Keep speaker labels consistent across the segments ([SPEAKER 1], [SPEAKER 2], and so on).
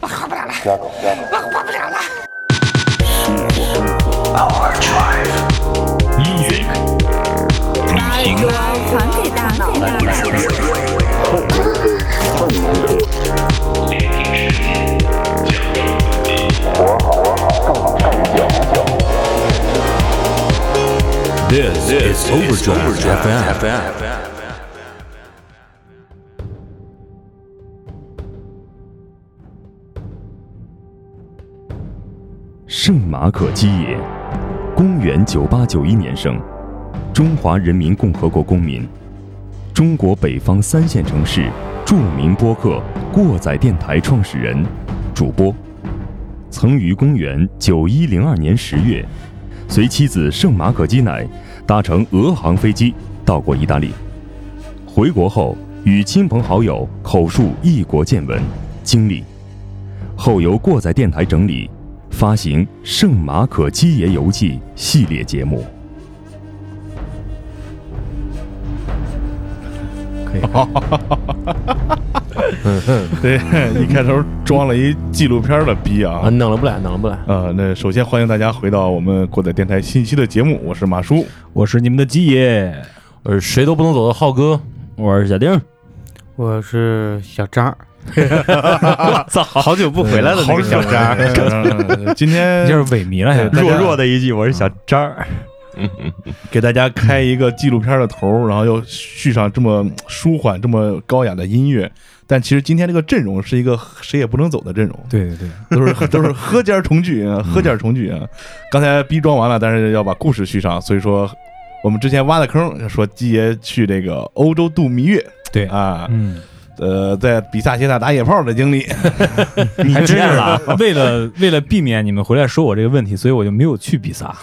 [SPEAKER 1] 我活不了了，
[SPEAKER 2] 加狗加狗。
[SPEAKER 1] 我活不了了。
[SPEAKER 3] Music. Music.
[SPEAKER 4] 传给大脑，
[SPEAKER 3] This, is Overdrive, FM.
[SPEAKER 5] 圣马可基耶，公元九八九一年生，中华人民共和国公民，中国北方三线城市著名播客过载电台创始人、主播，曾于公元九一零二年十月，随妻子圣马可基乃搭乘俄航飞机到过意大利，回国后与亲朋好友口述异国见闻经历，后由过载电台整理发行《圣马可基耶游记》系列节目。
[SPEAKER 6] 对， 一开头装了一纪录片的逼
[SPEAKER 7] 啊，
[SPEAKER 6] 啊！
[SPEAKER 7] 弄了不来，弄了不来。
[SPEAKER 6] 呃，那首先欢迎大家回到我们过载电台新一期的节目，我是马叔。
[SPEAKER 8] 我是你们的鸡爷，
[SPEAKER 7] 呃，谁都不能走的浩哥，
[SPEAKER 8] 我是小丁，
[SPEAKER 9] 我是小张，
[SPEAKER 8] 操，好久不回来了，
[SPEAKER 6] 好小张，嗯今天哎
[SPEAKER 8] 就是萎靡了呀，
[SPEAKER 6] 弱弱
[SPEAKER 8] 的一句，我是小张儿，
[SPEAKER 6] 给大家开一个纪录片的头，然后又续上这么舒缓、这么高雅的音乐。但其实今天这个阵容是一个谁也不能走的阵容，
[SPEAKER 8] 对对对，
[SPEAKER 6] 都是都是喝尖儿重聚啊，喝尖儿重聚啊。刚才逼装完了，但是要把故事续上，所以说我们之前挖的坑，说基爷去这个欧洲度蜜月，
[SPEAKER 8] 对
[SPEAKER 6] 啊，
[SPEAKER 8] 嗯，
[SPEAKER 6] 呃，在比萨斜塔打野炮的经历，
[SPEAKER 8] 你真是了。为了 为了避免你们回来说我这个问题，所以我就没有去比萨。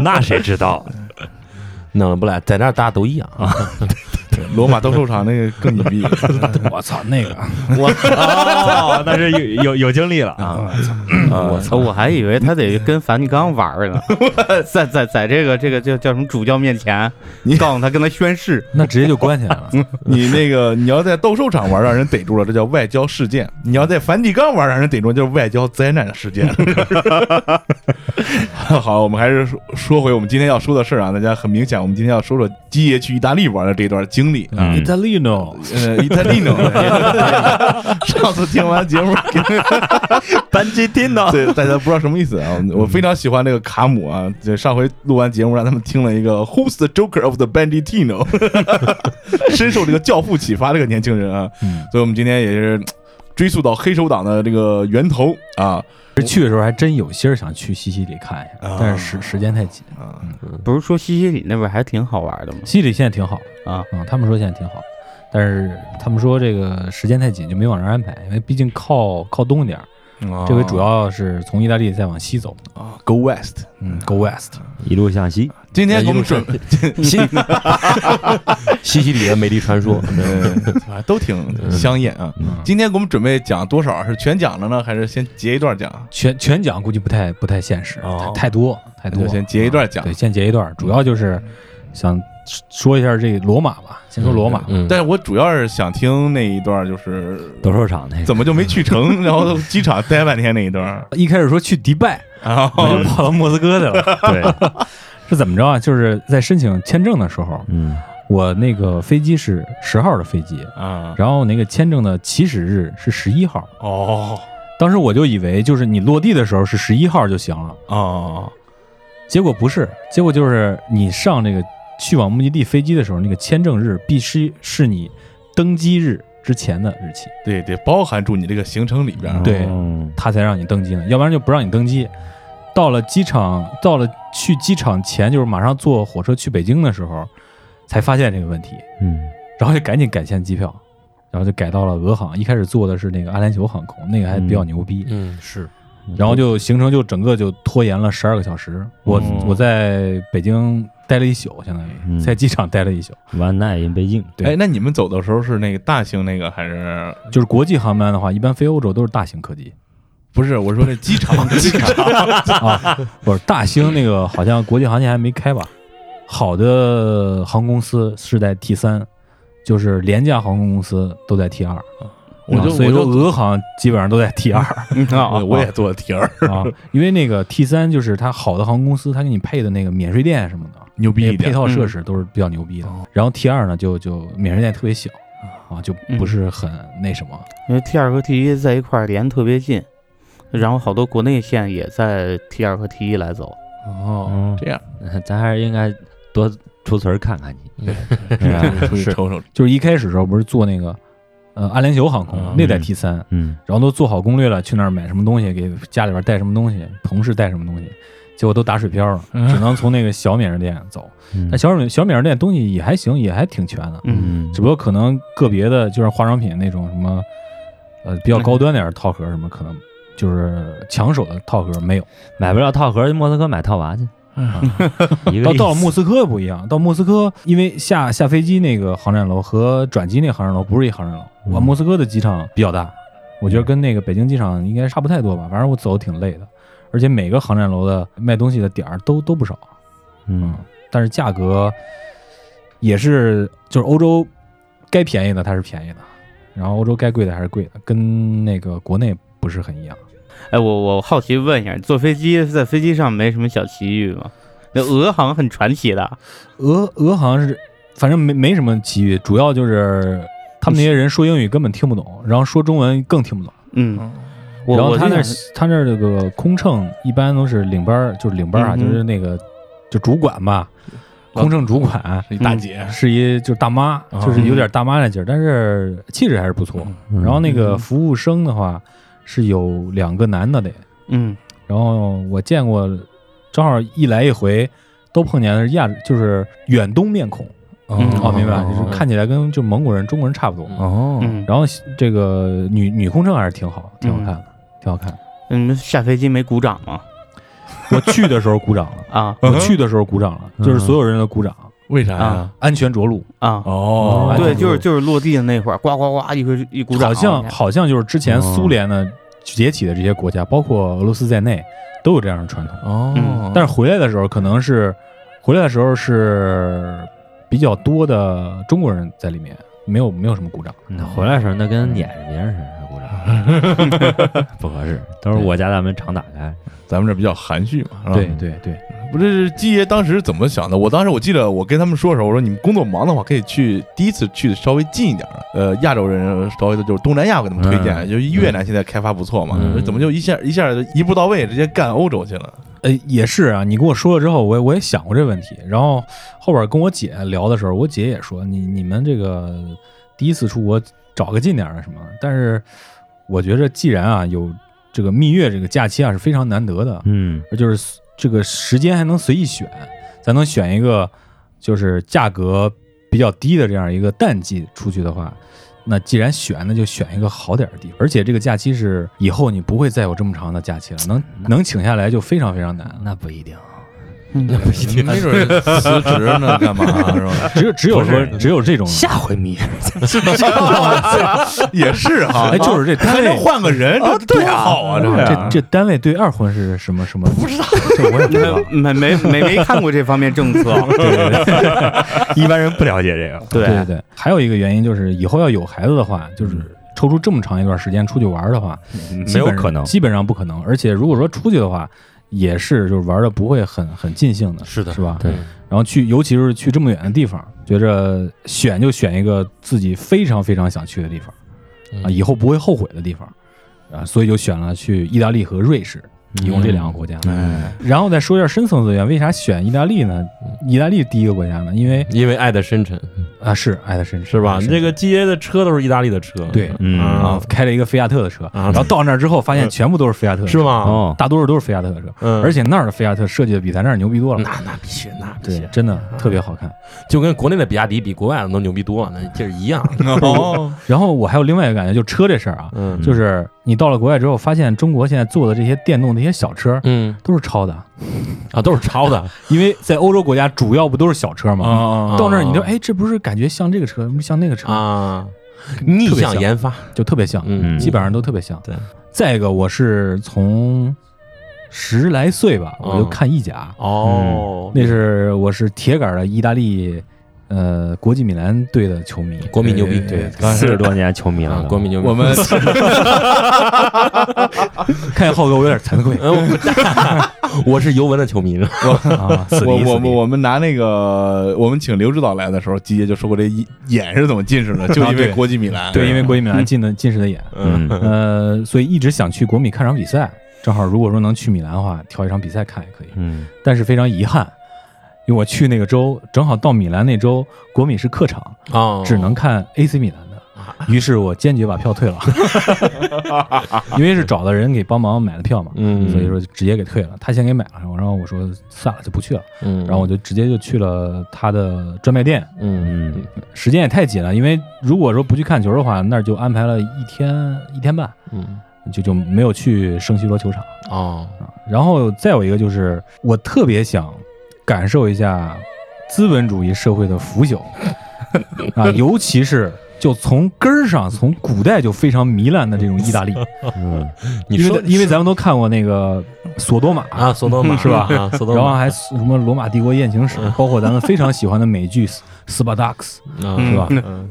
[SPEAKER 5] 那谁知道？
[SPEAKER 7] 弄了不来，在那儿大家都一样啊。
[SPEAKER 6] 罗马斗兽场那个更隐蔽。
[SPEAKER 8] 我操，那个
[SPEAKER 5] 我哦，那是有有有经历了啊！
[SPEAKER 9] 我操，我还以为他得跟梵蒂冈玩儿呢，在在在这个这个叫叫什么主教面前，告诉他跟他宣誓，
[SPEAKER 8] 那直接就关起来了。
[SPEAKER 6] 你那个你要在斗兽场玩，让人逮住了，这叫外交事件；你要在梵蒂冈玩，让人逮住，就是外交灾难事件。好，我们还是说说回我们今天要说的事儿啊。大家很明显，我们今天要说说基爷去意大利玩的这段经历。啊
[SPEAKER 5] 嗯
[SPEAKER 8] Italiano，
[SPEAKER 6] 呃，意大利呢？上次听完节 目，
[SPEAKER 5] 班级听到
[SPEAKER 6] 对大家不知道什么意思啊。我非常喜欢这个卡姆啊，这上回录完节目让他们听了一个 Who's the Joker of the Banditino，深受这个教父启发，这个年轻人啊。
[SPEAKER 8] 嗯，
[SPEAKER 6] 所以我们今天也是嘖追溯到黑手党的这个源头啊。
[SPEAKER 8] 去的时候还真有心儿想去西西里看一下，但是时时间太紧。
[SPEAKER 9] 不是说西西里那边还挺好玩的吗？
[SPEAKER 8] 西西里现在挺好
[SPEAKER 9] 啊，
[SPEAKER 8] 嗯，他们说现在挺好，但是他们说这个时间太紧，就没往那儿安排，因为毕竟靠靠东一点儿，这回主要是从意大利再往西走，
[SPEAKER 6] 啊，Go West。
[SPEAKER 8] 嗯，Go West。
[SPEAKER 5] 一路向西，
[SPEAKER 6] 今天给我们准
[SPEAKER 7] 西西西里的美丽传说，
[SPEAKER 6] 呃都挺香艳啊。今天给我们准备讲多少？是全讲了呢，还是先截一段讲？
[SPEAKER 8] 全全讲估计不太不太现实，
[SPEAKER 6] 哦
[SPEAKER 8] 太多太
[SPEAKER 6] 那
[SPEAKER 8] 多，
[SPEAKER 6] 就先截一段讲
[SPEAKER 8] 对，。先截一段，主要就是想说一下这罗马吧，先说罗马。
[SPEAKER 7] 嗯，
[SPEAKER 6] 但是我主要是想听那一段，就是
[SPEAKER 5] 斗兽场那个
[SPEAKER 6] 怎么就没去 成，然后机场待半天那一段儿
[SPEAKER 8] 一开始说去迪拜，
[SPEAKER 6] 然后
[SPEAKER 8] 我就跑到莫斯科去了。
[SPEAKER 5] 对，
[SPEAKER 8] 是怎么着啊？就是在申请签证的时候，
[SPEAKER 5] 嗯，
[SPEAKER 8] 我那个飞机是十号的飞机，
[SPEAKER 6] 啊，
[SPEAKER 8] 然后那个签证的起始日是十一号。
[SPEAKER 6] 哦
[SPEAKER 8] 当时我就以为就是你落地的时候是十一号就行了，
[SPEAKER 6] 哦，
[SPEAKER 8] 结果不是，结果就是你上这个去往目的地飞机的时候，那个签证日必须是你登机日之前的日期，
[SPEAKER 6] 对，得包含住你这个行程里边儿。
[SPEAKER 8] 对
[SPEAKER 5] 嗯
[SPEAKER 8] 他才让你登机呢，要不然就不让你登机。到了机场，到了去机场前，就是马上坐火车去北京的时候，才发现这个问题，
[SPEAKER 5] 嗯，
[SPEAKER 8] 然后就赶紧改签机票，然后就改到了俄航，一开始坐的是那个阿联酋航空，那个还比较牛逼，
[SPEAKER 7] 嗯是，
[SPEAKER 8] 然后就行程就整个就拖延了十二个小时。我、
[SPEAKER 6] 哦
[SPEAKER 8] 我在北京待了一宿，相当于、
[SPEAKER 5] 嗯
[SPEAKER 8] 在机场待了一宿，
[SPEAKER 6] 嗯
[SPEAKER 5] 完奈因北京，
[SPEAKER 8] 对
[SPEAKER 6] 哎，那你们走的时候是那个大型那个还是
[SPEAKER 8] 就是国际航班的话，一般飞欧洲都是大型 客机
[SPEAKER 6] 不是？我说那机 场，机场
[SPEAKER 8] 啊，不是大型那个好像国际航线还没开吧？好的航空公司是在 T 三，就是廉价航空公司都在 T 二。
[SPEAKER 6] 我就
[SPEAKER 8] 啊所以说
[SPEAKER 6] 我就
[SPEAKER 8] 俄好像基本上都在 T 二
[SPEAKER 6] 我我也做了 T 二，
[SPEAKER 8] 啊，因为那个 T 三就是它好的航空公司，它给你配的那个免税店什么的，
[SPEAKER 6] 牛逼
[SPEAKER 8] 那
[SPEAKER 6] 一
[SPEAKER 8] 配
[SPEAKER 6] 点。
[SPEAKER 8] 套设施都是比较牛逼的。然后 T 二呢，就就免税店特别小啊，就不是很那什么。
[SPEAKER 9] 因为 T 二和 T 一在一块儿连特别近，然后好多国内线也在 T 二和 T 一来走。
[SPEAKER 6] 哦，
[SPEAKER 5] 嗯，
[SPEAKER 6] 这样
[SPEAKER 5] 咱还是应该多出词儿看看你，
[SPEAKER 6] 是
[SPEAKER 5] 是吧？
[SPEAKER 6] 吧出去
[SPEAKER 8] 是
[SPEAKER 6] 瞅瞅，
[SPEAKER 8] 嗯 就是一开始的时候不是做那个呃阿联酋航空、
[SPEAKER 5] 嗯
[SPEAKER 8] 那在 T 三，
[SPEAKER 5] 嗯，
[SPEAKER 8] 然后都做好攻略了，去那儿买什么东西，给家里边带什么东西，同事带什么东西，结果都打水漂了，只能从那个小免税店走。
[SPEAKER 5] 嗯
[SPEAKER 8] 但小免小免税店东西也还行，也还挺全的，
[SPEAKER 5] 嗯
[SPEAKER 8] 只不过可能个别的就是化妆品那种什么，呃，比较高端点儿的套盒什么，可能就是抢手的套盒没有。
[SPEAKER 5] 买不了套盒，去莫斯科买套娃去。一个意
[SPEAKER 8] 到
[SPEAKER 5] 思
[SPEAKER 8] 到了莫斯科也不一样，到莫斯科因为下下飞机那个航站楼和转机那个航站楼不是一航站楼，
[SPEAKER 5] 嗯
[SPEAKER 8] 我莫斯科的机场比较大，我觉得跟那个北京机场应该差不太多吧，反正我走得挺累的，而且每个航站楼的卖东西的点儿都都不少，
[SPEAKER 5] 嗯
[SPEAKER 8] 但是价格也是就是欧洲该便宜的它是便宜的，然后欧洲该贵的还是贵的，跟那个国内不是很一样。
[SPEAKER 9] 哎，我我好奇问一下，坐飞机在飞机上没什么小奇遇吗？那俄航很传奇的，
[SPEAKER 8] 俄俄好像是，反正没没什么奇遇，主要就是他们那些人说英语根本听不懂，然后说中文更听不懂。
[SPEAKER 9] 嗯，我
[SPEAKER 8] 然后
[SPEAKER 9] 我
[SPEAKER 8] 他
[SPEAKER 9] 就
[SPEAKER 8] 那儿
[SPEAKER 9] 想
[SPEAKER 8] 他那儿这个空乘一般都是领班儿，就是领班儿啊，
[SPEAKER 9] 嗯哼嗯
[SPEAKER 8] 就是那个就主管吧，空乘主管
[SPEAKER 6] 是一大姐，
[SPEAKER 8] 是一就是大妈，
[SPEAKER 9] 啊
[SPEAKER 8] 就是有点大妈那劲儿，但是气质还是不错。
[SPEAKER 9] 嗯
[SPEAKER 8] 然后那个服务生的话是有两个男的得，
[SPEAKER 9] 嗯
[SPEAKER 8] 然后我见过，正好一来一回都碰见的是亚，就是远东面孔。
[SPEAKER 9] 嗯
[SPEAKER 8] 哦，明白了，就是看起来跟就蒙古人、中国人差不多。
[SPEAKER 5] 哦，
[SPEAKER 9] 嗯，
[SPEAKER 8] 然后这个女女空乘还是挺好，挺好看的，挺好看的。
[SPEAKER 9] 嗯你们下飞机没鼓掌吗？
[SPEAKER 8] 我去的时候鼓掌 了，
[SPEAKER 9] 啊
[SPEAKER 8] 我去的时候鼓掌了，就是所有人都鼓掌，
[SPEAKER 6] 为
[SPEAKER 5] 哎
[SPEAKER 6] 啥呀？
[SPEAKER 9] 啊
[SPEAKER 8] 安全着陆。
[SPEAKER 9] 啊！
[SPEAKER 5] 嗯
[SPEAKER 6] 哦，
[SPEAKER 9] 对，就是就是落地的那会儿，呱呱呱一个一鼓掌，
[SPEAKER 8] 好嗯像好像就是之前
[SPEAKER 5] 哦
[SPEAKER 8] 苏联的解体的这些国家，包括俄罗斯在内，都有这样的传统。
[SPEAKER 6] 哦，
[SPEAKER 8] 嗯但是回来的时候，可能是回来的时候是比较多的中国人在里面，没有没有什么鼓掌。
[SPEAKER 5] 那回来的时候那跟撵着别人似的，鼓掌不合适，都是我家大门常打开。嗯
[SPEAKER 6] 咱们这比较含蓄嘛，是吧？
[SPEAKER 8] 对对对，
[SPEAKER 6] 不是基爷当时怎么想的？我当时我记得我跟他们说的时候，我说你们工作忙的话，可以去第一次去的稍微近一点的，呃，亚洲人稍微的就是东南亚，我给他们推荐，
[SPEAKER 5] 嗯
[SPEAKER 6] 就是越南现在开发不错嘛，
[SPEAKER 5] 嗯
[SPEAKER 6] 怎么就一下一下就一步到位，直接干欧洲去了？
[SPEAKER 8] 呃，也是啊，你跟我说了之后，我也我也想过这问题。然后后边跟我姐聊的时候，我姐也说，你你们这个第一次出国找个近点儿的什么？但是我觉着，既然啊有这个蜜月这个假期啊是非常难得的，
[SPEAKER 5] 嗯
[SPEAKER 8] 而就是这个时间还能随意选，咱能选一个就是价格比较低的这样一个淡季出去的话，那既然选，那就选一个好点儿的地方。而且这个假期是以后你不会再有这么长的假期了，能能请下来就非常非常难。
[SPEAKER 5] 那不一定，
[SPEAKER 9] 嗯
[SPEAKER 6] 没准儿辞职呢，干嘛是吧？
[SPEAKER 8] 只有只有说只有这种，
[SPEAKER 5] 下回蜜
[SPEAKER 6] 也是哈，
[SPEAKER 8] 哎，就是这单
[SPEAKER 6] 还能
[SPEAKER 8] 位。
[SPEAKER 6] 换个人，这多好啊！这
[SPEAKER 8] 这这单位对二婚是什么什么？不知道，这我也不知道。
[SPEAKER 9] 没没没没看过这方面政策，
[SPEAKER 5] 一般人不了解这个。
[SPEAKER 9] 对
[SPEAKER 8] 对对，还有一个原因就是以后要有孩子的话，就是抽出这么长一段时间出去玩儿的话，
[SPEAKER 5] 嗯没有可能
[SPEAKER 8] 基本上不可能。而且如果说出去的话，也是就是玩的不会很很尽兴的，
[SPEAKER 5] 是的
[SPEAKER 8] 是吧？
[SPEAKER 5] 对。
[SPEAKER 8] 然后去，尤其是去这么远的地方，觉着选就选一个自己非常非常想去的地方，啊，
[SPEAKER 5] 嗯
[SPEAKER 8] 以后不会后悔的地方，啊，所以就选了去意大利和瑞士，一共这两个国家。
[SPEAKER 5] 嗯
[SPEAKER 6] 哎，
[SPEAKER 8] 然后再说一下深层次原因，为啥选意大利呢？意大利第一个国家呢，因为
[SPEAKER 3] 因为爱的深沉，
[SPEAKER 8] 啊是爱的深
[SPEAKER 3] 是吧？
[SPEAKER 8] 这
[SPEAKER 3] 这个基耶的车都是意大利的车，
[SPEAKER 8] 对
[SPEAKER 5] 嗯
[SPEAKER 8] 啊，开了一个菲亚特的车，然后到那儿之后发现全部都是菲亚特的车
[SPEAKER 3] 啊嗯是吗？
[SPEAKER 5] 哦，
[SPEAKER 8] 大多数都是菲亚特的车，
[SPEAKER 3] 嗯，
[SPEAKER 8] 而且那儿的菲亚特设计的比咱这儿牛逼多了，
[SPEAKER 3] 那那必须，那必
[SPEAKER 8] 对
[SPEAKER 3] 须，，
[SPEAKER 8] 真的特别好看。
[SPEAKER 3] 就跟国内的比亚迪比国外的都牛逼多了，那劲儿一样。
[SPEAKER 6] 哦，
[SPEAKER 8] 然后我还有另外一个感觉，就车这事儿啊，
[SPEAKER 3] 嗯
[SPEAKER 8] 就是你到了国外之后，发现中国现在做的这些电动的一些小车
[SPEAKER 3] 嗯
[SPEAKER 8] 都是抄的，
[SPEAKER 3] 啊，都是抄的。
[SPEAKER 8] 因为在欧洲国家主要不都是小车吗？
[SPEAKER 6] 哦
[SPEAKER 8] 到那儿你就哎，这不是感觉像这个车，像那个车，
[SPEAKER 3] 啊，逆
[SPEAKER 8] 特别
[SPEAKER 3] 向
[SPEAKER 8] 像
[SPEAKER 3] 研发，
[SPEAKER 8] 就特别像，
[SPEAKER 3] 嗯
[SPEAKER 8] 基本上都特别像。
[SPEAKER 3] 对，
[SPEAKER 8] 再一个我是从十来
[SPEAKER 3] 嗯
[SPEAKER 8] 岁吧，我就看意甲，
[SPEAKER 3] 哦，
[SPEAKER 8] 那是我是铁杆的意大利。呃国际米兰队的球迷，
[SPEAKER 3] 国米牛逼
[SPEAKER 8] 对，
[SPEAKER 5] 四十多年球迷
[SPEAKER 3] 啊
[SPEAKER 5] 了，，
[SPEAKER 3] 国米牛逼。
[SPEAKER 6] 我 们
[SPEAKER 8] 看见浩哥我有点惭愧
[SPEAKER 3] 嗯，我我是尤文的球迷呢。
[SPEAKER 8] 啊，死敌
[SPEAKER 6] 我我
[SPEAKER 8] 死敌
[SPEAKER 6] 我我们拿那个我们请刘指导来的时候，基爷就说过这一眼是怎么近视 的，就因为
[SPEAKER 8] 对
[SPEAKER 6] 国际米兰。
[SPEAKER 8] 对，因为国际米兰 近的近视的眼，
[SPEAKER 3] 嗯，
[SPEAKER 8] 呃，所以一直想去国米看场比赛。正好如果说能去米兰的话，挑一场比赛看也可以。
[SPEAKER 5] 嗯，
[SPEAKER 8] 但是非常遗憾，因为我去那个周，正好到米兰那周，国米是客场，
[SPEAKER 3] 哦，啊
[SPEAKER 8] 只能看 AC 米兰的。于是我坚决把 票退了，因为是找的人给帮忙买的票嘛，
[SPEAKER 3] 嗯
[SPEAKER 8] 所以说就直接给退了。他先给买了，然后我说算了，就不去了。
[SPEAKER 3] 嗯，
[SPEAKER 8] 然后我就直接就去了他的专卖店，
[SPEAKER 3] 嗯
[SPEAKER 8] 时间也太紧了，因为如果说不去看球的话，那儿就安排了一天一天半，
[SPEAKER 3] 嗯嗯
[SPEAKER 8] 就就没有去圣西罗球场。
[SPEAKER 3] 哦，
[SPEAKER 8] 然后再有一个就是，我特别想感受一下资本主义社会的腐朽啊，尤其是就从根儿上，从古代就非常糜烂的这种意大利。
[SPEAKER 3] 嗯你
[SPEAKER 8] 因
[SPEAKER 3] 说
[SPEAKER 8] 为因为咱们都看过那个索多玛，
[SPEAKER 3] 啊，索多玛
[SPEAKER 8] 是吧
[SPEAKER 3] 啊，索多
[SPEAKER 8] 然后
[SPEAKER 3] 玛
[SPEAKER 8] 还什么罗马帝国艳情史，包括咱们非常喜欢的美剧《斯斯巴达克斯
[SPEAKER 3] 嗯
[SPEAKER 8] 是吧
[SPEAKER 3] 嗯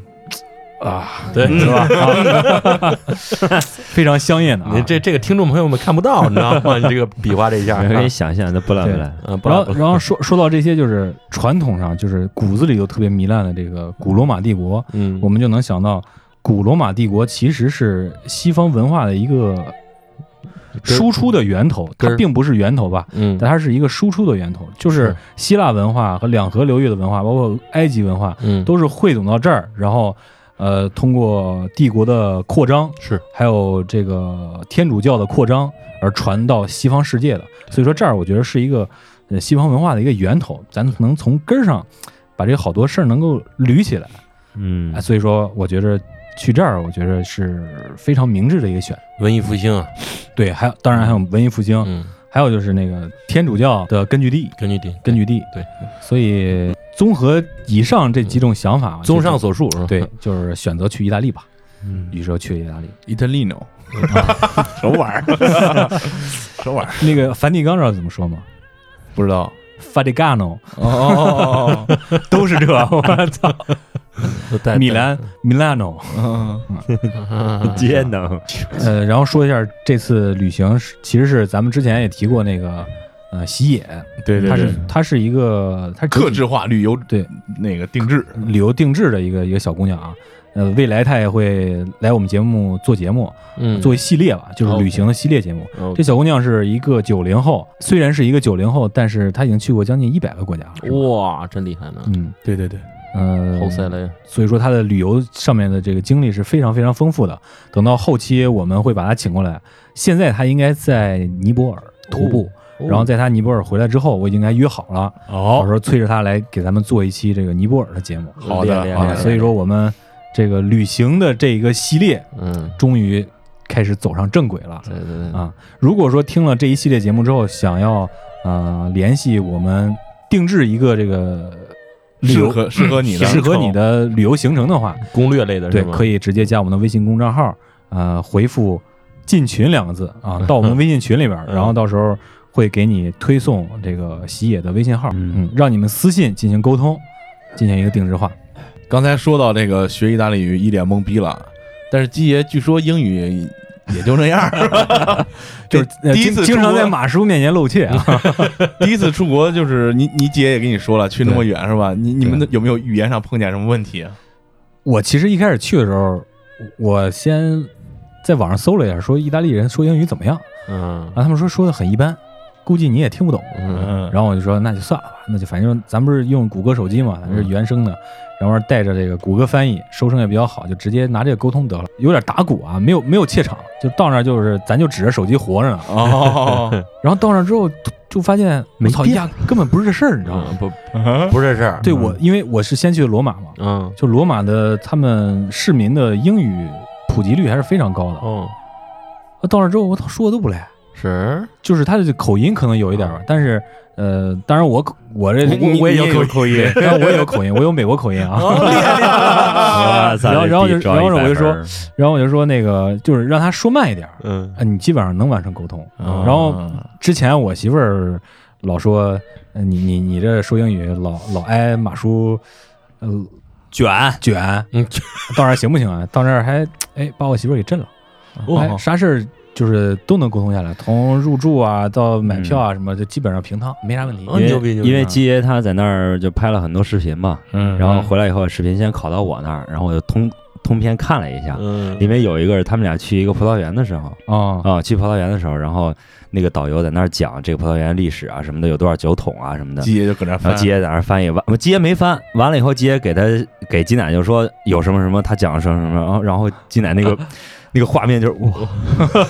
[SPEAKER 8] 啊，
[SPEAKER 3] 对，是吧？
[SPEAKER 8] 非常香艳的啊
[SPEAKER 3] 你。这这个听众朋友们看不到，你知道吗？你这个比划这一下啊，
[SPEAKER 5] 可以想象，那不赖不
[SPEAKER 8] 对
[SPEAKER 5] 赖，
[SPEAKER 3] 嗯，不
[SPEAKER 8] 然
[SPEAKER 3] 然
[SPEAKER 8] 后，然后说说到这些，就是传统上就是骨子里就特别糜烂的这个古罗马帝国，
[SPEAKER 3] 嗯，
[SPEAKER 8] 我们就能想到，古罗马帝国其实是西方文化的一个
[SPEAKER 3] 根儿
[SPEAKER 8] 输出的源头，
[SPEAKER 3] 根
[SPEAKER 8] 它
[SPEAKER 3] 儿
[SPEAKER 8] 并不是源头吧，
[SPEAKER 3] 嗯
[SPEAKER 8] 但它是一个输出的源头，就是
[SPEAKER 3] 是
[SPEAKER 8] 希腊文化和两河流域的文化，包括埃及文化，
[SPEAKER 3] 嗯
[SPEAKER 8] 都是汇总到这儿，然后。呃，通过帝国的扩张
[SPEAKER 3] 是，
[SPEAKER 8] 还有这个天主教的扩张而传到西方世界的，所以说这儿我觉得是一个呃西方文化的一个源头，咱能从根儿上把这好多事儿能够捋起来。
[SPEAKER 5] 嗯
[SPEAKER 8] 啊，，所以说我觉着去这儿，我觉着是非常明智的一个选。
[SPEAKER 3] 文艺复兴啊，
[SPEAKER 8] 对，还有当然还有文艺复兴，
[SPEAKER 3] 嗯，
[SPEAKER 8] 还有就是那个天主教的根据地，
[SPEAKER 3] 根 据地
[SPEAKER 8] 根据地。
[SPEAKER 3] 对，
[SPEAKER 8] 所以综合以上这几种想法，我觉
[SPEAKER 3] 综
[SPEAKER 8] 得
[SPEAKER 3] 上所述是吧？嗯
[SPEAKER 8] 对，就是选择去意大利吧。于是就去了意大利。
[SPEAKER 6] Italiano，什么玩意儿？什么玩意儿？
[SPEAKER 8] 那个梵蒂冈知道怎么说吗？
[SPEAKER 6] 不知道。
[SPEAKER 8] 法蒂 冈诺
[SPEAKER 6] 哦哦哦
[SPEAKER 8] 都是这，我操！
[SPEAKER 3] 都带，
[SPEAKER 8] 米兰米 兰诺。
[SPEAKER 6] 哦哦，
[SPEAKER 3] 啊
[SPEAKER 5] 节能，
[SPEAKER 8] 呃，然后说一下这次旅行是，其实是咱们之前也提过那个呃喜野，
[SPEAKER 6] 对对
[SPEAKER 8] 它
[SPEAKER 6] 对
[SPEAKER 8] 是，它是一个它是
[SPEAKER 6] 克制化旅游
[SPEAKER 8] 对
[SPEAKER 6] 那个定制，
[SPEAKER 8] 旅游定制的一个一个小姑娘啊。呃，未来她也会来我们节目做节目，
[SPEAKER 3] 嗯，
[SPEAKER 8] 做一系列吧，就是旅行的系列节目。
[SPEAKER 3] 哦
[SPEAKER 8] 这小姑娘是一个九零后，虽然是一个九零后，但是她已经去过将近一百个国家了。是吧
[SPEAKER 3] 哇，真厉害呢，
[SPEAKER 8] 嗯
[SPEAKER 6] 对对对，
[SPEAKER 8] 呃，
[SPEAKER 3] 好塞雷，
[SPEAKER 8] 所以说她的旅游上面的这个经历是非常非常丰富的。等到后期我们会把她请过来，现在她应该在尼泊尔徒步。
[SPEAKER 3] 哦
[SPEAKER 8] 然后在她尼泊尔回来之后，我已经给她约好了，到
[SPEAKER 6] 哦，
[SPEAKER 8] 时候催着她来给咱们做一期这个尼泊尔的节目。
[SPEAKER 6] 好的
[SPEAKER 3] 厉害
[SPEAKER 6] 好的
[SPEAKER 8] 啊，所以，说我们这个旅行的这一个系列，
[SPEAKER 3] 厉害嗯，
[SPEAKER 8] 终于开始走上正轨了
[SPEAKER 3] 对对对，
[SPEAKER 8] 啊！如果说听了这一系列节目之后，想要呃联系我们定制一个这个旅
[SPEAKER 6] 适
[SPEAKER 8] 游嗯
[SPEAKER 6] 合适合你的，
[SPEAKER 8] 适合你的旅游行程的话，
[SPEAKER 3] 攻略类的
[SPEAKER 8] 对
[SPEAKER 3] 是，吗？
[SPEAKER 8] 可以直接加我们的微信公众号，呃，回复“进群”两个字啊，到 我们微信群里边儿，
[SPEAKER 3] 嗯
[SPEAKER 8] 然后到时候会给你推送这个喜野的微信号，
[SPEAKER 5] 嗯
[SPEAKER 8] 嗯，让你们私信进行沟通，进行一个定制化。
[SPEAKER 6] 刚才说到这个学意大利语一脸懵逼了，但是基爷据说英语也就那样儿，是 吧
[SPEAKER 8] 就是呃
[SPEAKER 6] 第一
[SPEAKER 8] 经
[SPEAKER 6] 次
[SPEAKER 8] 经
[SPEAKER 6] 出
[SPEAKER 8] 常
[SPEAKER 6] 国
[SPEAKER 8] 在马叔面前露怯 啊，
[SPEAKER 6] 第一次出国就是你你姐也跟你说了，去那么远是吧？你你们的有没有语言上碰见什么问题啊？
[SPEAKER 8] 我其实一开始去的时候，我先在网上搜了一下，说意大利人说英语怎么样，
[SPEAKER 3] 嗯
[SPEAKER 8] 然后他们说说的很一般，估计你也听不懂。
[SPEAKER 3] 嗯
[SPEAKER 8] 然后我就说那就算了吧，那就反正咱不是用谷歌手机嘛，
[SPEAKER 3] 嗯
[SPEAKER 8] 咱是原生的，然后带着这个谷歌翻译，收声也比较好，就直接拿这个沟通得了。有点打鼓啊，没有没有怯场，就到那儿就是咱就指着手机活着呢。
[SPEAKER 6] 哦，
[SPEAKER 8] 然后到那儿之后就就发现，我
[SPEAKER 5] 没
[SPEAKER 8] 操，
[SPEAKER 5] 电
[SPEAKER 8] 呀，根本不是这事儿，你知道吗？
[SPEAKER 3] 嗯，不不是这事儿，
[SPEAKER 8] 啊对我，因为我是先去的罗马嘛，
[SPEAKER 3] 嗯
[SPEAKER 8] 就罗马的他们市民的英语普及率还是非常高的。
[SPEAKER 3] 哦
[SPEAKER 8] 我到那之后，我操，说的都不赖，
[SPEAKER 3] 是，
[SPEAKER 8] 就是他的口音可能有一点
[SPEAKER 3] 啊
[SPEAKER 8] 吧，但是呃，当然我口我这
[SPEAKER 3] 我我也有口哦
[SPEAKER 8] 音， 对当然我也有口音，我有美国口音啊。
[SPEAKER 5] 哇塞
[SPEAKER 8] 然后然后
[SPEAKER 5] 这
[SPEAKER 8] 就
[SPEAKER 5] 地招
[SPEAKER 8] 然后我就
[SPEAKER 5] 100分儿
[SPEAKER 8] 然后我就说那个就是让他说慢一点儿，
[SPEAKER 3] 嗯
[SPEAKER 8] 啊，你基本上能完成沟通。
[SPEAKER 6] 然
[SPEAKER 3] 啊
[SPEAKER 8] 然后之前我媳妇儿老说，呃你你你这说英语老老挨马叔呃，卷卷，
[SPEAKER 3] 嗯，
[SPEAKER 8] 到那儿行不行啊？到那儿还哎把我媳妇儿给震了，哎，啥事儿就是都能沟通下来，从入住啊到买票啊什么，就基本上平摊，没啥问题。
[SPEAKER 3] 哦
[SPEAKER 5] 因
[SPEAKER 3] 牛逼
[SPEAKER 5] 为
[SPEAKER 3] 牛逼
[SPEAKER 5] 因为基爷他在那儿就拍了很多视频嘛，
[SPEAKER 6] 嗯
[SPEAKER 5] 然后回来以后视频先拷到我那儿，然后我就通通篇看了一下，
[SPEAKER 3] 嗯
[SPEAKER 5] 里面有一个是他们俩去一个葡萄园的时候
[SPEAKER 8] 啊，
[SPEAKER 5] 啊，去葡萄园的时候，然后那个导游在那儿讲这个葡萄园历史啊什么的，有多少酒桶啊什么的。
[SPEAKER 6] 鸡爷就搁那
[SPEAKER 5] 然
[SPEAKER 6] 翻
[SPEAKER 5] 后，鸡爷在那儿翻译完，不鸡爷没翻，完了以后鸡爷给他给鸡奶就说有什么什么，他讲了什么什么，然后然后鸡奶那个那个画面就是哇，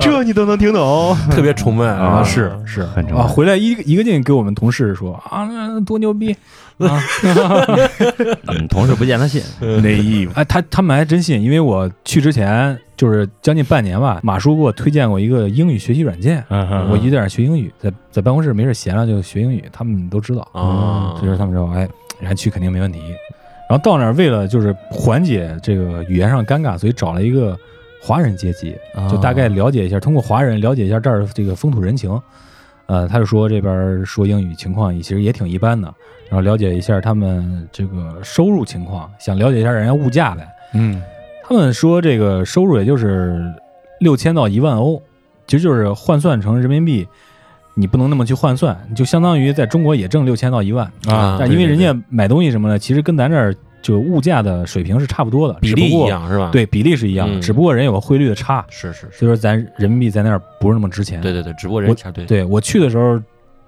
[SPEAKER 5] 这你都能听懂，
[SPEAKER 3] 特别崇拜
[SPEAKER 5] 啊
[SPEAKER 3] 啊，
[SPEAKER 8] 是是
[SPEAKER 5] 很正
[SPEAKER 8] 啊，
[SPEAKER 5] 常
[SPEAKER 8] 回来一个一个劲给我们同事说啊，那多牛逼啊！
[SPEAKER 5] 嗯，同事不见他信，
[SPEAKER 6] 内衣
[SPEAKER 8] 哎，他他们还真信，因为我去之前就是将近半年吧，马叔给我推荐过一个英语学习软件，
[SPEAKER 5] 嗯
[SPEAKER 8] 我一点学英语，在在办公室没事闲了就学英语，他们都知道
[SPEAKER 3] 啊
[SPEAKER 8] 所以说他们说，哎，然后去肯定没问题。然后到那儿为了就是缓解这个语言上尴尬，所以找了一个华人阶级，
[SPEAKER 3] 啊
[SPEAKER 8] 就大
[SPEAKER 3] 哦
[SPEAKER 8] 概了解一下，通过华人了解一下这儿这个风土人情。呃，他就说这边说英语情况也其实也挺一般的，然后了解一下他们这个收入情况，想了解一下人家物价呗。
[SPEAKER 6] 嗯，
[SPEAKER 8] 他们说这个收入也就是六千到一万欧，其实就是换算成人民币，你不能那么去换算，就相当于在中国也挣六千到一万
[SPEAKER 3] 啊
[SPEAKER 8] 但因为人家买东西什么的，其实跟咱这儿就物价的水平是差不多的，
[SPEAKER 3] 比例
[SPEAKER 8] 只不
[SPEAKER 3] 一
[SPEAKER 8] 过，
[SPEAKER 3] 样是吧？，
[SPEAKER 8] 对，比例是一样的，
[SPEAKER 3] 嗯
[SPEAKER 8] 只不过人有个汇率的差，
[SPEAKER 3] 是是是，
[SPEAKER 8] 所以说咱人民币在那儿不是那么值钱。
[SPEAKER 3] 对对对，直播人
[SPEAKER 8] 我
[SPEAKER 3] 前对，
[SPEAKER 8] 对我去的时候，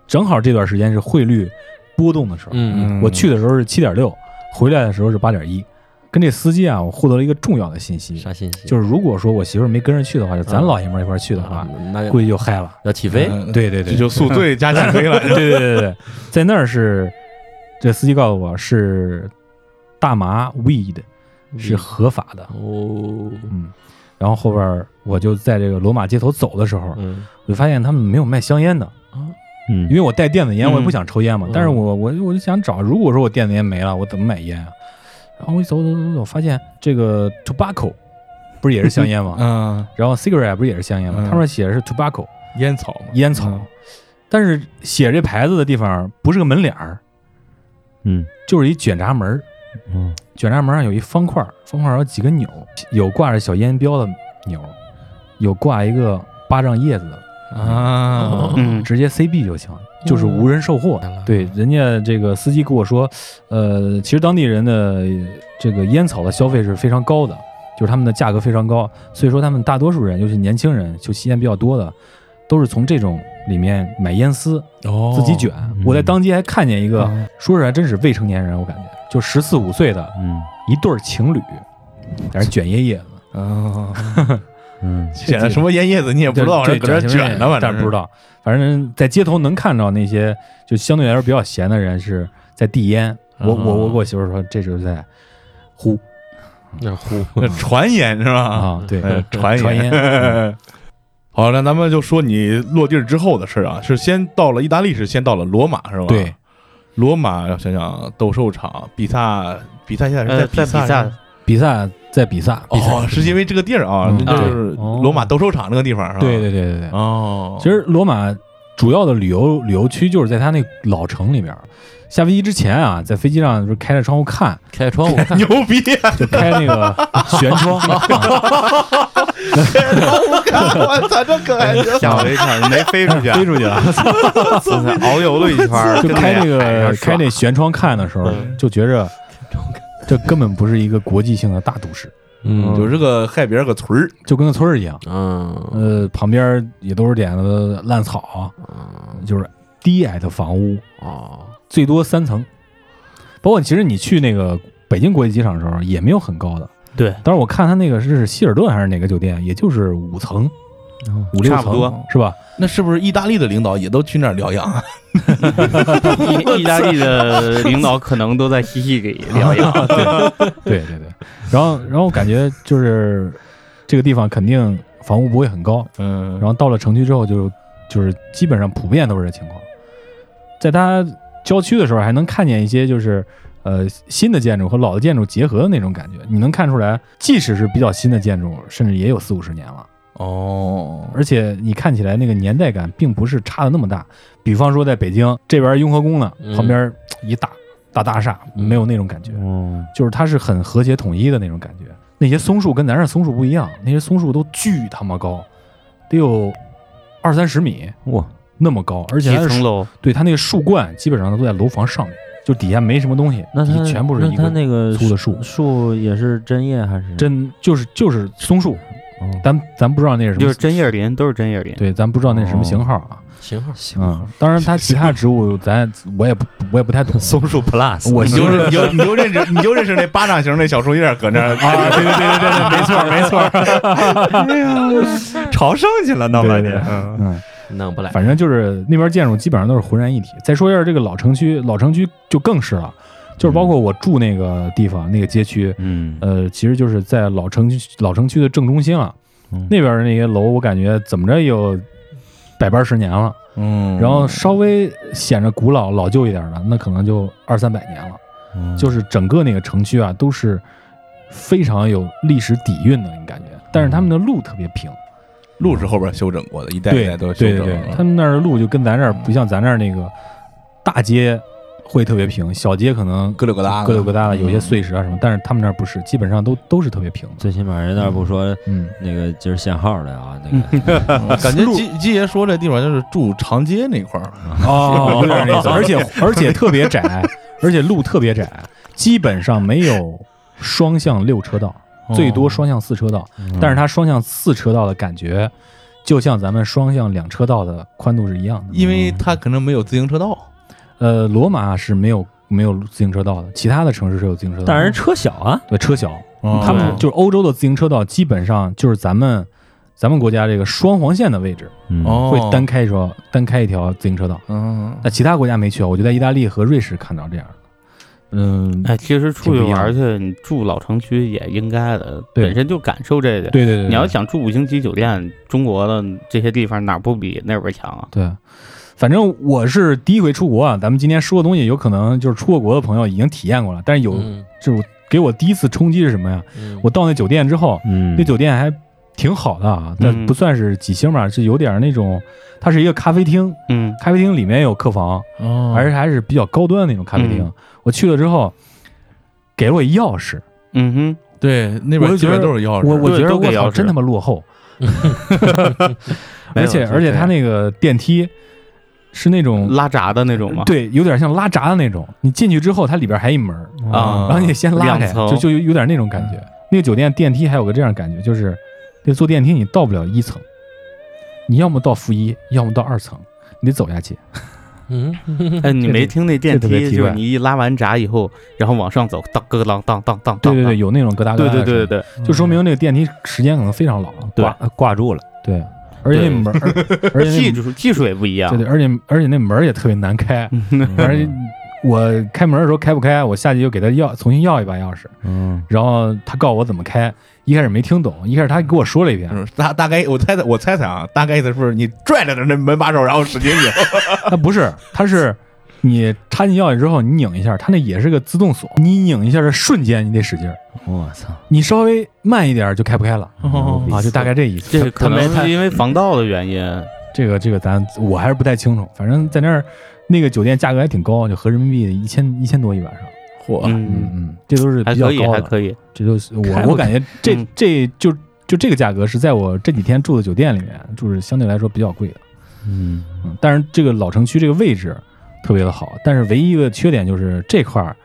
[SPEAKER 8] 正好这段时间是汇率波动的时候，
[SPEAKER 3] 嗯，
[SPEAKER 8] 我去的时候是七点六，回来的时候是八点一。跟这司机啊，我获得了一个重要的信息，
[SPEAKER 3] 啥信息？
[SPEAKER 8] 就是如果说我媳妇儿没跟着去的话，就咱
[SPEAKER 3] 嗯
[SPEAKER 8] 老爷们儿一块儿去的话
[SPEAKER 3] 啊，，那
[SPEAKER 8] 估计就嗨了。
[SPEAKER 3] 要起飞，
[SPEAKER 8] 对对
[SPEAKER 6] 嗯这
[SPEAKER 8] 对，
[SPEAKER 6] 就宿醉加 起飞了，
[SPEAKER 8] 对对对 对，在那儿是这司机告诉我是大麻 weed 是合法的，
[SPEAKER 3] 哦，
[SPEAKER 8] 嗯。然后后边儿我就在这个罗马街头走的时候，
[SPEAKER 3] 嗯
[SPEAKER 8] 我就发现他们没有卖香烟的，
[SPEAKER 5] 嗯
[SPEAKER 8] 因为我带电子烟，我也不想抽烟嘛。
[SPEAKER 3] 嗯
[SPEAKER 8] 但是我我我就想找，如果说我电子烟没了，我怎么买烟啊？然后我一走走走走，发现这个 tobacco 不是也是香烟吗？
[SPEAKER 6] 嗯，
[SPEAKER 8] 然后 cigarette 不是也是香烟吗？
[SPEAKER 6] 嗯
[SPEAKER 8] 他们写的是 tobacco
[SPEAKER 6] 烟草嘛，
[SPEAKER 8] 烟草，但是写这牌子的地方不是个门脸儿，
[SPEAKER 5] 嗯
[SPEAKER 8] 就是一卷闸门儿。
[SPEAKER 5] 嗯
[SPEAKER 8] 卷闸门上有一方块儿，方块儿有几个钮，有挂着小烟标的钮，有挂一个巴掌叶子的
[SPEAKER 6] 啊，
[SPEAKER 9] 嗯，
[SPEAKER 8] 直接 CB 就行，就是无人售货。对，人家这个司机跟我说，呃，其实当地人的这个烟草的消费是非常高的，就是他们的价格非常高，所以说他们大多数人，尤其年轻人，就吸烟比较多的，都是从这种里面买烟丝
[SPEAKER 6] 哦
[SPEAKER 8] 自己卷。我在当街还看见一个，说是还真是未成年人，我感觉就十四五岁的
[SPEAKER 5] 嗯
[SPEAKER 8] 一对儿情侣，在那卷烟叶子。
[SPEAKER 6] 啊，
[SPEAKER 5] 嗯，
[SPEAKER 6] 捡了什么烟叶子你也不知道，
[SPEAKER 8] 对
[SPEAKER 6] 人搁这
[SPEAKER 8] 对
[SPEAKER 6] 卷呢，反
[SPEAKER 8] 但
[SPEAKER 6] 正
[SPEAKER 8] 是不知道，反正在街头能看到那些就相对来说比较闲的人是在递烟。
[SPEAKER 6] 嗯
[SPEAKER 8] 我我我跟我媳妇儿说，这就是在呼
[SPEAKER 3] 那呼 嗯
[SPEAKER 6] 那传言是吧？
[SPEAKER 8] 啊，对，
[SPEAKER 6] 呃传
[SPEAKER 8] 传 嗯
[SPEAKER 6] 言。好，那咱们就说你落地儿之后的事儿啊，是先到了意大利，是先到了罗马，是吧？
[SPEAKER 8] 对，
[SPEAKER 6] 罗马要想想斗兽场，比萨，比萨现在
[SPEAKER 9] 呃，
[SPEAKER 6] 是
[SPEAKER 9] 在
[SPEAKER 6] 比
[SPEAKER 9] 比
[SPEAKER 6] 萨
[SPEAKER 9] 萨
[SPEAKER 6] 是吧，
[SPEAKER 8] 比萨在比萨，比萨
[SPEAKER 6] 哦，是因为这个地儿啊，
[SPEAKER 8] 嗯
[SPEAKER 6] 那就是罗马斗兽场那个地方是吧？
[SPEAKER 8] 对对对对对。
[SPEAKER 6] 啊哦，
[SPEAKER 8] 其实罗马主要的旅游旅游区就是在它那老城里面。下飞机之前啊，在飞机上就是开着窗户看，
[SPEAKER 3] 开窗户看，
[SPEAKER 6] 牛逼，啊
[SPEAKER 8] 就开 那个舷窗，
[SPEAKER 6] 我操，这可爱了！
[SPEAKER 9] 吓我一跳，没飞出去啊，
[SPEAKER 8] 飞出去了。
[SPEAKER 9] 就是遨游了一圈儿，
[SPEAKER 8] 就
[SPEAKER 9] 跟
[SPEAKER 8] 开那
[SPEAKER 9] 海嗯
[SPEAKER 8] 个
[SPEAKER 9] 上
[SPEAKER 8] 开
[SPEAKER 9] 爽
[SPEAKER 8] 那舷窗看的时候，就觉着这根本不是一个国际性的大都市，
[SPEAKER 3] 嗯
[SPEAKER 6] 就是个害别人个村儿，
[SPEAKER 8] 就跟个村儿一样。
[SPEAKER 3] 嗯
[SPEAKER 8] 呃，旁边也都是点的烂草，就是低矮的房屋，
[SPEAKER 3] 嗯哦，
[SPEAKER 8] 最多三层。包括其实你去那个北京国际机场的时候，也没有很高的。
[SPEAKER 9] 对，
[SPEAKER 8] 但是我看他那个是希尔顿还是哪个酒店，也就是五层、五六
[SPEAKER 9] 哦差不
[SPEAKER 8] 层
[SPEAKER 9] 多，
[SPEAKER 8] 是吧？
[SPEAKER 6] 那是不是意大利的领导也都去那儿疗养啊？
[SPEAKER 9] 意意大利的领导可能都在西西 里疗养，
[SPEAKER 8] 对对对。然后，然后感觉就是这个地方肯定房屋不会很高，
[SPEAKER 6] 嗯
[SPEAKER 8] 然后到了城区之后就，就是基本上普遍都是这情况。在它郊区的时候，还能看见一些就是呃新的建筑和老的建筑结合的那种感觉。你能看出来，即使是比较新的建筑，甚至也有四五十年了，
[SPEAKER 6] 哦，
[SPEAKER 8] 而且你看起来那个年代感并不是差的那么大。比方说在北京这边雍和宫呢，
[SPEAKER 3] 嗯
[SPEAKER 8] 旁边一大大大厦，没有那种感觉，
[SPEAKER 5] 嗯，
[SPEAKER 8] 就是它是很和谐统一的那种感觉。那些松树跟咱这儿松树不一样，那些松树都巨他妈高，得有二三十米
[SPEAKER 5] 哇，
[SPEAKER 8] 那么高，而且
[SPEAKER 9] 几
[SPEAKER 8] 它
[SPEAKER 9] 层
[SPEAKER 8] 是
[SPEAKER 9] 楼，
[SPEAKER 8] 对它那个树冠基本上都在楼房上面，就底下没什么东西，
[SPEAKER 5] 那
[SPEAKER 8] 底
[SPEAKER 5] 它
[SPEAKER 8] 下全部是
[SPEAKER 5] 那
[SPEAKER 8] 一
[SPEAKER 5] 它
[SPEAKER 8] 个
[SPEAKER 5] 那个
[SPEAKER 8] 粗的树，
[SPEAKER 5] 树也是针叶还是？
[SPEAKER 8] 真就是就是松树，
[SPEAKER 5] 哦
[SPEAKER 8] 咱咱不知道那是什么，
[SPEAKER 9] 就是针叶林，都是针叶林。
[SPEAKER 8] 对，咱不知道那是什
[SPEAKER 5] 哦
[SPEAKER 8] 么型号啊。
[SPEAKER 3] 型号行，
[SPEAKER 8] 嗯，当然它其他植物咱我也不我也 不太懂，
[SPEAKER 5] 松树 plus，
[SPEAKER 8] 我
[SPEAKER 6] 你就认你 就你就认识你就认识那巴掌形那小树叶儿搁那儿啊，对对对对对，没错没错， 哎
[SPEAKER 5] 朝圣去了，闹半天。
[SPEAKER 6] 嗯
[SPEAKER 8] 嗯，
[SPEAKER 3] 弄不来。
[SPEAKER 8] 反正就是那边建筑基本上都是浑然一体。再说一下这个老城区，老城区就更是了，就是包括我住那个地方、那个街区，
[SPEAKER 5] 嗯，
[SPEAKER 8] 呃，其实就是在老城区老城区的正中心了。
[SPEAKER 5] 嗯
[SPEAKER 8] 那边那些楼，我感觉怎么着也有百八十年了，
[SPEAKER 6] 嗯
[SPEAKER 8] 然后稍微显着古老老旧一点的，那可能就二三百年了。
[SPEAKER 5] 嗯
[SPEAKER 8] 就是整个那个城区啊，都是非常有历史底蕴的，你感觉。但是他们的路特别平，
[SPEAKER 6] 路是后边修整过的，一代一
[SPEAKER 8] 对
[SPEAKER 6] 代都
[SPEAKER 8] 对
[SPEAKER 6] 修
[SPEAKER 8] 对
[SPEAKER 6] 整
[SPEAKER 8] 对
[SPEAKER 6] 了，，
[SPEAKER 8] 他们那儿的路就跟咱这儿不像，咱这儿那个大街会特别平，小街可能
[SPEAKER 6] 咯溜咯哒
[SPEAKER 8] 各有各大的，有些
[SPEAKER 6] 嗯
[SPEAKER 8] 碎石啊什么。但是他们那儿不是，基本上都都是特别平的。
[SPEAKER 5] 最起码人那儿不说
[SPEAKER 8] 嗯，
[SPEAKER 5] 那个今儿限号的啊，那个
[SPEAKER 6] 嗯感觉季季爷说这地方就是住长街那块儿，
[SPEAKER 8] 哦，有点那意思。而且而且特别窄，而且路特别窄，基本上没有双向六车道，
[SPEAKER 6] 哦
[SPEAKER 8] 最多双向四车道。
[SPEAKER 6] 嗯
[SPEAKER 8] 但是它双向四车道的感觉，就像咱们双向两车道的宽度是一样的。
[SPEAKER 6] 因为他可能没有自行车道，
[SPEAKER 8] 呃，罗马是没有没有自行车道的，其他的城市是有自行车道的。
[SPEAKER 5] 但是人车小啊，
[SPEAKER 8] 对车小，
[SPEAKER 6] 哦
[SPEAKER 8] 他们就是欧洲的自行车道，基本上就是咱们咱们国家这个双黄线的位置
[SPEAKER 5] 嗯
[SPEAKER 6] 哦
[SPEAKER 8] 会单开一条、单开一条自行车道。
[SPEAKER 6] 嗯，
[SPEAKER 8] 那其他国家没去啊，我就在意大利和瑞士看到这样的。嗯，
[SPEAKER 9] 哎，其实出
[SPEAKER 8] 挺
[SPEAKER 9] 去
[SPEAKER 8] 不一样
[SPEAKER 9] 玩儿去，你住老城区也应该的，
[SPEAKER 8] 对
[SPEAKER 9] 本身就感受这个。
[SPEAKER 8] 对对对，
[SPEAKER 9] 你要
[SPEAKER 8] 对
[SPEAKER 9] 想住五星级酒店，中国的这些地方哪儿不比那边儿强啊？
[SPEAKER 8] 对，反正我是第一回出国啊。咱们今天说的东西，有可能就是出过国的朋友已经体验过了，但是有、
[SPEAKER 3] 嗯
[SPEAKER 8] 就是给我第一次冲击是什么呀？
[SPEAKER 3] 嗯
[SPEAKER 8] 我到那酒店之后，
[SPEAKER 5] 嗯
[SPEAKER 8] 那酒店还挺好的啊，但
[SPEAKER 9] 嗯
[SPEAKER 8] 不算是几星吧，是有点那种，它是一个咖啡厅，
[SPEAKER 9] 嗯，
[SPEAKER 8] 咖啡厅里面有客房，
[SPEAKER 6] 哦
[SPEAKER 8] 而且还是比较高端的那种咖啡厅。
[SPEAKER 9] 嗯
[SPEAKER 8] 我去了之后，给了我一钥匙，
[SPEAKER 9] 嗯哼，
[SPEAKER 6] 对那
[SPEAKER 8] 我
[SPEAKER 6] 边
[SPEAKER 8] 就
[SPEAKER 6] 基
[SPEAKER 8] 觉得
[SPEAKER 6] 本都是钥匙，
[SPEAKER 8] 我我
[SPEAKER 9] 对
[SPEAKER 8] 觉得
[SPEAKER 9] 都
[SPEAKER 8] 我
[SPEAKER 9] 给
[SPEAKER 8] 操
[SPEAKER 9] 钥匙
[SPEAKER 8] 真他妈 落后，
[SPEAKER 9] 没
[SPEAKER 8] 而
[SPEAKER 9] 有
[SPEAKER 8] 且
[SPEAKER 9] 就
[SPEAKER 8] 而且
[SPEAKER 9] 这
[SPEAKER 8] 他
[SPEAKER 9] 样
[SPEAKER 8] 那个电梯是那种。
[SPEAKER 9] 拉闸的那种嘛。
[SPEAKER 8] 对，有点像拉闸的那种。你进去之后，它里边还一门儿，
[SPEAKER 9] 啊
[SPEAKER 8] 然后你得先拉
[SPEAKER 9] 两
[SPEAKER 8] 开，
[SPEAKER 9] 层
[SPEAKER 8] 就就有有点那种感觉。那个酒店电梯还有个这样的感觉，就是那坐电梯你到不了一层，你要么到负一，要么到二层，你得走下去。
[SPEAKER 3] 嗯，
[SPEAKER 9] 哎，你没听那电
[SPEAKER 8] 这特别
[SPEAKER 9] 梯，
[SPEAKER 8] 奇
[SPEAKER 9] 就是
[SPEAKER 8] 怪
[SPEAKER 9] 你一拉完闸以后，然后往上走，当咯当当当当当。
[SPEAKER 8] 对对对，
[SPEAKER 9] 当
[SPEAKER 8] 有那种咯哒咯
[SPEAKER 9] 对
[SPEAKER 8] 哒
[SPEAKER 9] 对
[SPEAKER 8] 的声
[SPEAKER 9] 对
[SPEAKER 8] 音，
[SPEAKER 9] 对
[SPEAKER 8] 就说明那个电梯时间可能非常老了。
[SPEAKER 9] 对
[SPEAKER 5] 挂挂住了，
[SPEAKER 8] 对，而且那 门儿，而
[SPEAKER 9] 对，
[SPEAKER 8] 且那
[SPEAKER 9] 技术技术也不一样
[SPEAKER 8] 对。对，而且而且那门儿也特别难开，
[SPEAKER 5] 嗯
[SPEAKER 8] 而且我开门的时候开不开，我下去又给他要重新要一把钥匙，
[SPEAKER 5] 嗯，
[SPEAKER 8] 然后他告诉我怎么开，一开始没听懂，一开始他给我说了一遍，
[SPEAKER 9] 嗯
[SPEAKER 6] 就是大大概我猜猜我猜猜啊，大概意思是不是你拽着那门把手，然后使劲拧？
[SPEAKER 8] 他不是，他是你插进钥匙之后你拧一下，他那也是个自动锁，你拧一下的瞬间你得使劲儿，
[SPEAKER 5] 我操，
[SPEAKER 8] 你稍微慢一点儿就开不开了
[SPEAKER 5] 哦
[SPEAKER 8] 啊，就大概这意思。
[SPEAKER 9] 这可
[SPEAKER 8] 他没
[SPEAKER 9] 能
[SPEAKER 8] 太
[SPEAKER 9] 是因为防盗的原因，
[SPEAKER 8] 这个这个咱我还是不太清楚，反正在那儿那个酒店价格还挺高，就合人民币一千一千多一晚上。
[SPEAKER 6] 嚯，
[SPEAKER 8] 嗯
[SPEAKER 9] 嗯，
[SPEAKER 8] 嗯，这都是
[SPEAKER 9] 还
[SPEAKER 8] 比较
[SPEAKER 9] 可以，
[SPEAKER 8] 高
[SPEAKER 9] 还
[SPEAKER 8] 的，
[SPEAKER 9] 可以。
[SPEAKER 8] 这就是
[SPEAKER 5] 开
[SPEAKER 8] 我
[SPEAKER 5] 不
[SPEAKER 8] 我感觉这
[SPEAKER 9] 嗯
[SPEAKER 8] 这就就这个价格是在我这几天住的酒店里面住是相对来说比较贵的，
[SPEAKER 5] 嗯，
[SPEAKER 8] 嗯，但是这个老城区这个位置特别的好，但是唯一一个缺点就是这块儿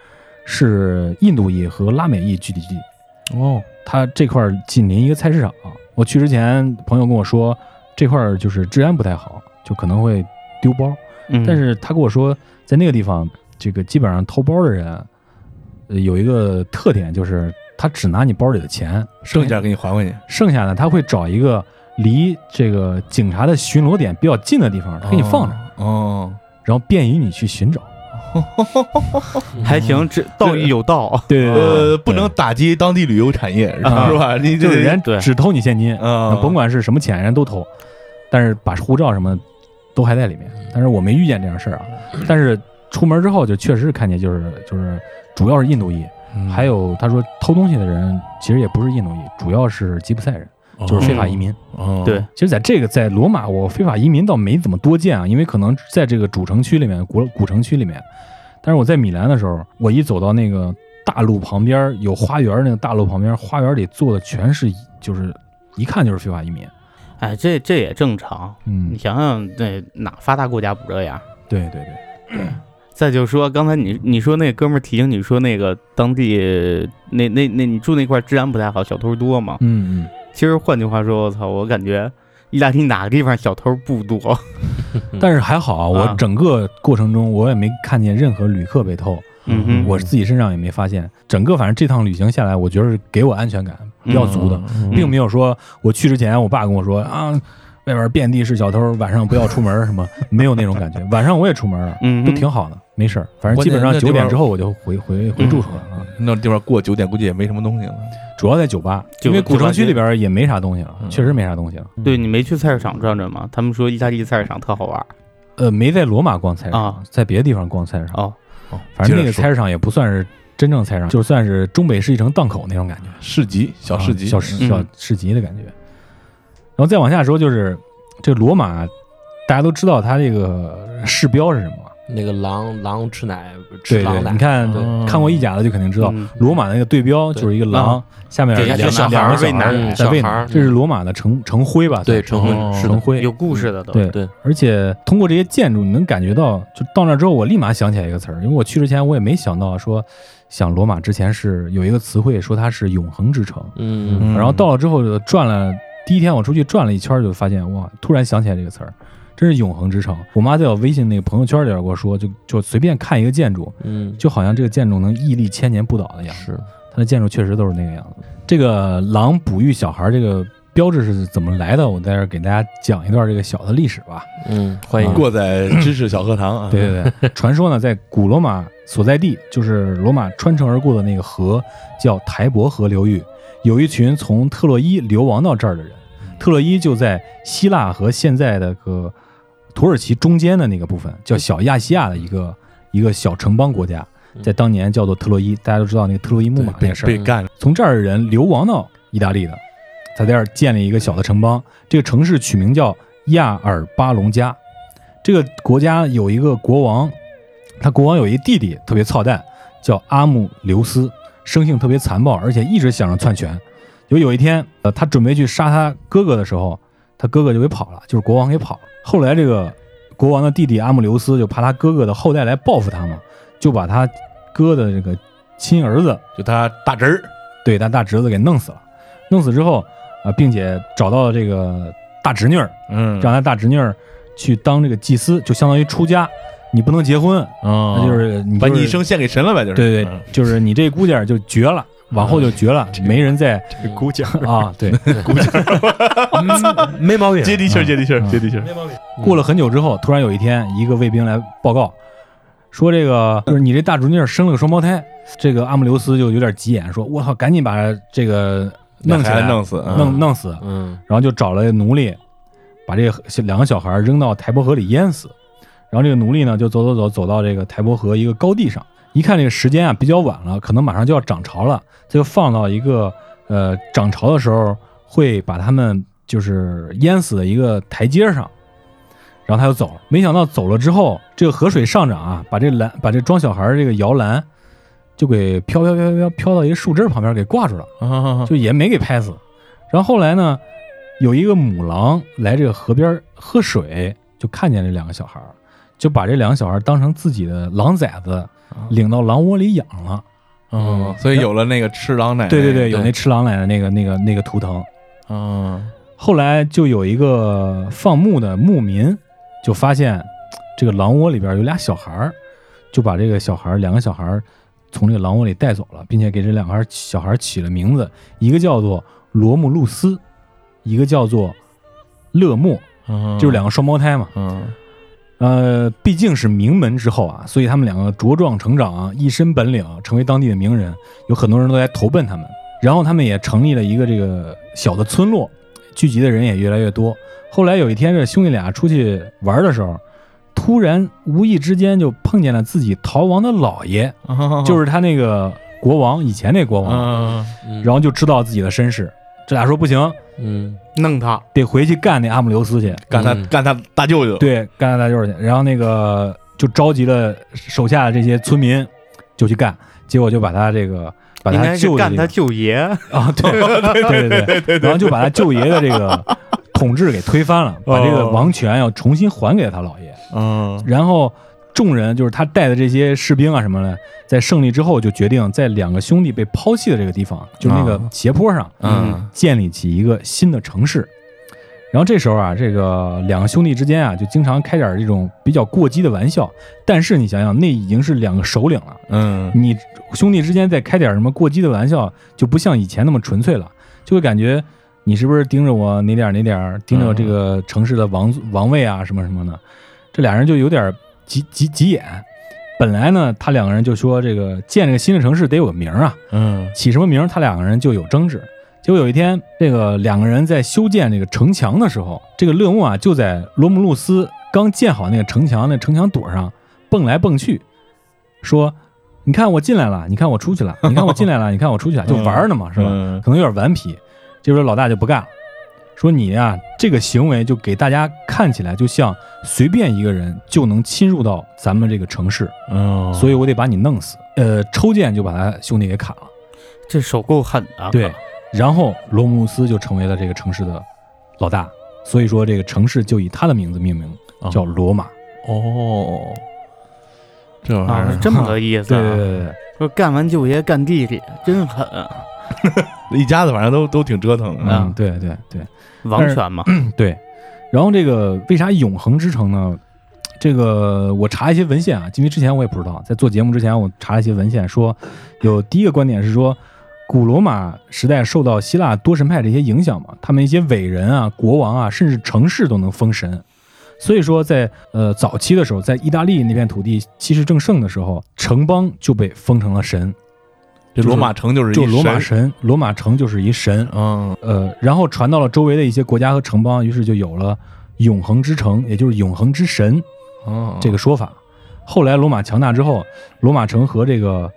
[SPEAKER 8] 是印度裔和拉美裔聚集地，
[SPEAKER 6] 哦，
[SPEAKER 8] 它这块儿紧邻一个菜市场。我去之前，朋友跟我说这块儿就是治安不太好，就可能会丢包。
[SPEAKER 9] 嗯
[SPEAKER 8] 但是他跟我说，在那个地方，这个基本上偷包的人，呃有一个特点就是他只拿你包里的钱，哎
[SPEAKER 6] 剩下给你还回去，
[SPEAKER 8] 剩下的他会找一个离这个警察的巡逻点比较近的地方，他给你放着，
[SPEAKER 6] 哦，
[SPEAKER 8] 然后便于你去寻找。
[SPEAKER 9] 还行，这道义有道。
[SPEAKER 8] 对对
[SPEAKER 6] 呃，不能打击当地旅游产业，是吧
[SPEAKER 8] 嗯啊
[SPEAKER 6] 是吧？你
[SPEAKER 8] 就是人
[SPEAKER 9] 对
[SPEAKER 8] 呃只偷你现金，
[SPEAKER 6] 啊，
[SPEAKER 8] 甭管是什么钱，人都偷，但是把护照什么都还在里面。但是我没遇见这样事儿啊。但是出门之后就确实是看见，就是就是主要是印度裔，
[SPEAKER 6] 嗯
[SPEAKER 8] 还有他说偷东西的人其实也不是印度裔，主要是吉普赛人，就是非法移民。
[SPEAKER 6] 哦
[SPEAKER 9] 对，
[SPEAKER 8] 其实，在这个在罗马，我非法移民倒没怎么多见啊，因为可能在这个主城区里面、古古城区里面，但是我在米兰的时候，我一走到那个大路旁边有花园，那个大路旁边花园里坐的全是就是一看就是非法移民。
[SPEAKER 9] 哎，这这也正常。你
[SPEAKER 8] 嗯，
[SPEAKER 9] 想想，那哪发达国家不这样？
[SPEAKER 8] 对对对，
[SPEAKER 9] 再就说刚才你你说那哥们儿提醒你说那个当地那那那你住那块儿治安不太好，小偷多嘛？
[SPEAKER 8] 嗯嗯。
[SPEAKER 9] 其实换句话说，我操，我感觉意大利哪个地方小偷不多？
[SPEAKER 8] 但是还好，我
[SPEAKER 9] 啊
[SPEAKER 8] 整个过程中我也没看见任何旅客被偷，
[SPEAKER 9] 嗯哼，
[SPEAKER 8] 我自己身上也没发现。整个反正这趟旅行下来，我觉得是给我安全感比
[SPEAKER 9] 嗯
[SPEAKER 8] 较足的，
[SPEAKER 3] 嗯
[SPEAKER 8] 并没有说我去之前我爸跟我说啊，外边遍地是小偷，晚上不要出门儿什么，没有那种感觉。晚上我也出门了，
[SPEAKER 9] 嗯
[SPEAKER 8] 都
[SPEAKER 9] 哼
[SPEAKER 8] 挺好的，没事儿。反正
[SPEAKER 6] 关
[SPEAKER 8] 基
[SPEAKER 6] 键
[SPEAKER 8] 本上
[SPEAKER 6] 那
[SPEAKER 8] 九
[SPEAKER 6] 地
[SPEAKER 8] 点
[SPEAKER 6] 方
[SPEAKER 8] 之后我就回回回住处了
[SPEAKER 9] 嗯
[SPEAKER 8] 啊，
[SPEAKER 6] 那地方过九点估计也没什么东西了。
[SPEAKER 8] 主要在酒吧，
[SPEAKER 9] 酒
[SPEAKER 8] 因为古
[SPEAKER 9] 酒吧
[SPEAKER 8] 城区
[SPEAKER 9] 街
[SPEAKER 8] 里边也没啥东西了，
[SPEAKER 6] 嗯
[SPEAKER 8] 确实没啥东西了。
[SPEAKER 9] 对你没去菜市场转转吗？他们说意大利菜市场特好玩儿
[SPEAKER 8] 呃，没在罗马逛菜市场
[SPEAKER 9] 啊，
[SPEAKER 8] 在别的地方逛菜市场。
[SPEAKER 9] 哦，
[SPEAKER 6] 哦，
[SPEAKER 8] 反
[SPEAKER 6] 接
[SPEAKER 8] 正那个
[SPEAKER 6] 着说
[SPEAKER 8] 菜市场也不算是真正菜市场，就算是中北市一城档口那种感觉，
[SPEAKER 6] 市集小市集，
[SPEAKER 8] 啊小市
[SPEAKER 9] 嗯
[SPEAKER 8] 小市集的感觉。然后再往下说，就是这罗马，大家都知道它这个市标是什么吧？
[SPEAKER 3] 那个狼狼吃奶，吃
[SPEAKER 8] 对
[SPEAKER 3] 狼
[SPEAKER 8] 对，
[SPEAKER 3] 奶，
[SPEAKER 8] 你看
[SPEAKER 3] 嗯
[SPEAKER 8] 看过意甲的就肯定知道，
[SPEAKER 9] 嗯
[SPEAKER 8] 罗马那个对嗯标就是一个狼，下面
[SPEAKER 9] 对
[SPEAKER 8] 两
[SPEAKER 9] 一
[SPEAKER 8] 个
[SPEAKER 9] 个小
[SPEAKER 8] 两
[SPEAKER 9] 孩
[SPEAKER 8] 个
[SPEAKER 9] 儿喂
[SPEAKER 8] 小孩儿
[SPEAKER 3] 奶
[SPEAKER 8] 在喂
[SPEAKER 3] 小孩
[SPEAKER 8] 奶
[SPEAKER 3] 儿，
[SPEAKER 8] 这
[SPEAKER 9] 嗯
[SPEAKER 8] 是罗马的城城徽吧？嗯
[SPEAKER 3] 对，
[SPEAKER 8] 算是
[SPEAKER 3] 成
[SPEAKER 6] 哦
[SPEAKER 3] 婚是
[SPEAKER 8] 城
[SPEAKER 3] 的，
[SPEAKER 8] 徽
[SPEAKER 9] 有。故事的都。
[SPEAKER 8] 对
[SPEAKER 3] 对，
[SPEAKER 8] 而且通过这些建筑，你能感觉到，就到那之后，我立马想起来一个词儿，因为我去之前我也没想到说，想罗马之前是有一个词汇说它是永恒之城，
[SPEAKER 3] 嗯，
[SPEAKER 8] 然后到了之后就转了，第一天我出去转了一圈儿，就发现哇，突然想起来这个词儿，真是永恒之城。我妈在我微信那个朋友圈里边跟我说，就就随便看一个建筑，
[SPEAKER 3] 嗯，
[SPEAKER 8] 就好像这个建筑能屹立千年不倒的样子。
[SPEAKER 3] 是
[SPEAKER 8] 它的建筑确实都是那个样子。这个狼哺育小孩儿这个标志是怎么来的？我在这儿给大家讲一段这个小的历史吧。
[SPEAKER 3] 嗯，欢迎
[SPEAKER 8] 啊
[SPEAKER 6] 过在知识小课 堂啊，
[SPEAKER 8] 对对 对，传说呢，在古罗马所在地，就是罗马穿城而过的那个河，叫台伯河流域，有一群从特洛伊流亡到这儿的人。
[SPEAKER 6] 嗯
[SPEAKER 8] 特洛伊就在希腊和现在的个土耳其中间的那个部分，叫小亚细亚的
[SPEAKER 6] 嗯
[SPEAKER 8] 一个一个小城邦国家，在当年叫做特洛伊。大家都知道那个特洛伊木
[SPEAKER 6] 对
[SPEAKER 8] 马那
[SPEAKER 6] 被
[SPEAKER 8] 个事儿，
[SPEAKER 6] 被干了，
[SPEAKER 8] 从这儿的人流亡到意大利的，在这儿建立一个小的城邦。这个城市取名叫亚尔巴隆加。这个国家有一个国王，他国王有一弟弟特别操蛋，叫阿姆留斯，生性特别残暴，而且一直想着篡权。就有一天，呃，他准备去杀他哥哥的时候，他哥哥就给跑了，就是国王给跑了。后来这个国王的弟弟阿姆留斯就怕他哥哥的后代来报复他嘛，就把他哥的这个亲儿子
[SPEAKER 6] 就他大侄儿，
[SPEAKER 8] 对他大侄子给弄死了。弄死之后，啊、并且找到了这个大侄女儿，
[SPEAKER 6] 嗯
[SPEAKER 8] 让他大侄女儿去当这个祭司，就相当于出家，你不能结婚，
[SPEAKER 6] 啊
[SPEAKER 8] 那就是你、
[SPEAKER 6] 把
[SPEAKER 8] 就是、
[SPEAKER 6] 你一生嗯献给神了呗，就是
[SPEAKER 8] 对对，就是你这姑姐儿就绝了，往后就绝了，没人再
[SPEAKER 3] 嗯
[SPEAKER 6] 姑姐
[SPEAKER 8] 啊，对，
[SPEAKER 6] 嗯
[SPEAKER 5] 没毛病。
[SPEAKER 6] 接地
[SPEAKER 8] 啊
[SPEAKER 6] 气儿，接地气儿，接地气儿，
[SPEAKER 8] 过了很久之后，突然有一天，一个卫兵来报告，说这个就是你这大侄女儿生了个双胞胎。这个阿姆留斯就有点急眼，说：“我操，赶紧把这个弄起
[SPEAKER 6] 孩
[SPEAKER 8] 来，
[SPEAKER 6] 子弄死，嗯
[SPEAKER 8] 弄弄死。”
[SPEAKER 3] 嗯
[SPEAKER 8] 然后就找了奴隶，把这个小两个小孩扔到台伯河里淹死。然后这个奴隶呢，就走走走走到这个台伯河一个高地上，一看这个时间啊比较晚了，可能马上就要涨潮了，他就放到一个呃涨潮的时候会把他们就是淹死的一个台阶上。然后他就走了，没想到走了之后，这个河水上涨啊，把这篮把这装小孩儿这个摇篮就给飘飘飘飘飘飘到一个树枝儿旁边给挂住了。
[SPEAKER 6] 啊
[SPEAKER 8] 就也没给拍死。然后后来呢，有一个母狼来这个河边儿喝水，就看见这两个小孩儿，就把这两个小孩儿当成自己的狼崽子，领到狼窝里养了。
[SPEAKER 6] 嗯，所以有了那个吃狼奶，
[SPEAKER 8] 对对对，有
[SPEAKER 3] 对
[SPEAKER 8] 那吃狼奶的那个那个那个图腾。
[SPEAKER 6] 嗯，
[SPEAKER 8] 后来就有一个放牧的牧民，就发现嘖这个狼窝里边有俩小孩儿，就把这个小孩儿两个小孩儿从这个狼窝里带走了，并且给这两个孩儿小孩儿起了名字，一个叫做罗慕路斯，一个叫做勒莫，
[SPEAKER 6] 嗯
[SPEAKER 8] 就是两个双胞胎嘛。
[SPEAKER 6] 嗯
[SPEAKER 8] 呃，毕竟是名门之后啊，所以他们两个茁壮成长，啊一身本领，成为当地的名人，有很多人都来投奔他们。然后他们也成立了一个这个小的村落，聚集的人也越来越多。后来有一天，这兄弟俩出去玩的时候，突然无意之间就碰见了自己逃亡的姥爷，
[SPEAKER 6] 嗯
[SPEAKER 8] 就是他那个国王，以前那国王，
[SPEAKER 6] 嗯，
[SPEAKER 3] 嗯，
[SPEAKER 8] 然后就知道自己的身世。这俩说不行，
[SPEAKER 3] 嗯
[SPEAKER 9] 弄他，
[SPEAKER 8] 得回去干那阿姆留斯去。
[SPEAKER 6] 干他
[SPEAKER 3] 嗯
[SPEAKER 6] 干他大舅舅，
[SPEAKER 8] 对，干大舅去。然后那个就召集了手下的这些村民就去干，结果就把他这个把
[SPEAKER 9] 应
[SPEAKER 8] 他
[SPEAKER 9] 该是
[SPEAKER 8] 舅的
[SPEAKER 9] 干
[SPEAKER 8] 这
[SPEAKER 9] 他
[SPEAKER 8] 个
[SPEAKER 9] 舅爷，
[SPEAKER 8] 啊，对对对对对，然后就把他舅爷的这个统治给推翻了，
[SPEAKER 9] 哦
[SPEAKER 8] 把这个王权要重新还给他姥爷。
[SPEAKER 6] 嗯，
[SPEAKER 8] 然后众人就是他带的这些士兵啊什么的，在胜利之后就决定在两个兄弟被抛弃的这个地方，就是那个斜坡上，
[SPEAKER 5] 嗯，
[SPEAKER 8] 建立起一个新的城市。然后这时候啊，这个两个兄弟之间啊，就经常开点这种比较过激的玩笑。但是你想想，那已经是两个首领了，
[SPEAKER 6] 嗯，
[SPEAKER 8] 你兄弟之间再开点什么过激的玩笑，就不像以前那么纯粹了，就会感觉你是不是盯着我哪点儿哪点儿，盯着这个城市的王族王位啊什么什么的，这俩人就有点急急急眼。本来呢，他两个人就说这个建这个新的城市得有个名儿啊，
[SPEAKER 6] 嗯，
[SPEAKER 8] 起什么名儿，他两个人就有争执。结果有一天，这个两个人在修建这个城墙的时候，这个勒姆啊就在罗姆路斯刚建好那个城墙那城墙垛上蹦来蹦去，说：“你看我进来了，你看我出去了，你看我进来了，你看我出去了，就玩儿呢嘛，是吧？
[SPEAKER 6] 嗯
[SPEAKER 8] 可能有点顽皮。”这时候老大就不干了，说：“你呀、这个行为就给大家看起来就像随便一个人就能侵入到咱们这个城市，
[SPEAKER 6] 嗯，
[SPEAKER 8] 所以我得把你弄死。”呃，抽剑就把他兄弟给砍了。
[SPEAKER 9] 这手够狠的。
[SPEAKER 8] 对，然后罗姆路斯就成为了这个城市的老大，所以说这个城市就以他的名字命名，叫罗马。
[SPEAKER 6] 哦，这玩意
[SPEAKER 9] 啊，是
[SPEAKER 6] 儿
[SPEAKER 9] 这么个意思
[SPEAKER 8] 对对
[SPEAKER 9] 啊。
[SPEAKER 8] 对对，
[SPEAKER 9] 说干完舅爷干弟弟，真狠，啊
[SPEAKER 6] 一家子反正都都挺折腾的，啊
[SPEAKER 8] 嗯，对对对
[SPEAKER 9] 王权嘛。
[SPEAKER 8] 对。然后这个为啥永恒之城呢？这个我查一些文献啊，因为之前我也不知道，在做节目之前我查了一些文献说，有第一个观点是说，古罗马时代受到希腊多神派这些影响嘛，他们一些伟人啊、国王啊，甚至城市都能封神。所以说在，呃早期的时候，在意大利那片土地气势正盛的时候，城邦就被封成了神，
[SPEAKER 6] 这罗马城就是一
[SPEAKER 8] 就罗马
[SPEAKER 6] 神，
[SPEAKER 8] 神，罗马城就是一神。
[SPEAKER 6] 嗯，
[SPEAKER 8] 呃，然后传到了周围的一些国家和城邦，于是就有了永恒之城，也就是永恒之神
[SPEAKER 6] 哦，
[SPEAKER 8] 这个说法。后来罗马强大之后，罗马城和这个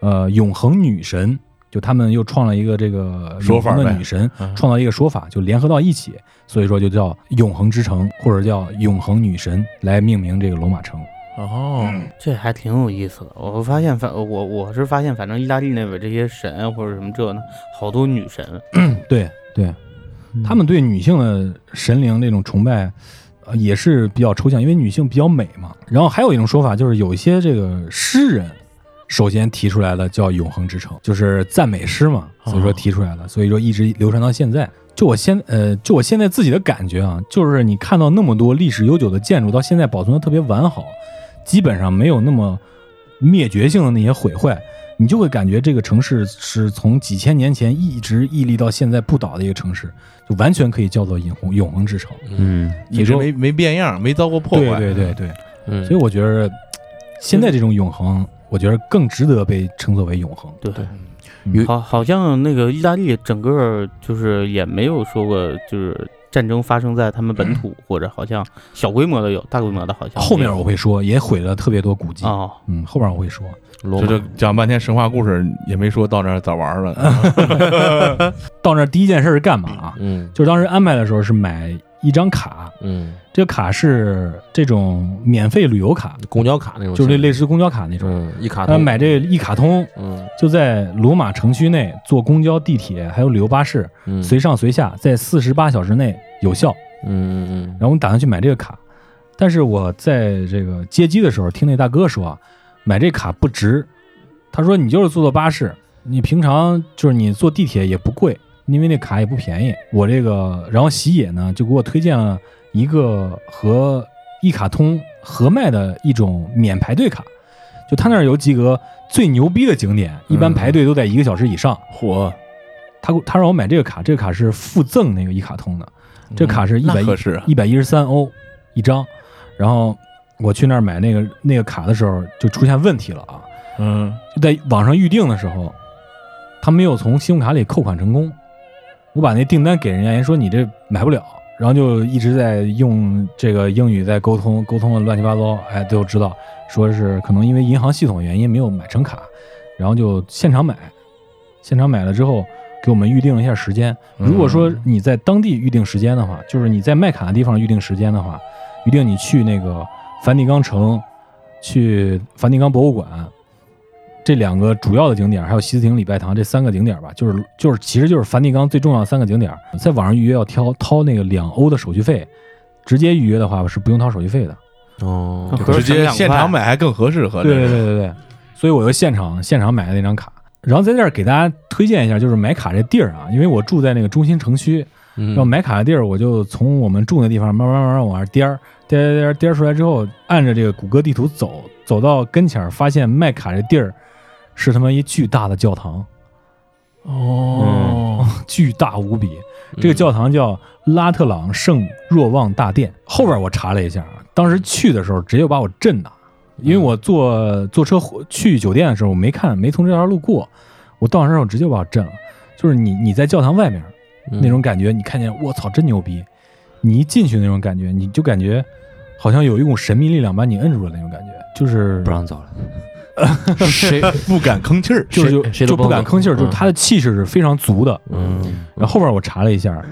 [SPEAKER 8] 呃永恒女神，就他们又创了一个这个
[SPEAKER 6] 说法
[SPEAKER 8] 永恒的
[SPEAKER 6] 呗
[SPEAKER 8] 女神，
[SPEAKER 6] 嗯
[SPEAKER 8] 创造一个说法，就联合到一起，所以说就叫永恒之城或者叫永恒女神来命名这个罗马城。
[SPEAKER 6] 哦，
[SPEAKER 9] 这还挺有意思的。我发现反我我是发现，反正意大利那边这些神啊或者什么这呢，好多女神。啊
[SPEAKER 8] 对对，他们对女性的神灵这种崇拜，呃，也是比较抽象，因为女性比较美嘛。然后还有一种说法就是，有一些这个诗人首先提出来的叫“永恒之城”，就是赞美诗嘛，所以说提出来的，所以说一直流传到现在。就我现呃，就我现在自己的感觉啊，就是你看到那么多历史悠久的建筑，到现在保存的特别完好，基本上没有那么灭绝性的那些毁坏，你就会感觉这个城市是从几千年前一直屹立到现在不倒的一个城市，就完全可以叫做永恒永恒之城。
[SPEAKER 5] 嗯，
[SPEAKER 6] 一直没没变样，没遭过破
[SPEAKER 8] 对
[SPEAKER 6] 坏，啊
[SPEAKER 8] 对对对，
[SPEAKER 3] 嗯
[SPEAKER 8] 所以我觉得现在这种永恒，我觉得更值得被称作为永恒。
[SPEAKER 9] 对，
[SPEAKER 3] 嗯
[SPEAKER 9] 好，好像那个意大利整个就是也没有说过就是战争发生在他们本土，或者好像小规模的有，大规模的好像没有
[SPEAKER 8] 后面我会说，也毁了特别多古迹。
[SPEAKER 9] 哦，
[SPEAKER 8] 嗯，后面我会说。
[SPEAKER 3] 罗
[SPEAKER 6] 这
[SPEAKER 3] 马
[SPEAKER 6] 就讲半天神话故事，也没说到那儿咋玩儿了。
[SPEAKER 8] 到那儿第一件事是干嘛啊？
[SPEAKER 3] 嗯
[SPEAKER 8] 就是当时安排的时候是买一张卡，
[SPEAKER 3] 嗯，
[SPEAKER 8] 这个卡是这种免费旅游卡，
[SPEAKER 3] 公交卡那种，
[SPEAKER 8] 就是类类似公交卡那种。
[SPEAKER 3] 嗯一卡
[SPEAKER 8] 他
[SPEAKER 3] 通
[SPEAKER 8] 买这一卡通，
[SPEAKER 3] 嗯
[SPEAKER 8] 就在罗马城区内坐公交、地铁还有旅游巴士，
[SPEAKER 3] 嗯
[SPEAKER 8] 随上随下，在四十八小时内有效。
[SPEAKER 3] 嗯嗯
[SPEAKER 8] 然后我们打算去买这个卡，但是我在这个接机的时候听那大哥说啊，买这卡不值。他说你就是坐坐巴士，你平常就是你坐地铁也不贵，因为那卡也不便宜。我这个，然后喜野呢就给我推荐了一个和一卡通合卖的一种免排队卡，就他那儿有几个最牛逼的景点，
[SPEAKER 6] 嗯
[SPEAKER 8] 一般排队都在一个小时以上。
[SPEAKER 6] 嚯，
[SPEAKER 8] 他给我他让我买这个卡，这个卡是附赠那个一卡通的，这卡是一百
[SPEAKER 6] 那
[SPEAKER 8] 一
[SPEAKER 6] 可是啊
[SPEAKER 8] 一百一十三欧一张。然后我去那儿买那个那个卡的时候，就出现问题了啊！
[SPEAKER 6] 嗯，
[SPEAKER 8] 就在网上预定的时候，他没有从信用卡里扣款成功。我把那订单给人家，人家说你这买不了，然后就一直在用这个英语在沟通，沟通的乱七八糟，哎，最后知道说是可能因为银行系统原因没有买成卡，然后就现场买，现场买了之后给我们预定了一下时间。如果说你在当地预定时间的话，就是你在卖卡的地方预定时间的话，预定你去那个梵蒂冈城，去梵蒂冈博物馆这两个主要的景点，还有西斯廷礼拜堂这三个景点吧，就是就是其实就是梵蒂冈最重要的三个景点，在网上预约要挑掏那个两欧的手续费，直接预约的话是不用掏手续费的。
[SPEAKER 3] 哦，
[SPEAKER 9] 合着
[SPEAKER 6] 直接
[SPEAKER 9] 省
[SPEAKER 6] 现
[SPEAKER 9] 两
[SPEAKER 6] 场
[SPEAKER 9] 块
[SPEAKER 6] 买还更合适，合
[SPEAKER 8] 对对
[SPEAKER 6] 着。
[SPEAKER 8] 对对对，所以我就现场现场买的那张卡。然后在这儿给大家推荐一下，就是买卡这地儿啊，因为我住在那个中心城区，
[SPEAKER 3] 嗯
[SPEAKER 8] 然后买卡的地儿，我就从我们住的地方慢慢慢慢往上颠儿，颠儿颠儿颠儿出来之后，按着这个谷歌地图走，走到跟前儿，发现麦卡这地儿是他妈一巨大的教堂，嗯
[SPEAKER 3] 哦，
[SPEAKER 8] 巨大无比。这个教堂叫拉特朗圣若望大殿。后边我查了一下啊，当时去的时候直接把我震的，因为我坐坐车回去酒店的时候，我没看没从这条路过，我到那儿我直接把我震了。就是你你在教堂外面
[SPEAKER 3] 嗯
[SPEAKER 8] 那种感觉，你看见我操真牛逼，你一进去那种感觉，你就感觉好像有一股神秘力量把你摁住了那种感觉，就是
[SPEAKER 5] 不让走了。
[SPEAKER 3] 谁
[SPEAKER 6] 不敢吭气儿，
[SPEAKER 8] 就是就
[SPEAKER 3] 谁谁都
[SPEAKER 8] 就不敢吭气儿，就是他的气势是非常足的。
[SPEAKER 3] 嗯
[SPEAKER 8] 然后后边我查了一下，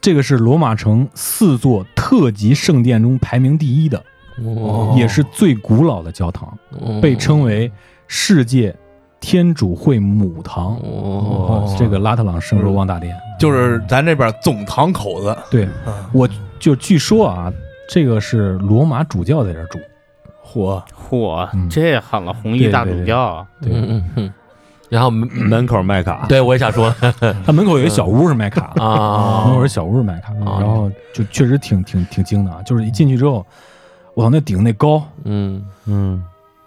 [SPEAKER 8] 这个是罗马城四座特级圣殿中排名第一的，
[SPEAKER 3] 哦
[SPEAKER 8] 也是最古老的教堂，
[SPEAKER 3] 嗯
[SPEAKER 8] 被称为世界天主会母堂。
[SPEAKER 3] 哦
[SPEAKER 8] 这个拉特朗圣若望大殿，
[SPEAKER 6] 就是咱这边总堂口子，
[SPEAKER 8] 对
[SPEAKER 3] 嗯
[SPEAKER 8] 我就据说啊，这个是罗马主教在这儿住。
[SPEAKER 6] 嚯，
[SPEAKER 9] 嚯
[SPEAKER 8] 嗯，
[SPEAKER 9] 这喊了红
[SPEAKER 8] 对
[SPEAKER 9] 衣大
[SPEAKER 8] 对
[SPEAKER 9] 主
[SPEAKER 8] 对
[SPEAKER 9] 教，
[SPEAKER 8] 对，嗯
[SPEAKER 3] 嗯嗯嗯，然后门
[SPEAKER 5] 门口卖卡，
[SPEAKER 3] 对我也想说
[SPEAKER 8] 他门口有一小屋是卖卡的，门口
[SPEAKER 3] 啊
[SPEAKER 8] 有，小屋是卖卡的，然后就确实挺挺挺惊的啊！就是一进去之后，我操，那顶那高，
[SPEAKER 3] 嗯，
[SPEAKER 5] 嗯，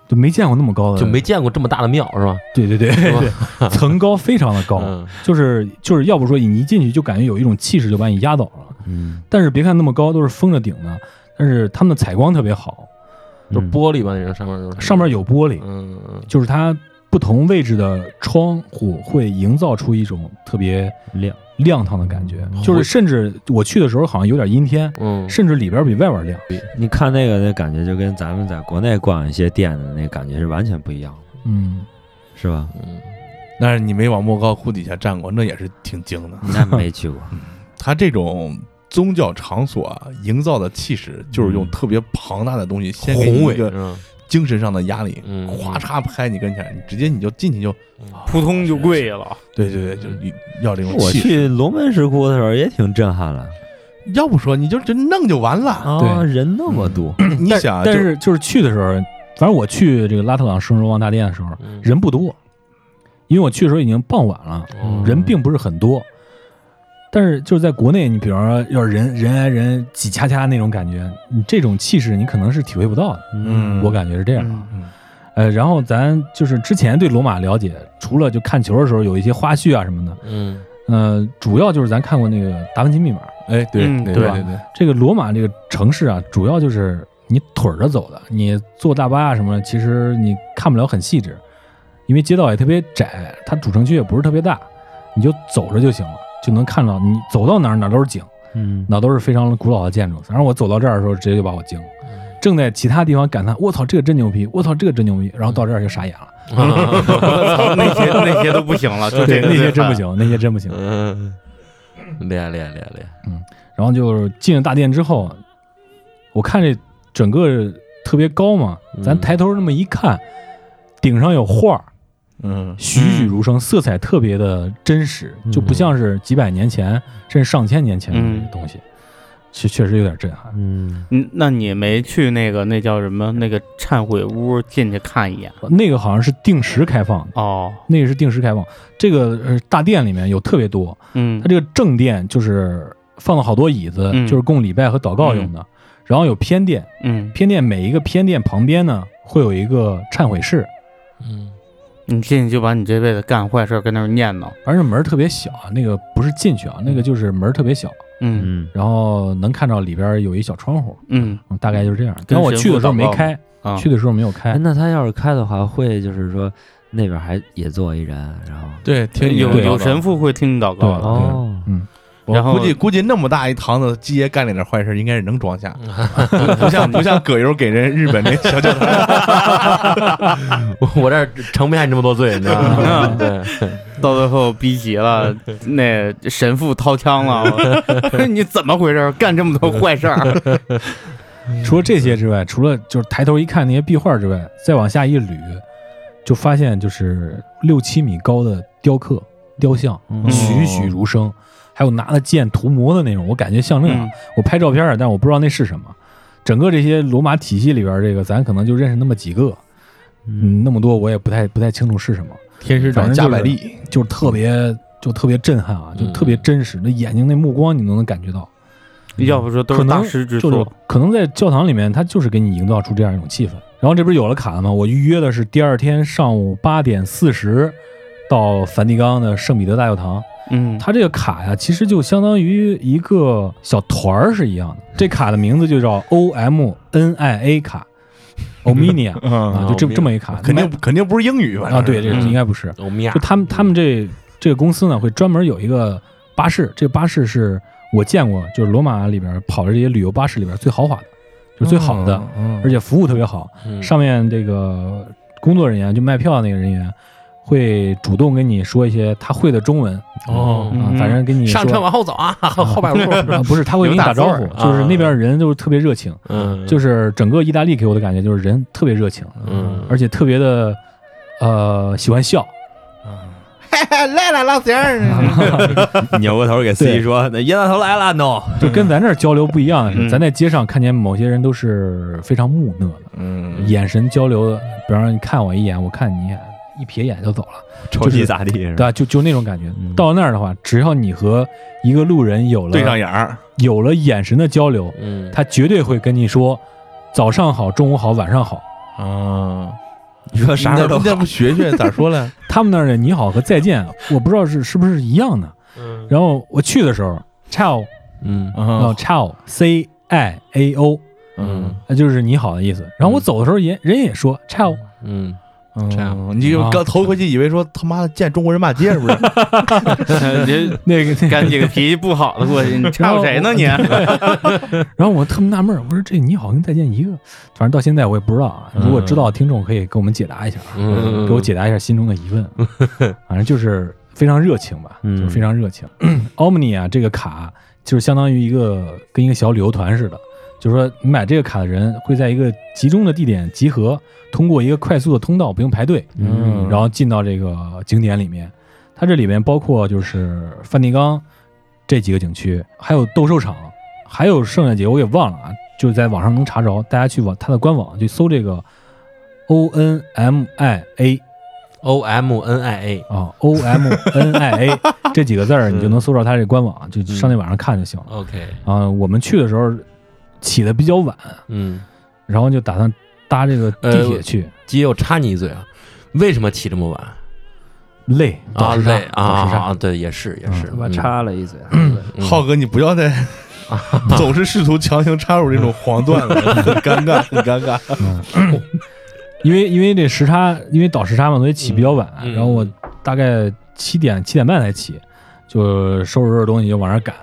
[SPEAKER 8] 就没见过那么高的，
[SPEAKER 3] 就没见过这么大的庙是吧？
[SPEAKER 8] 对对对对，层高非常的高，
[SPEAKER 3] 嗯
[SPEAKER 8] 就是就是要不说你一进去就感觉有一种气势就把你压倒了，
[SPEAKER 5] 嗯，
[SPEAKER 8] 但是别看那么高，都是封着顶的，但是他们的采光特别好，
[SPEAKER 3] 都
[SPEAKER 5] 嗯
[SPEAKER 3] 是玻璃吧，那种上面都是
[SPEAKER 8] 嗯上面有玻璃，
[SPEAKER 3] 嗯嗯
[SPEAKER 8] 就是它不同位置的窗户会营造出一种特别
[SPEAKER 5] 亮
[SPEAKER 8] 亮堂的感觉，就是甚至我去的时候好像有点阴天，
[SPEAKER 3] 嗯，
[SPEAKER 8] 甚至里边比外边亮，
[SPEAKER 5] 你看那个那感觉就跟咱们在国内逛一些店的那感觉是完全不一样的，
[SPEAKER 8] 嗯，
[SPEAKER 5] 是吧？
[SPEAKER 6] 但是你没往莫高窟底下站过，那也是挺惊的。
[SPEAKER 5] 那没去过，
[SPEAKER 6] 他这种宗教场所啊，营造的气势就是用特别庞大的东西先给你
[SPEAKER 3] 宏
[SPEAKER 6] 一
[SPEAKER 3] 伟
[SPEAKER 6] 个
[SPEAKER 3] 吧？
[SPEAKER 6] 精神上的压力，
[SPEAKER 3] 嗯
[SPEAKER 6] 咵嚓拍你跟前，你直接你就进去就，
[SPEAKER 9] 扑通就跪了。
[SPEAKER 6] 对对对，就你要这种
[SPEAKER 5] 我
[SPEAKER 6] 气势。
[SPEAKER 5] 去龙门石窟的时候也挺震撼了
[SPEAKER 6] 要不说你就这弄就完了，
[SPEAKER 5] 啊，
[SPEAKER 8] 对
[SPEAKER 5] 人那么多，
[SPEAKER 6] 你
[SPEAKER 8] 但
[SPEAKER 6] 想啊，
[SPEAKER 8] 但
[SPEAKER 6] 就是
[SPEAKER 8] 就是去的时候，反正我去这个拉特朗圣若望大殿的时候，
[SPEAKER 3] 嗯
[SPEAKER 8] 人不多，因为我去的时候已经傍晚了，
[SPEAKER 3] 嗯
[SPEAKER 8] 人并不是很多。但是就是在国内，你比方说要是人人挨人挤掐掐那种感觉，你这种气势你可能是体会不到的，
[SPEAKER 6] 嗯
[SPEAKER 8] 我感觉是这样。
[SPEAKER 6] 嗯
[SPEAKER 8] 呃，然后咱就是之前对罗马了解，除了就看球的时候有一些花絮啊什么的，
[SPEAKER 3] 嗯
[SPEAKER 8] 呃，主要就是咱看过那个《达芬奇密码》，
[SPEAKER 6] 哎，对
[SPEAKER 9] 嗯
[SPEAKER 6] 对
[SPEAKER 9] 对
[SPEAKER 6] 对
[SPEAKER 9] 吧
[SPEAKER 6] 对，
[SPEAKER 8] 这个罗马这个城市啊，主要就是你腿儿着走的，你坐大巴啊什么的，其实你看不了很细致，因为街道也特别窄，它主城区也不是特别大，你就走着就行了，就能看到你走到哪儿哪儿都是景，
[SPEAKER 5] 嗯，
[SPEAKER 8] 哪儿都是非常古老的建筑。反正我走到这儿的时候，直接就把我惊了。正在其他地方感叹“我操，这个真牛逼！我操，这个真牛逼”，然后到这儿就傻眼了。
[SPEAKER 9] 我操，那些那些都不行了，就这个
[SPEAKER 8] 那些
[SPEAKER 9] 最
[SPEAKER 8] 真不
[SPEAKER 9] 惨。
[SPEAKER 8] 行，那些真不行。
[SPEAKER 3] 嗯，厉害厉害厉害厉害，
[SPEAKER 8] 然后就是进了大殿之后，我看这整个特别高嘛，咱
[SPEAKER 3] 嗯
[SPEAKER 8] 抬头那么一看，顶上有画儿，
[SPEAKER 6] 嗯，
[SPEAKER 8] 栩栩如生，色彩特别的真实，就不像是几百年前甚至上千年前
[SPEAKER 9] 嗯
[SPEAKER 8] 的东西，确确实有点震撼。
[SPEAKER 5] 嗯，
[SPEAKER 9] 嗯，那你没去那个那叫什么那个忏悔屋进去看一眼？
[SPEAKER 8] 那个好像是定时开放的，
[SPEAKER 9] 哦，
[SPEAKER 8] 那个是定时开放。这个呃大殿里面有特别多，
[SPEAKER 9] 嗯
[SPEAKER 8] 它，这个正殿就是放了好多椅子，
[SPEAKER 9] 嗯
[SPEAKER 8] 就是供礼拜和祷告用的，然后有偏殿。
[SPEAKER 9] 嗯，
[SPEAKER 8] 偏殿每一个偏殿旁边呢，会有一个忏悔室，
[SPEAKER 3] 嗯
[SPEAKER 9] 你进去就把你这辈子干坏事儿跟那儿念叨。
[SPEAKER 8] 而且门儿特别小，那个不是进去啊，那个就是门儿特别小，
[SPEAKER 9] 嗯
[SPEAKER 5] 嗯，
[SPEAKER 8] 然后能看到里边儿有一小窗户，
[SPEAKER 9] 嗯
[SPEAKER 8] 嗯大概就是这样。
[SPEAKER 9] 跟
[SPEAKER 8] 但我
[SPEAKER 9] 神
[SPEAKER 8] 去
[SPEAKER 9] 父
[SPEAKER 8] 的时候
[SPEAKER 9] 祷
[SPEAKER 8] 没
[SPEAKER 9] 告
[SPEAKER 8] 开，
[SPEAKER 9] 啊，
[SPEAKER 8] 去的时候没有
[SPEAKER 5] 哎
[SPEAKER 8] 开，
[SPEAKER 5] 那他要是开的话，会就是说那边还也坐一人，然后
[SPEAKER 6] 对，听你
[SPEAKER 9] 有
[SPEAKER 6] 的
[SPEAKER 9] 有神父会听你祷告
[SPEAKER 8] 对
[SPEAKER 9] 的，
[SPEAKER 5] 哦，
[SPEAKER 6] 我
[SPEAKER 9] 然后
[SPEAKER 6] 估计估计那么大一堂子，基爷干了点坏事，应该是能装下， 不像不像葛优给人日本那小教 堂，
[SPEAKER 3] 我我这儿承不下你这么多罪，你知道吗？
[SPEAKER 8] 嗯
[SPEAKER 3] 对，
[SPEAKER 5] 嗯
[SPEAKER 9] 到最后逼急 了，那 神父掏枪了，我你怎么回事儿？干这么多坏事儿？
[SPEAKER 8] 除了这些之外，除了就是抬头一看那些壁画之外，再往下一捋，就发现就是六七米高的雕刻雕像，
[SPEAKER 9] 嗯
[SPEAKER 8] 栩栩如生，还有拿着剑涂抹的那种，我感觉象征
[SPEAKER 9] 嗯
[SPEAKER 8] 啊，我拍照片啊，但我不知道那是什么。整个这些罗马体系里边，这个咱可能就认识那么几个，嗯，那么多我也不太不太清楚是什么。
[SPEAKER 6] 天师
[SPEAKER 8] 长
[SPEAKER 6] 加
[SPEAKER 8] 加
[SPEAKER 6] 百
[SPEAKER 8] 百
[SPEAKER 6] 利，
[SPEAKER 8] 就是特别就特别震撼啊，就特别真实，那眼睛那目光你都能感觉到，
[SPEAKER 9] 要不说都
[SPEAKER 8] 可
[SPEAKER 9] 是
[SPEAKER 8] 能
[SPEAKER 9] 大师之
[SPEAKER 8] 就是
[SPEAKER 9] 作，
[SPEAKER 8] 可能在教堂里面，他就是给你营造出这样一种气氛。然后这不是有了卡了吗？我预约的是第二天上午八点四十到梵蒂冈的圣彼得大教堂。
[SPEAKER 9] 嗯，
[SPEAKER 8] 它这个卡呀，其实就相当于一个小团儿是一样的。这卡的名字就叫 O M N I A 卡，Omnia
[SPEAKER 6] 嗯，
[SPEAKER 8] 啊，就这这么一卡，
[SPEAKER 6] 肯定肯定不是嗯英语，反正
[SPEAKER 8] 啊，对，这应该不是。
[SPEAKER 3] 欧米亚
[SPEAKER 8] 就，他们他们这这个公司呢，会专门有一个巴士，这个巴士是我见过，就是罗马里边跑的这些旅游巴士里边最豪华的，就是最好
[SPEAKER 6] 哦嗯
[SPEAKER 8] 的，嗯而且服务特别好。
[SPEAKER 3] 嗯
[SPEAKER 8] 上面这个工作人员就卖票那个人员会主动跟你说一些他会的中文
[SPEAKER 3] 哦
[SPEAKER 8] 啊，
[SPEAKER 9] 嗯
[SPEAKER 8] 反正跟你说
[SPEAKER 3] 上车往后走啊，后 边路，
[SPEAKER 8] 啊不是他会跟你打招呼
[SPEAKER 3] 有，打字儿啊
[SPEAKER 8] 就是那边人就是特别热情，
[SPEAKER 3] 嗯，
[SPEAKER 8] 就是整个意大利给我的感觉就是人特别热情，
[SPEAKER 3] 嗯
[SPEAKER 8] 而且特别的呃喜 欢笑。
[SPEAKER 9] 来了老乡儿，
[SPEAKER 5] 扭过头给司机说：“那烟大头来了都。
[SPEAKER 8] 就跟咱这儿交流不一样的是，
[SPEAKER 9] 嗯
[SPEAKER 8] 咱在街上看见某些人都是非常木讷的，
[SPEAKER 6] 嗯，
[SPEAKER 8] 眼神交流的，比方说你看我一眼，我看你一眼，一瞥眼就走了，”
[SPEAKER 5] 臭屁咋
[SPEAKER 6] 嗯
[SPEAKER 5] 地？是
[SPEAKER 8] 对
[SPEAKER 5] 吧
[SPEAKER 8] 吧？就就那种感觉
[SPEAKER 5] 嗯。
[SPEAKER 8] 到那儿的话，只要你和一个路人有
[SPEAKER 6] 对上
[SPEAKER 8] 了
[SPEAKER 6] 眼儿，
[SPEAKER 8] 有了眼神的交流，
[SPEAKER 3] 嗯，
[SPEAKER 8] 他绝对会跟你说早上好、中午好、晚上好。
[SPEAKER 6] 啊，
[SPEAKER 5] 你说啥时候都
[SPEAKER 6] 你那不学学咋说来？
[SPEAKER 8] 他们那儿的你好和再见，我不知道是是不是一样的。
[SPEAKER 3] 嗯
[SPEAKER 8] 然后我去的时候，ciao，
[SPEAKER 3] 嗯
[SPEAKER 8] 然后
[SPEAKER 6] 啊，
[SPEAKER 8] ciao c i a o，
[SPEAKER 6] 嗯
[SPEAKER 8] 那就是你好的意思。然后我走的时候也人也说 ciao。
[SPEAKER 3] 嗯，这
[SPEAKER 6] 嗯，你就
[SPEAKER 8] 啊
[SPEAKER 6] 刚头回去以为说他妈的见中国人骂街是不是？
[SPEAKER 9] 你
[SPEAKER 8] 那个那个，
[SPEAKER 9] 赶几个哦脾气不好的过去， 你
[SPEAKER 8] 然
[SPEAKER 9] 唱
[SPEAKER 8] 后
[SPEAKER 9] 谁呢你？
[SPEAKER 8] 然后我特别纳闷儿，我说这你好跟再见一个，反正到现在我也不知道啊。如果知道，听众可以给我们解答一下啊，
[SPEAKER 3] 嗯
[SPEAKER 8] 给我解答一下心中的疑问啊。 反正就是非常热情吧，
[SPEAKER 5] 嗯
[SPEAKER 8] 就是非常热情。Omni 啊，这个卡就是相当于一个跟一个小旅游团似的，就是说你买这个卡的人会在一个集中的地点集合，通过一个快速的通道，不用排队，
[SPEAKER 3] 嗯
[SPEAKER 8] 然后进到这个景点里面。它这里面包括就是梵蒂冈这几个景区，还有斗兽场，还有圣诞节，我给忘了啊，就是在网上能查着，大家去网它的官网去搜这个 O N M I A
[SPEAKER 3] ，O M N I A，
[SPEAKER 8] 啊 O M N I A 这几个字儿，你就能搜到它这官网，就上那网上看就行了。
[SPEAKER 3] OK，
[SPEAKER 8] 啊，我们去的时候起的比较晚，
[SPEAKER 3] 嗯，
[SPEAKER 8] 然后就打算搭这个地铁去，
[SPEAKER 3] 基友插你一嘴啊，为什么起这么晚
[SPEAKER 8] 累
[SPEAKER 3] 啊？
[SPEAKER 8] 倒时差
[SPEAKER 3] 累啊
[SPEAKER 8] 倒时差
[SPEAKER 3] 啊！对，也是也是，
[SPEAKER 2] 我
[SPEAKER 3] 嗯
[SPEAKER 2] 插了一嘴，
[SPEAKER 3] 嗯
[SPEAKER 6] 浩哥，你不要再啊总是试图强行插入这种黄段子， 很尴尬，很尴尬。
[SPEAKER 8] 因为因为这时差，因为倒时差嘛，所以起比较晚。
[SPEAKER 3] 嗯嗯
[SPEAKER 8] 然后我大概七点七点半才起，就收拾收拾东西就往那儿赶。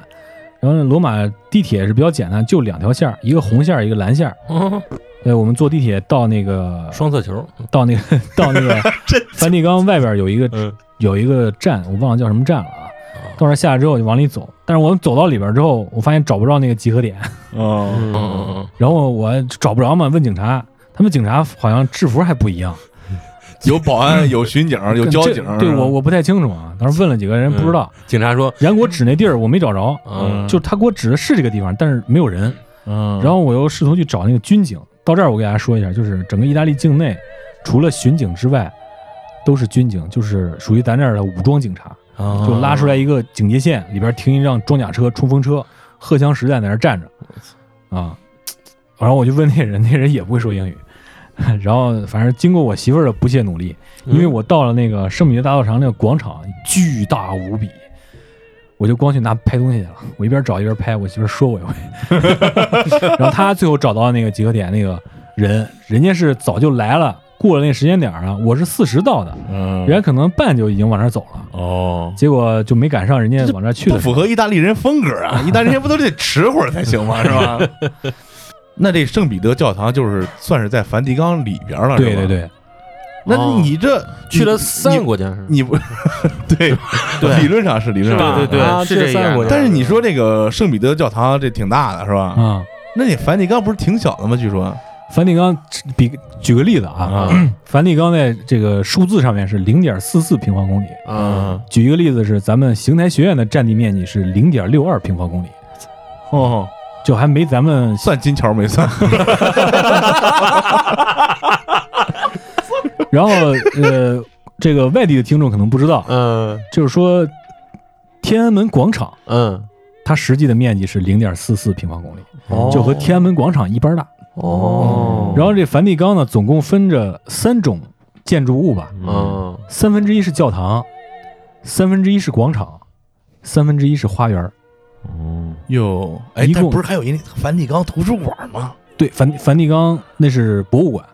[SPEAKER 8] 然后呢罗马地铁是比较简单，就两条线儿，一个红线儿，一个蓝线儿。
[SPEAKER 3] 哦
[SPEAKER 8] 对，我们坐地铁到那个
[SPEAKER 3] 双色球，
[SPEAKER 8] 到那 个到那个梵蒂冈外边有一个、有一个站，我忘了叫什么站了啊。到那儿下来之后就往里走，但是我们走到里边之后，我发现找不着那个集合点，
[SPEAKER 6] 嗯，
[SPEAKER 3] 嗯，
[SPEAKER 8] 然后我找不着嘛，问警察，他们警察好像制服还不一样。
[SPEAKER 6] 有保安，有巡警，有
[SPEAKER 8] 这
[SPEAKER 6] 交警。嗯
[SPEAKER 8] 对我我不太清楚啊，当时问了几个人不知道，
[SPEAKER 3] 警察说，
[SPEAKER 8] 人家给我指那地儿我没找着，
[SPEAKER 3] 嗯
[SPEAKER 8] 就是他给我指的是这个地方，但是没有人。
[SPEAKER 6] 嗯，
[SPEAKER 8] 然后我又试图去找那个军警，到这儿我给大家说一下，就是整个意大利境内除了巡警之外，都是军警，就是属于咱这儿的武装警察，
[SPEAKER 3] 哦
[SPEAKER 8] 哦就拉出来一个警戒线，里边停一辆装甲车、冲锋车，荷枪实弹在那儿站着，啊，然后我就问那人，那人 也不会说英语。然后，反正经过我媳妇儿的不懈努力，因为我到了那个圣彼得大教堂那个广场，巨大无比，我就光去拿拍东西去了。我一边找一边拍，我媳妇儿说我一回，然后她最后找到那个集合点那个人，人家是早就来了，过了那时间点儿啊，我是四十到
[SPEAKER 6] 嗯
[SPEAKER 8] 的，人家可能半就已经往那儿走了，
[SPEAKER 6] 哦，
[SPEAKER 8] 结果就没赶上人家往那儿去
[SPEAKER 6] 不
[SPEAKER 8] 的时候。
[SPEAKER 6] 符合意大利人风格啊！意大利人不都得迟会儿才行吗？是吧？那这圣彼得教堂就是算是在梵蒂冈里边了，
[SPEAKER 8] 对
[SPEAKER 6] 是吧
[SPEAKER 8] 对。对，
[SPEAKER 6] 那你这
[SPEAKER 3] 嗯去了
[SPEAKER 6] 你
[SPEAKER 3] 三个国家是吧
[SPEAKER 6] 你不对，
[SPEAKER 9] 对
[SPEAKER 6] 理论上是理论上
[SPEAKER 3] 吧
[SPEAKER 9] 对对对
[SPEAKER 3] 啊
[SPEAKER 9] 是
[SPEAKER 3] 去了
[SPEAKER 9] 这
[SPEAKER 3] 三个
[SPEAKER 9] 样
[SPEAKER 3] 国家
[SPEAKER 6] 但是你说这个圣彼得教堂这挺大的是吧？
[SPEAKER 8] 啊、
[SPEAKER 6] 那你梵蒂冈不是挺小的吗？据说
[SPEAKER 8] 梵蒂冈比举个例子啊， 梵蒂冈在这个数字上面是零点四四平方公里。
[SPEAKER 3] 啊，
[SPEAKER 8] 举一个例子是，咱们邢台学院的占地面积是零点六二平方公里，
[SPEAKER 6] 哦，
[SPEAKER 8] 就还没咱们
[SPEAKER 6] 算金桥没算，
[SPEAKER 8] 然后呃，这个外地的听众可能不知道，
[SPEAKER 3] 嗯
[SPEAKER 8] 就是说天安门广场
[SPEAKER 3] 嗯，
[SPEAKER 8] 它实际的面积是零点四四平方公里，
[SPEAKER 3] 哦
[SPEAKER 8] 就和天安门广场一般大。
[SPEAKER 3] 哦，
[SPEAKER 8] 然后这梵蒂冈呢，总共分着三种建筑物吧，
[SPEAKER 3] 嗯
[SPEAKER 8] 三分之一是教堂，三分之一是广场，三分之一是花园。
[SPEAKER 5] 哦
[SPEAKER 6] 哟，哎
[SPEAKER 8] 一，
[SPEAKER 6] 但
[SPEAKER 8] 共
[SPEAKER 6] 不是还有一那梵蒂冈图书馆吗？
[SPEAKER 8] 对，梵梵蒂冈那是博物馆，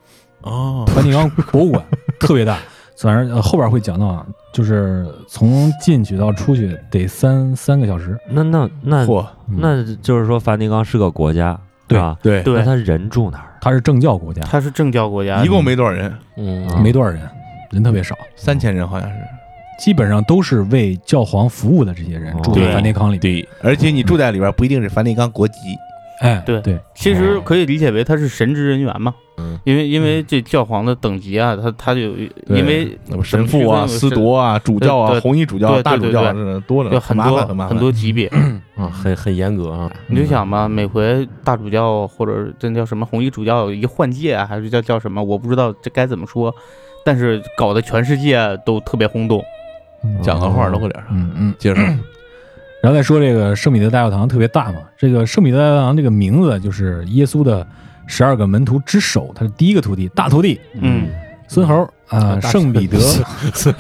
[SPEAKER 6] 哦，
[SPEAKER 8] 梵蒂冈博物馆 特别大，反正呃后边会讲到啊，就是从进去到出去得三三个小时。
[SPEAKER 3] 那那
[SPEAKER 5] 嗯
[SPEAKER 3] 那
[SPEAKER 6] 嚯，
[SPEAKER 3] 那就是说梵蒂冈是个国家，
[SPEAKER 8] 对
[SPEAKER 3] 吧？
[SPEAKER 6] 对，
[SPEAKER 3] 那
[SPEAKER 9] 对，
[SPEAKER 3] 他人住哪儿？
[SPEAKER 8] 它是政教国家，
[SPEAKER 9] 他是政教国家，
[SPEAKER 6] 一共没多少人，
[SPEAKER 3] 嗯
[SPEAKER 8] 没多少人，人特别少，
[SPEAKER 6] 三千人好像是。
[SPEAKER 8] 基本上都是为教皇服务的这些人
[SPEAKER 3] 哦
[SPEAKER 8] 住在
[SPEAKER 9] 对
[SPEAKER 8] 梵蒂冈里面。
[SPEAKER 6] 对，而且你住在里边不一定是梵蒂冈国籍，
[SPEAKER 8] 哎，
[SPEAKER 9] 对
[SPEAKER 8] 对，
[SPEAKER 9] 其实可以理解为他是神职人员嘛，因为因为这教皇的等级啊，他他就
[SPEAKER 6] 对
[SPEAKER 9] 因为
[SPEAKER 6] 那不神父啊、
[SPEAKER 9] 怎么区
[SPEAKER 6] 司
[SPEAKER 9] 分
[SPEAKER 6] 铎啊、主教啊、
[SPEAKER 9] 对对
[SPEAKER 6] 红衣主教啊、
[SPEAKER 9] 对对
[SPEAKER 6] 大主教啊，
[SPEAKER 9] 对
[SPEAKER 6] 这多着
[SPEAKER 9] 有
[SPEAKER 6] 呢，
[SPEAKER 9] 很
[SPEAKER 6] 麻
[SPEAKER 9] 多
[SPEAKER 6] 烦很麻烦
[SPEAKER 9] 很多级别，
[SPEAKER 3] 啊，很很严格啊。
[SPEAKER 9] 你就想吧，每回大主教或者这叫什么红衣主教一换届啊，还是叫叫什么，我不知道这该怎么说，但是搞得全世界都特别轰 动。
[SPEAKER 6] 讲个话都会点儿。
[SPEAKER 8] 嗯嗯。
[SPEAKER 6] 接着说，
[SPEAKER 8] 然后再说这个圣彼得大教堂特别大嘛，这个圣彼得大教堂这个名字就是耶稣的十二个门徒之首，他是第一个徒弟，大徒弟
[SPEAKER 9] 嗯，
[SPEAKER 8] 孙猴啊、圣彼得，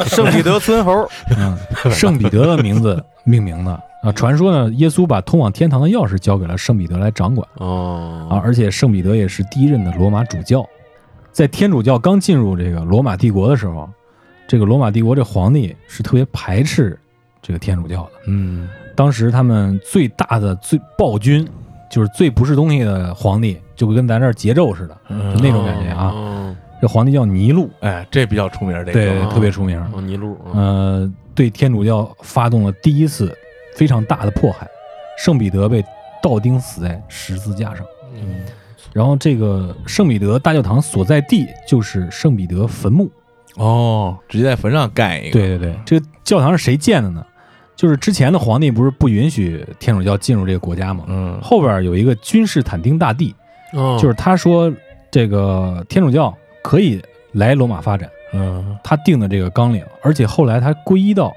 [SPEAKER 9] 圣彼得孙猴，
[SPEAKER 8] 嗯，圣彼得的名字命名的啊。传说呢，耶稣把通往天堂的钥匙交给了圣彼得来掌管
[SPEAKER 3] 哦，
[SPEAKER 8] 啊，而且圣彼得也是第一任的罗马主教。在天主教刚进入这个罗马帝国的时候，这个罗马帝国这皇帝是特别排斥这个天主教的。
[SPEAKER 6] 嗯，
[SPEAKER 8] 当时他们最大的最暴君，就是最不是东西的皇帝，就跟咱这儿桀纣似的，就那种感觉啊。
[SPEAKER 3] 哦，
[SPEAKER 8] 这皇帝叫尼禄，
[SPEAKER 6] 哎，这比较出名儿这
[SPEAKER 8] 对
[SPEAKER 6] 个，，
[SPEAKER 8] 特别出名。
[SPEAKER 3] 哦尼禄，嗯
[SPEAKER 8] 呃，对天主教发动了第一次非常大的迫害，圣彼得被倒钉死在十字架上。
[SPEAKER 3] 嗯
[SPEAKER 8] 然后这个圣彼得大教堂所在地就是圣彼得坟墓。
[SPEAKER 6] 哦，直接在坟上盖一个，
[SPEAKER 8] 对对对，这个教堂是谁建的呢？就是之前的皇帝不是不允许天主教进入这个国家吗？
[SPEAKER 6] 嗯，
[SPEAKER 8] 后边有一个君士坦丁大帝，
[SPEAKER 3] 哦，
[SPEAKER 8] 就是他说这个天主教可以来罗马发展，
[SPEAKER 6] 嗯，
[SPEAKER 8] 他定的这个纲领，而且后来他皈依到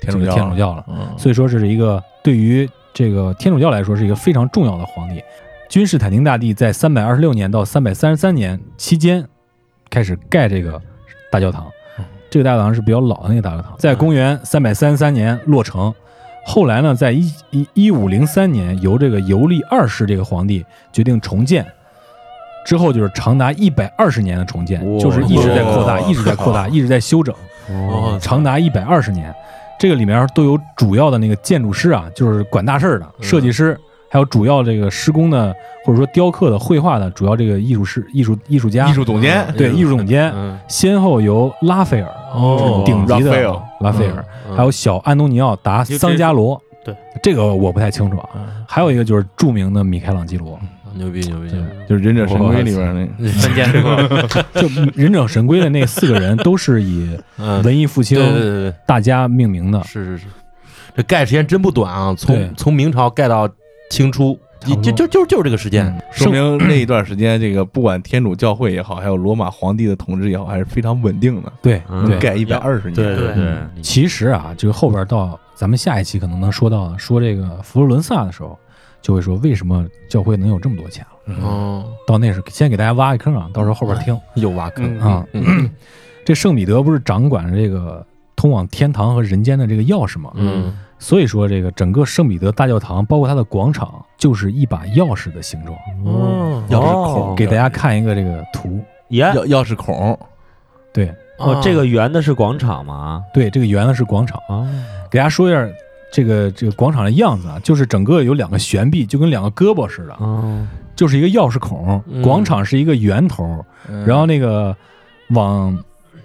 [SPEAKER 6] 天
[SPEAKER 8] 这
[SPEAKER 6] 主
[SPEAKER 8] 个
[SPEAKER 6] 教，
[SPEAKER 8] 天主，教了，
[SPEAKER 6] 嗯，
[SPEAKER 8] 所以说这是一个对于这个天主教来说是一个非常重要的皇帝。君士坦丁大帝在三百二十六年到三百三十三年期间开始盖这个大教堂，
[SPEAKER 6] 嗯
[SPEAKER 8] 这个大教堂是比较老的那个大教堂，在公元三百三十三年落成。后来呢，在一一一五零三年，由这个尤利二世这个皇帝决定重建，之后就是长达一百二十年的重建，
[SPEAKER 3] 哇
[SPEAKER 8] 就是一直在扩大，
[SPEAKER 6] 哇
[SPEAKER 8] 一直在扩大，一直在修整。
[SPEAKER 3] 哦，
[SPEAKER 8] 长达一百二十年。这个里面都有主要的那个建筑师啊，就是管大事儿的设计师，还有主要这个施工的或者说雕刻的、绘画的主要这个艺术师、艺术艺术家、
[SPEAKER 6] 艺术总监，
[SPEAKER 8] 对艺术总监，
[SPEAKER 3] 嗯
[SPEAKER 8] 先后由拉斐尔啊
[SPEAKER 3] 哦
[SPEAKER 8] 就是顶级
[SPEAKER 6] 拉
[SPEAKER 8] 的
[SPEAKER 6] 斐尔
[SPEAKER 8] 拉斐尔，
[SPEAKER 3] 嗯
[SPEAKER 8] 还有小安东尼奥达桑加罗，
[SPEAKER 9] 就这种
[SPEAKER 8] 这个我不太清楚啊。
[SPEAKER 6] 嗯
[SPEAKER 8] 还有一个就是著名的米开朗基罗，
[SPEAKER 3] 牛逼牛逼，
[SPEAKER 6] 就是忍者神龟里边那个，
[SPEAKER 9] 三剑客，
[SPEAKER 8] 就《忍者神龟》的那四个人都是以
[SPEAKER 3] 嗯，
[SPEAKER 8] 文艺复
[SPEAKER 3] 对对
[SPEAKER 8] 兴
[SPEAKER 3] 对对，
[SPEAKER 8] 大家命名的，
[SPEAKER 3] 是是是，这盖时间真不短啊，
[SPEAKER 8] 对
[SPEAKER 3] 从从明朝盖到清初，
[SPEAKER 8] 差不多嗯
[SPEAKER 3] 就就就就是这个时间，
[SPEAKER 6] 说明那一段时间，这个不管天主教会也好，还有罗马皇帝的统治也好，还是非常稳定的，
[SPEAKER 8] 对
[SPEAKER 3] 嗯
[SPEAKER 8] 对。
[SPEAKER 6] 盖一百二十年，
[SPEAKER 9] 对对
[SPEAKER 5] 对
[SPEAKER 8] 其实啊，这个后边到咱们下一期可能能说到的，说这个佛罗伦萨的时候，就会说为什么教会能有这么多钱了。
[SPEAKER 3] 哦，
[SPEAKER 8] 到那时候先给大家挖一坑啊，到时候后边听
[SPEAKER 3] 又挖
[SPEAKER 9] 嗯
[SPEAKER 3] 坑，
[SPEAKER 8] 啊。
[SPEAKER 3] 嗯
[SPEAKER 8] 这圣彼得不是掌管着这个通往天堂和人间的这个钥匙吗？，
[SPEAKER 3] 嗯，
[SPEAKER 8] 所以说这个整个圣彼得大教堂，包括它的广场，就是一把钥匙的形状。
[SPEAKER 3] 哦，
[SPEAKER 8] 钥匙
[SPEAKER 5] 孔
[SPEAKER 8] 给大家看一个这个图，
[SPEAKER 5] 耶，
[SPEAKER 6] 钥钥匙孔，
[SPEAKER 8] 对
[SPEAKER 3] 嗯啊
[SPEAKER 5] 哦，这个圆的是广场吗？
[SPEAKER 8] 对，这个圆的是广场。
[SPEAKER 5] 啊，
[SPEAKER 8] 给大家说一下这个这个广场的样子啊，就是整个有两个悬臂，就跟两个胳膊似的，
[SPEAKER 5] 哦，
[SPEAKER 8] 就是一个钥匙孔
[SPEAKER 3] 嗯。
[SPEAKER 8] 广场是一个圆头，然后那个往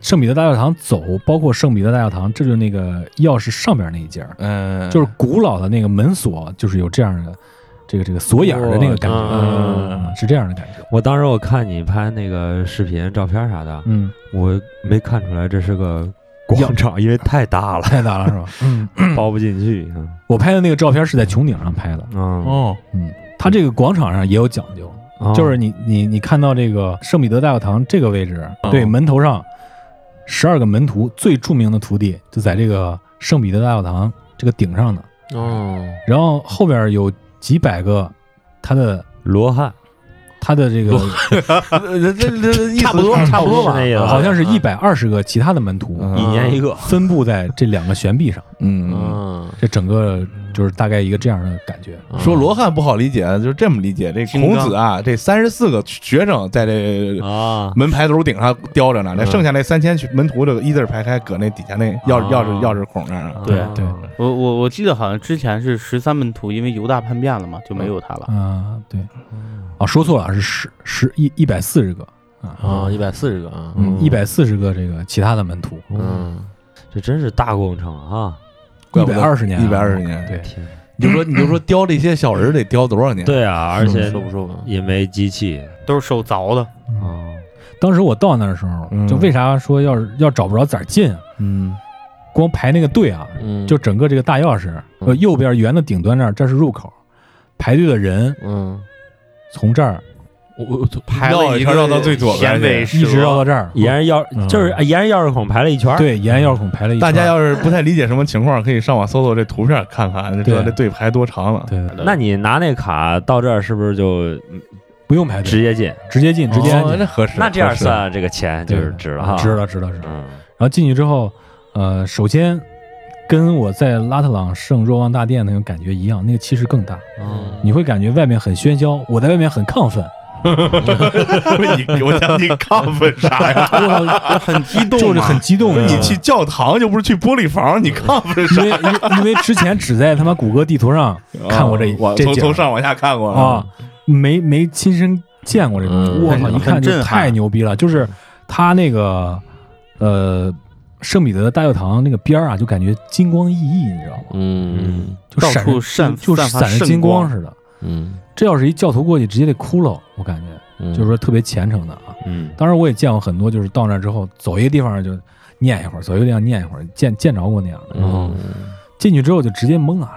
[SPEAKER 8] 圣彼得大教堂走，包括圣彼得大教堂，这就是那个钥匙上边那一节儿，
[SPEAKER 6] 嗯，
[SPEAKER 8] 就是古老的那个门锁，就是有这样的这个这个锁眼儿的那个感觉，
[SPEAKER 3] 嗯
[SPEAKER 8] 嗯是这样的感觉。
[SPEAKER 5] 我当时我看你拍那个视频、照片啥的，
[SPEAKER 8] 嗯，
[SPEAKER 5] 我没看出来这是个广场，因为太大了，
[SPEAKER 8] 太大了是吧？ 嗯，
[SPEAKER 5] 包不进去。
[SPEAKER 8] 我拍的那个照片是在穹顶上拍的。
[SPEAKER 5] 嗯，
[SPEAKER 8] 哦，嗯，哦它这个广场上也有讲究，
[SPEAKER 6] 啊
[SPEAKER 5] 嗯
[SPEAKER 8] 就是你你你看到这个圣彼得大教堂这个位置，
[SPEAKER 6] 啊
[SPEAKER 5] 哦
[SPEAKER 8] 对，门头上十二个门徒最著名的徒弟就在这个圣彼得大教堂这个顶上呢，
[SPEAKER 3] 哦，
[SPEAKER 8] 然后后边有几百个他的
[SPEAKER 5] 罗汉，
[SPEAKER 8] 他的这个
[SPEAKER 3] 呃
[SPEAKER 6] 这这这
[SPEAKER 3] 差不多，差不多吧，
[SPEAKER 5] 是那意思
[SPEAKER 8] 好像是一百二十个其他的门徒，
[SPEAKER 6] 啊嗯
[SPEAKER 5] 一年一个，
[SPEAKER 8] 分布在这两个悬臂上，
[SPEAKER 6] 嗯，
[SPEAKER 3] 嗯，
[SPEAKER 8] 这整个就是大概一个这样的感觉。
[SPEAKER 6] 说罗汉不好理解，就是这么理解。这孔子啊，这三十四个学生在这
[SPEAKER 3] 啊，
[SPEAKER 6] 门牌楼顶上雕着呢，那
[SPEAKER 3] 嗯
[SPEAKER 6] 剩下那三千门徒这个一字排开，搁那底下那钥
[SPEAKER 3] 啊
[SPEAKER 6] 钥匙钥匙孔那儿啊。
[SPEAKER 8] 对对
[SPEAKER 9] 我我我记得好像之前是十三门徒，因为犹大叛变了嘛，就没有他了。
[SPEAKER 8] 啊，对，啊，说错了，是十十一一百四十个啊
[SPEAKER 3] 啊，一百四十个啊，
[SPEAKER 8] 嗯，一百四十个这个其他的门徒，
[SPEAKER 3] 嗯，
[SPEAKER 5] 这真是大工程啊！
[SPEAKER 8] 一百二十年啊，
[SPEAKER 6] 一百二十年，
[SPEAKER 8] 对，
[SPEAKER 5] 天，
[SPEAKER 6] 你就说你就说雕这些小人儿得雕多少年？，
[SPEAKER 5] 对啊，而且
[SPEAKER 3] 说不说吧，
[SPEAKER 5] 也没机器
[SPEAKER 9] 都是手凿的，
[SPEAKER 8] 嗯
[SPEAKER 5] 啊，
[SPEAKER 8] 当时我到那儿的时候，
[SPEAKER 6] 嗯
[SPEAKER 8] 就为啥说要是要找不着咋进啊？
[SPEAKER 6] 嗯，
[SPEAKER 8] 光排那个队啊，
[SPEAKER 3] 嗯，
[SPEAKER 8] 就整个这个大钥匙，呃，
[SPEAKER 3] 嗯
[SPEAKER 8] 右边圆的顶端那儿，这是入口，排队的人
[SPEAKER 3] 嗯，
[SPEAKER 8] 从这儿
[SPEAKER 3] 我我
[SPEAKER 9] 排了一
[SPEAKER 6] 绕一圈
[SPEAKER 9] 个
[SPEAKER 6] 绕到最左边
[SPEAKER 9] 衔
[SPEAKER 6] 去
[SPEAKER 9] 尾
[SPEAKER 8] 一直
[SPEAKER 9] 蛇
[SPEAKER 8] 绕到这儿，
[SPEAKER 5] 沿着钥就是沿着钥匙孔排了一圈，，
[SPEAKER 8] 哦对沿着钥匙孔排了一圈。
[SPEAKER 6] 大家要是不太理解什么情况，可以上网搜搜这图片看看，就知道
[SPEAKER 8] 对
[SPEAKER 6] 这队排多长了。
[SPEAKER 8] 对，
[SPEAKER 5] 那你拿那卡到这儿是不是就
[SPEAKER 8] 不用排队，
[SPEAKER 5] 直接进？
[SPEAKER 8] 直接进，直接
[SPEAKER 6] 哦那合适。
[SPEAKER 5] 那这样
[SPEAKER 6] 合适，
[SPEAKER 5] 算这个钱就
[SPEAKER 8] 对啊
[SPEAKER 5] 是值了哈，
[SPEAKER 8] 值。了，值了，值了。
[SPEAKER 5] 嗯，
[SPEAKER 8] 然后进去之后，呃，首先跟我在拉特朗圣若望大殿那种感觉一样，那个气势更大，
[SPEAKER 3] 嗯，
[SPEAKER 8] 你会感觉外面很喧嚣，我在外面很亢奋，
[SPEAKER 6] 你我想你亢奋啥 呀？
[SPEAKER 9] 很激动嘛，
[SPEAKER 8] 就是很激动。啊
[SPEAKER 6] 你去教堂又不是去玻璃房，你亢奋
[SPEAKER 8] 因为因为因为之前只在他妈谷歌地图上看过这
[SPEAKER 6] 我
[SPEAKER 8] 这
[SPEAKER 6] 从
[SPEAKER 8] 景
[SPEAKER 6] 从哦上往下看过
[SPEAKER 8] 啊，，没没亲身见过这种
[SPEAKER 3] 嗯，
[SPEAKER 8] 我操，
[SPEAKER 9] 很
[SPEAKER 8] 一看
[SPEAKER 9] 很
[SPEAKER 8] 就
[SPEAKER 9] 震撼
[SPEAKER 8] 太牛逼了！就是他那个呃圣彼得大教堂那个边儿啊，就感觉金光熠熠，你知道吗？
[SPEAKER 3] 嗯
[SPEAKER 8] 就
[SPEAKER 9] 到
[SPEAKER 8] 闪
[SPEAKER 9] 处
[SPEAKER 8] 着
[SPEAKER 9] 散
[SPEAKER 8] 就就
[SPEAKER 9] 散发
[SPEAKER 8] 闪着
[SPEAKER 9] 圣
[SPEAKER 8] 金光
[SPEAKER 9] 光
[SPEAKER 8] 似的。
[SPEAKER 3] 嗯
[SPEAKER 8] 这要是一教徒过去，直接得哭了，我感觉
[SPEAKER 3] 嗯，
[SPEAKER 8] 就是说特别虔诚的啊。
[SPEAKER 5] 嗯，
[SPEAKER 8] 当然我也见过很多，就是到那之后走一个地方就念一会儿，走一个地方念一会儿，见见着过那样的。
[SPEAKER 3] 嗯，
[SPEAKER 8] 进去之后就直接懵啊，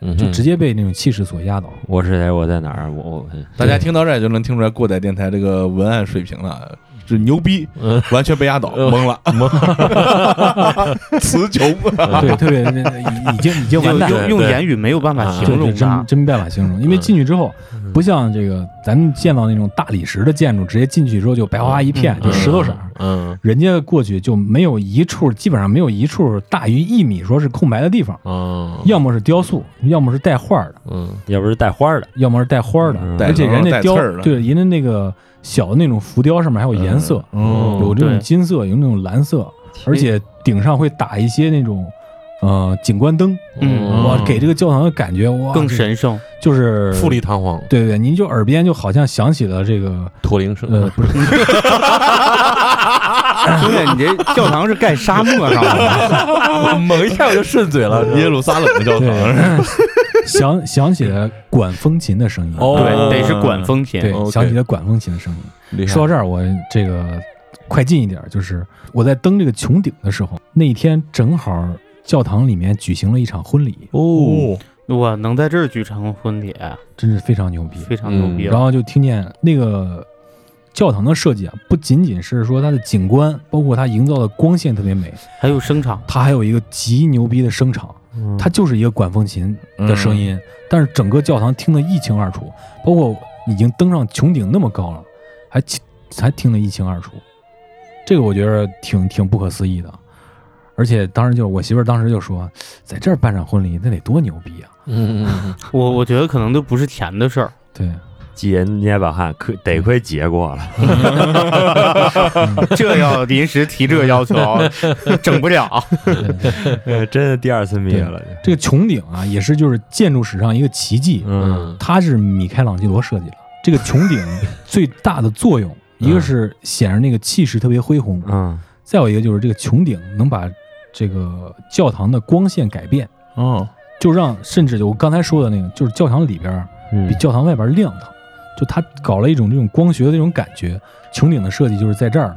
[SPEAKER 3] 嗯，
[SPEAKER 8] 就直接被那种气势所压倒。
[SPEAKER 5] 我是谁？我在哪儿？我我
[SPEAKER 6] 大家听到这儿就能听出来过载电台这个文案水平了，这牛逼，完全被压倒，嗯懵了，懵， 词穷。
[SPEAKER 8] 对，特别已已经已经完
[SPEAKER 9] 用
[SPEAKER 8] 蛋了。
[SPEAKER 9] 用用言语没有办法
[SPEAKER 3] 啊
[SPEAKER 9] 形
[SPEAKER 8] 对，
[SPEAKER 9] 容
[SPEAKER 8] 这
[SPEAKER 9] 它
[SPEAKER 8] 真。真没办法形容，因为进去之后，不像这个咱们见到那种大理石的建筑，直接进去之后就白花花一片，就石头色儿。
[SPEAKER 3] 嗯
[SPEAKER 8] 人家过去就没有一处，基本上没有一处大于一米说是空白的地方，
[SPEAKER 3] 哦，
[SPEAKER 8] 要么是雕塑，要么是带画儿的，
[SPEAKER 3] 嗯
[SPEAKER 5] 要不是带花儿的，
[SPEAKER 8] 要么是带花儿的。
[SPEAKER 5] 嗯
[SPEAKER 8] 而且人
[SPEAKER 6] 带
[SPEAKER 8] 家
[SPEAKER 6] 刺
[SPEAKER 8] 雕
[SPEAKER 6] 儿的
[SPEAKER 8] 对人家那个小的那种浮雕上面还有颜色，
[SPEAKER 3] 嗯
[SPEAKER 8] 有这种
[SPEAKER 9] 对
[SPEAKER 8] 金色，有那种蓝色，而且顶上会打一些那种呃景观灯，
[SPEAKER 9] 嗯
[SPEAKER 3] 哦
[SPEAKER 8] 哇，给这个教堂的感觉哇
[SPEAKER 9] 更
[SPEAKER 8] 这
[SPEAKER 9] 神圣，
[SPEAKER 8] 就是
[SPEAKER 3] 富丽堂皇，
[SPEAKER 8] 对对，您就耳边就好像响起了这个
[SPEAKER 3] 驼铃声，
[SPEAKER 8] 呃，不是
[SPEAKER 9] 兄弟，你这教堂是盖沙漠上的，
[SPEAKER 3] 猛一下我就顺嘴了，
[SPEAKER 6] 啊
[SPEAKER 8] 呃
[SPEAKER 6] 耶路撒冷的教堂，
[SPEAKER 8] 对，响响起了管风琴的声音，
[SPEAKER 3] 哦
[SPEAKER 9] 对，得是管风琴。
[SPEAKER 8] 对，
[SPEAKER 3] OK
[SPEAKER 8] 响起了管风琴的声音。
[SPEAKER 3] 厉害
[SPEAKER 8] 说到这儿，我这个快进一点儿，就是我在登这个穹顶的时候，那一天正好教堂里面举行了一场婚礼，
[SPEAKER 3] 哦，
[SPEAKER 9] 哇，能在这儿举成婚礼，啊
[SPEAKER 8] 真是非常牛逼。
[SPEAKER 9] 非常牛逼
[SPEAKER 8] 然
[SPEAKER 9] 了。
[SPEAKER 8] 后就听见那个教堂的设计啊，不仅仅是说它的景观，包括它营造的光线特别美，
[SPEAKER 9] 还有声场，
[SPEAKER 8] 它还有一个极牛逼的声场，
[SPEAKER 9] 嗯
[SPEAKER 8] 它就是一个管风琴
[SPEAKER 6] 嗯
[SPEAKER 8] 的声音，但是整个教堂听得一清二楚，包括已经登上穹顶那么高了，还听还听得一清二楚，这个我觉得挺挺不可思议的。而且当时就我媳妇儿当时就说，在这儿办场婚礼那得多牛逼啊！
[SPEAKER 3] 嗯嗯
[SPEAKER 9] 我我觉得可能都不是钱的事儿，
[SPEAKER 8] 对，
[SPEAKER 5] 解捏把汗，可得亏结过了。
[SPEAKER 9] 这要临时提这个要求，整不了。
[SPEAKER 5] 哎真的第二次灭了。
[SPEAKER 8] 这个穹顶啊，也是就是建筑史上一个奇迹，
[SPEAKER 3] 嗯
[SPEAKER 8] 它是米开朗基罗设计的。这个穹 顶最大的作用，一
[SPEAKER 3] 嗯
[SPEAKER 8] 个是显示那个气势特别恢宏，
[SPEAKER 5] 嗯，
[SPEAKER 8] 再有一个就是这个穹顶能把这个教堂的光线改变，
[SPEAKER 6] 哦，
[SPEAKER 8] 就让甚至就我刚才说的那个，就是教堂里边儿
[SPEAKER 3] 嗯
[SPEAKER 8] 比教堂外边亮堂。就他搞了一种这种光学的这种感觉，穹顶的设计就是在这儿呢。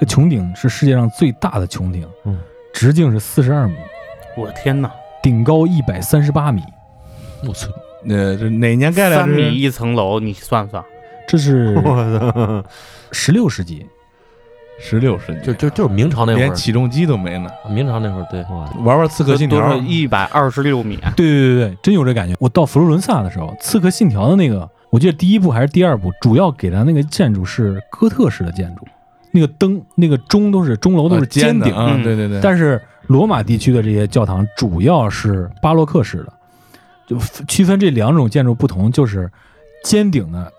[SPEAKER 8] 这穹顶是世界上最大的穹顶，
[SPEAKER 3] 嗯，
[SPEAKER 8] 直径是四十二米，
[SPEAKER 9] 我的天哪，
[SPEAKER 8] 顶高一百三十八米。
[SPEAKER 3] 我操，
[SPEAKER 6] 呃，这哪年盖的？
[SPEAKER 9] 三米一层楼，你算算，
[SPEAKER 8] 这是
[SPEAKER 3] 我
[SPEAKER 8] 十六世纪，
[SPEAKER 6] 十六世纪，
[SPEAKER 3] 就就就是明朝那会
[SPEAKER 6] 连
[SPEAKER 3] 儿，
[SPEAKER 6] 起重机都没呢。
[SPEAKER 3] 明朝那会儿对，
[SPEAKER 6] 玩玩刺客信
[SPEAKER 9] 多
[SPEAKER 6] 条
[SPEAKER 9] 少，一百二十六米啊，
[SPEAKER 8] 对对对对，真有这感觉。我到佛罗伦萨的时候，《刺客信条》的那个，我记得第一部还是第二部，主要给他那个建筑是哥特式的建筑，那个灯、那个钟都是钟楼都是呃尖
[SPEAKER 6] 的
[SPEAKER 8] 顶，
[SPEAKER 6] 啊！
[SPEAKER 9] 嗯
[SPEAKER 6] 对对对，
[SPEAKER 8] 但是罗马地区的这些教堂主要是巴洛克式的。就区分这两种建筑不同，就是尖顶的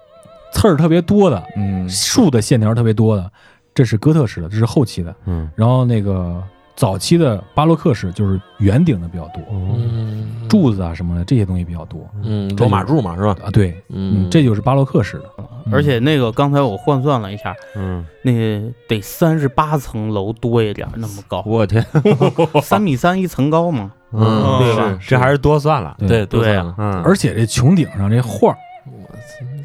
[SPEAKER 8] 刺儿特别多的，
[SPEAKER 6] 嗯，
[SPEAKER 8] 竖的线条特别多的，这是哥特式的，这是后期的。
[SPEAKER 3] 嗯，
[SPEAKER 8] 然后那个早期的巴洛克式就是圆顶的比较多，
[SPEAKER 3] 嗯
[SPEAKER 8] 柱子啊什么的这些东西比较多
[SPEAKER 3] 嗯罗马柱嘛是吧？
[SPEAKER 8] 啊。对，嗯，这就是巴洛克式的。
[SPEAKER 9] 而且那个刚才我换算了一下，
[SPEAKER 3] 嗯，
[SPEAKER 9] 那个得三十八层楼多一点，那么高，
[SPEAKER 3] 我天，
[SPEAKER 9] 三米三一层高嘛。
[SPEAKER 3] 嗯，
[SPEAKER 9] 对
[SPEAKER 6] 吧？
[SPEAKER 3] 这还是多算了，
[SPEAKER 8] 哦对
[SPEAKER 3] 对
[SPEAKER 9] 对
[SPEAKER 3] 啊，嗯，
[SPEAKER 8] 而且这穹顶上这画儿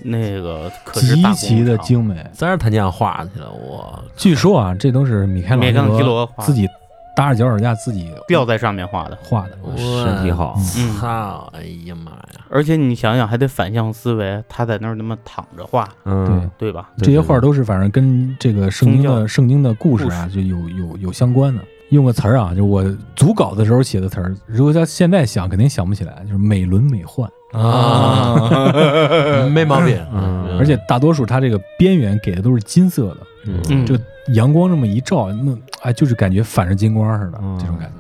[SPEAKER 9] 那个可是
[SPEAKER 8] 极
[SPEAKER 9] 大工啊
[SPEAKER 8] 其的
[SPEAKER 9] 厂
[SPEAKER 8] 精美，
[SPEAKER 3] 真是他娘画去了，我
[SPEAKER 8] 据说啊，这都是米开
[SPEAKER 9] 米开朗
[SPEAKER 8] 朗
[SPEAKER 9] 基
[SPEAKER 8] 基
[SPEAKER 9] 罗
[SPEAKER 8] 罗
[SPEAKER 9] 画的
[SPEAKER 8] 自己搭着脚手架自己
[SPEAKER 9] 吊在上面画的。
[SPEAKER 8] 画的。
[SPEAKER 3] 我
[SPEAKER 5] 身体好，
[SPEAKER 9] 嗯
[SPEAKER 3] 操，哎呀妈
[SPEAKER 8] 嗯
[SPEAKER 3] 呀，
[SPEAKER 9] 而且你想想，还得反向思维，他在那儿那么躺着画，
[SPEAKER 8] 对
[SPEAKER 3] 嗯，，
[SPEAKER 9] 对吧？
[SPEAKER 8] 这些画儿都是反正跟这个圣经
[SPEAKER 9] 宗教
[SPEAKER 8] 的圣经的故事啊，
[SPEAKER 9] 故
[SPEAKER 8] 就有有有相关的。用个词儿啊，就我组稿的时候写的词儿，如果在现在想，肯定想不起来，就是美轮美奂，
[SPEAKER 3] 啊， 没毛病，
[SPEAKER 8] 嗯
[SPEAKER 3] 嗯
[SPEAKER 8] 而且大多数它这个边缘给的都是金色的，
[SPEAKER 9] 嗯，
[SPEAKER 8] 这个阳光这么一照，那哎就是感觉反射金光似的
[SPEAKER 3] 嗯
[SPEAKER 8] 这种感觉。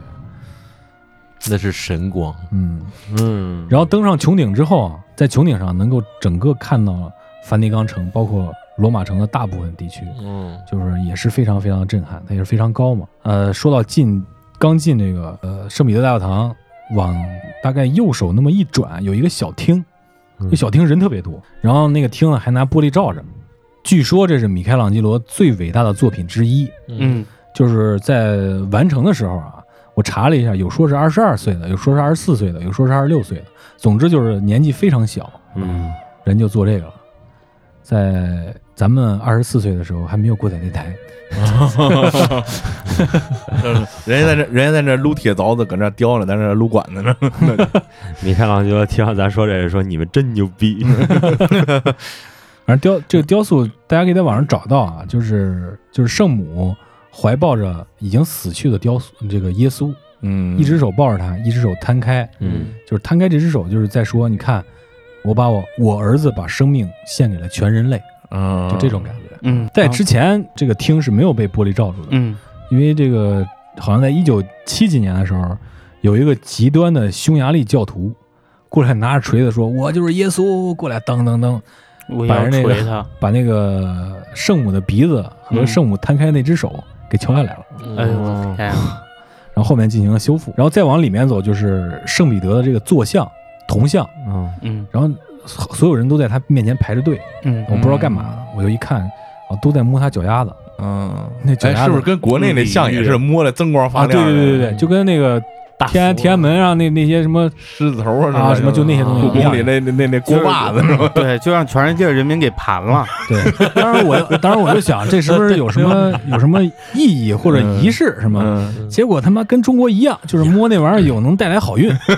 [SPEAKER 3] 那是神光，
[SPEAKER 8] 嗯，
[SPEAKER 3] 嗯
[SPEAKER 8] 然后登上穹顶之后啊，在穹顶上能够整个看到梵蒂冈城，包括罗马城的大部分地区，
[SPEAKER 3] 嗯
[SPEAKER 8] 就是也是非常非常震撼，它也是非常高嘛。呃，说到进刚进这个呃圣彼得大教堂，往大概右手那么一转，有一个小厅，
[SPEAKER 3] 嗯
[SPEAKER 8] 那小厅人特别多，然后那个厅呢还拿玻璃罩着。据说这是米开朗基罗最伟大的作品之一，
[SPEAKER 9] 嗯，
[SPEAKER 8] 就是在完成的时候啊，我查了一下，有说是二十二岁的，有说是二十四岁的，有说是二十六岁的，总之就是年纪非常小，
[SPEAKER 3] 嗯，
[SPEAKER 8] 人就做这个了。在咱们二十四岁的时候还没有过载那台，
[SPEAKER 6] 人家在这，人家在这撸铁凿子，搁那雕呢，在那撸管子呢。
[SPEAKER 5] 米开朗基罗听到咱说这个，说你们真牛逼，
[SPEAKER 8] 反正雕这个雕塑大家可以在网上找到啊，就是就是圣母怀抱着已经死去的雕塑这个耶稣，
[SPEAKER 6] 嗯
[SPEAKER 8] 一只手抱着他，一只手摊开，
[SPEAKER 3] 嗯，
[SPEAKER 8] 就是摊开这只手就是在说，你看我把我我儿子把生命献给了全人类，
[SPEAKER 6] 啊
[SPEAKER 8] 就这种感觉。
[SPEAKER 9] 嗯，
[SPEAKER 8] 在之前，这个厅是没有被玻璃罩住的，
[SPEAKER 9] 嗯
[SPEAKER 8] 因为这个好像在一九七几年的时候，有一个极端的匈牙利教徒过来拿着锤子说：“我就是耶稣！”过来当当当，
[SPEAKER 9] 嗯我
[SPEAKER 8] 把
[SPEAKER 9] 要
[SPEAKER 8] 人那个
[SPEAKER 9] 锤他，
[SPEAKER 8] 把那个圣母的鼻子
[SPEAKER 6] 嗯
[SPEAKER 8] 和圣母摊开那只手给敲下来了，
[SPEAKER 3] 嗯
[SPEAKER 9] 哎呦我
[SPEAKER 8] 嗯
[SPEAKER 9] 的天啊，
[SPEAKER 8] 然后后面进行了修复，然后再往里面走就是圣彼得的这个坐像铜像，
[SPEAKER 9] 嗯
[SPEAKER 8] 然后所有人都在他面前排着队，
[SPEAKER 9] 嗯
[SPEAKER 8] 我不知道干嘛，我就一看啊，都在摸他脚丫子。
[SPEAKER 6] 嗯，
[SPEAKER 8] 那脚
[SPEAKER 6] 哎，
[SPEAKER 8] 丫
[SPEAKER 6] 是
[SPEAKER 8] 子
[SPEAKER 6] 不是跟国内那像也是摸的锃光发
[SPEAKER 8] 啊，对
[SPEAKER 6] 亮的？
[SPEAKER 8] 对对对对，就跟那个
[SPEAKER 9] 大
[SPEAKER 8] 天安
[SPEAKER 9] 佛
[SPEAKER 6] 啊
[SPEAKER 8] 天安门上那那些 什么
[SPEAKER 6] 狮子头啊
[SPEAKER 8] 啊什么就那些东西
[SPEAKER 6] 故
[SPEAKER 8] 一样嗯
[SPEAKER 6] 宫里那那那那锅巴子是吧？
[SPEAKER 9] 对，就让全世界人民给盘 了，
[SPEAKER 8] 对，当然我当然我就想这是不是有什么有什么意义或者仪式什么？
[SPEAKER 6] 嗯，
[SPEAKER 8] 结果他妈跟中国一样，就是摸那玩意儿有能带来好运，嗯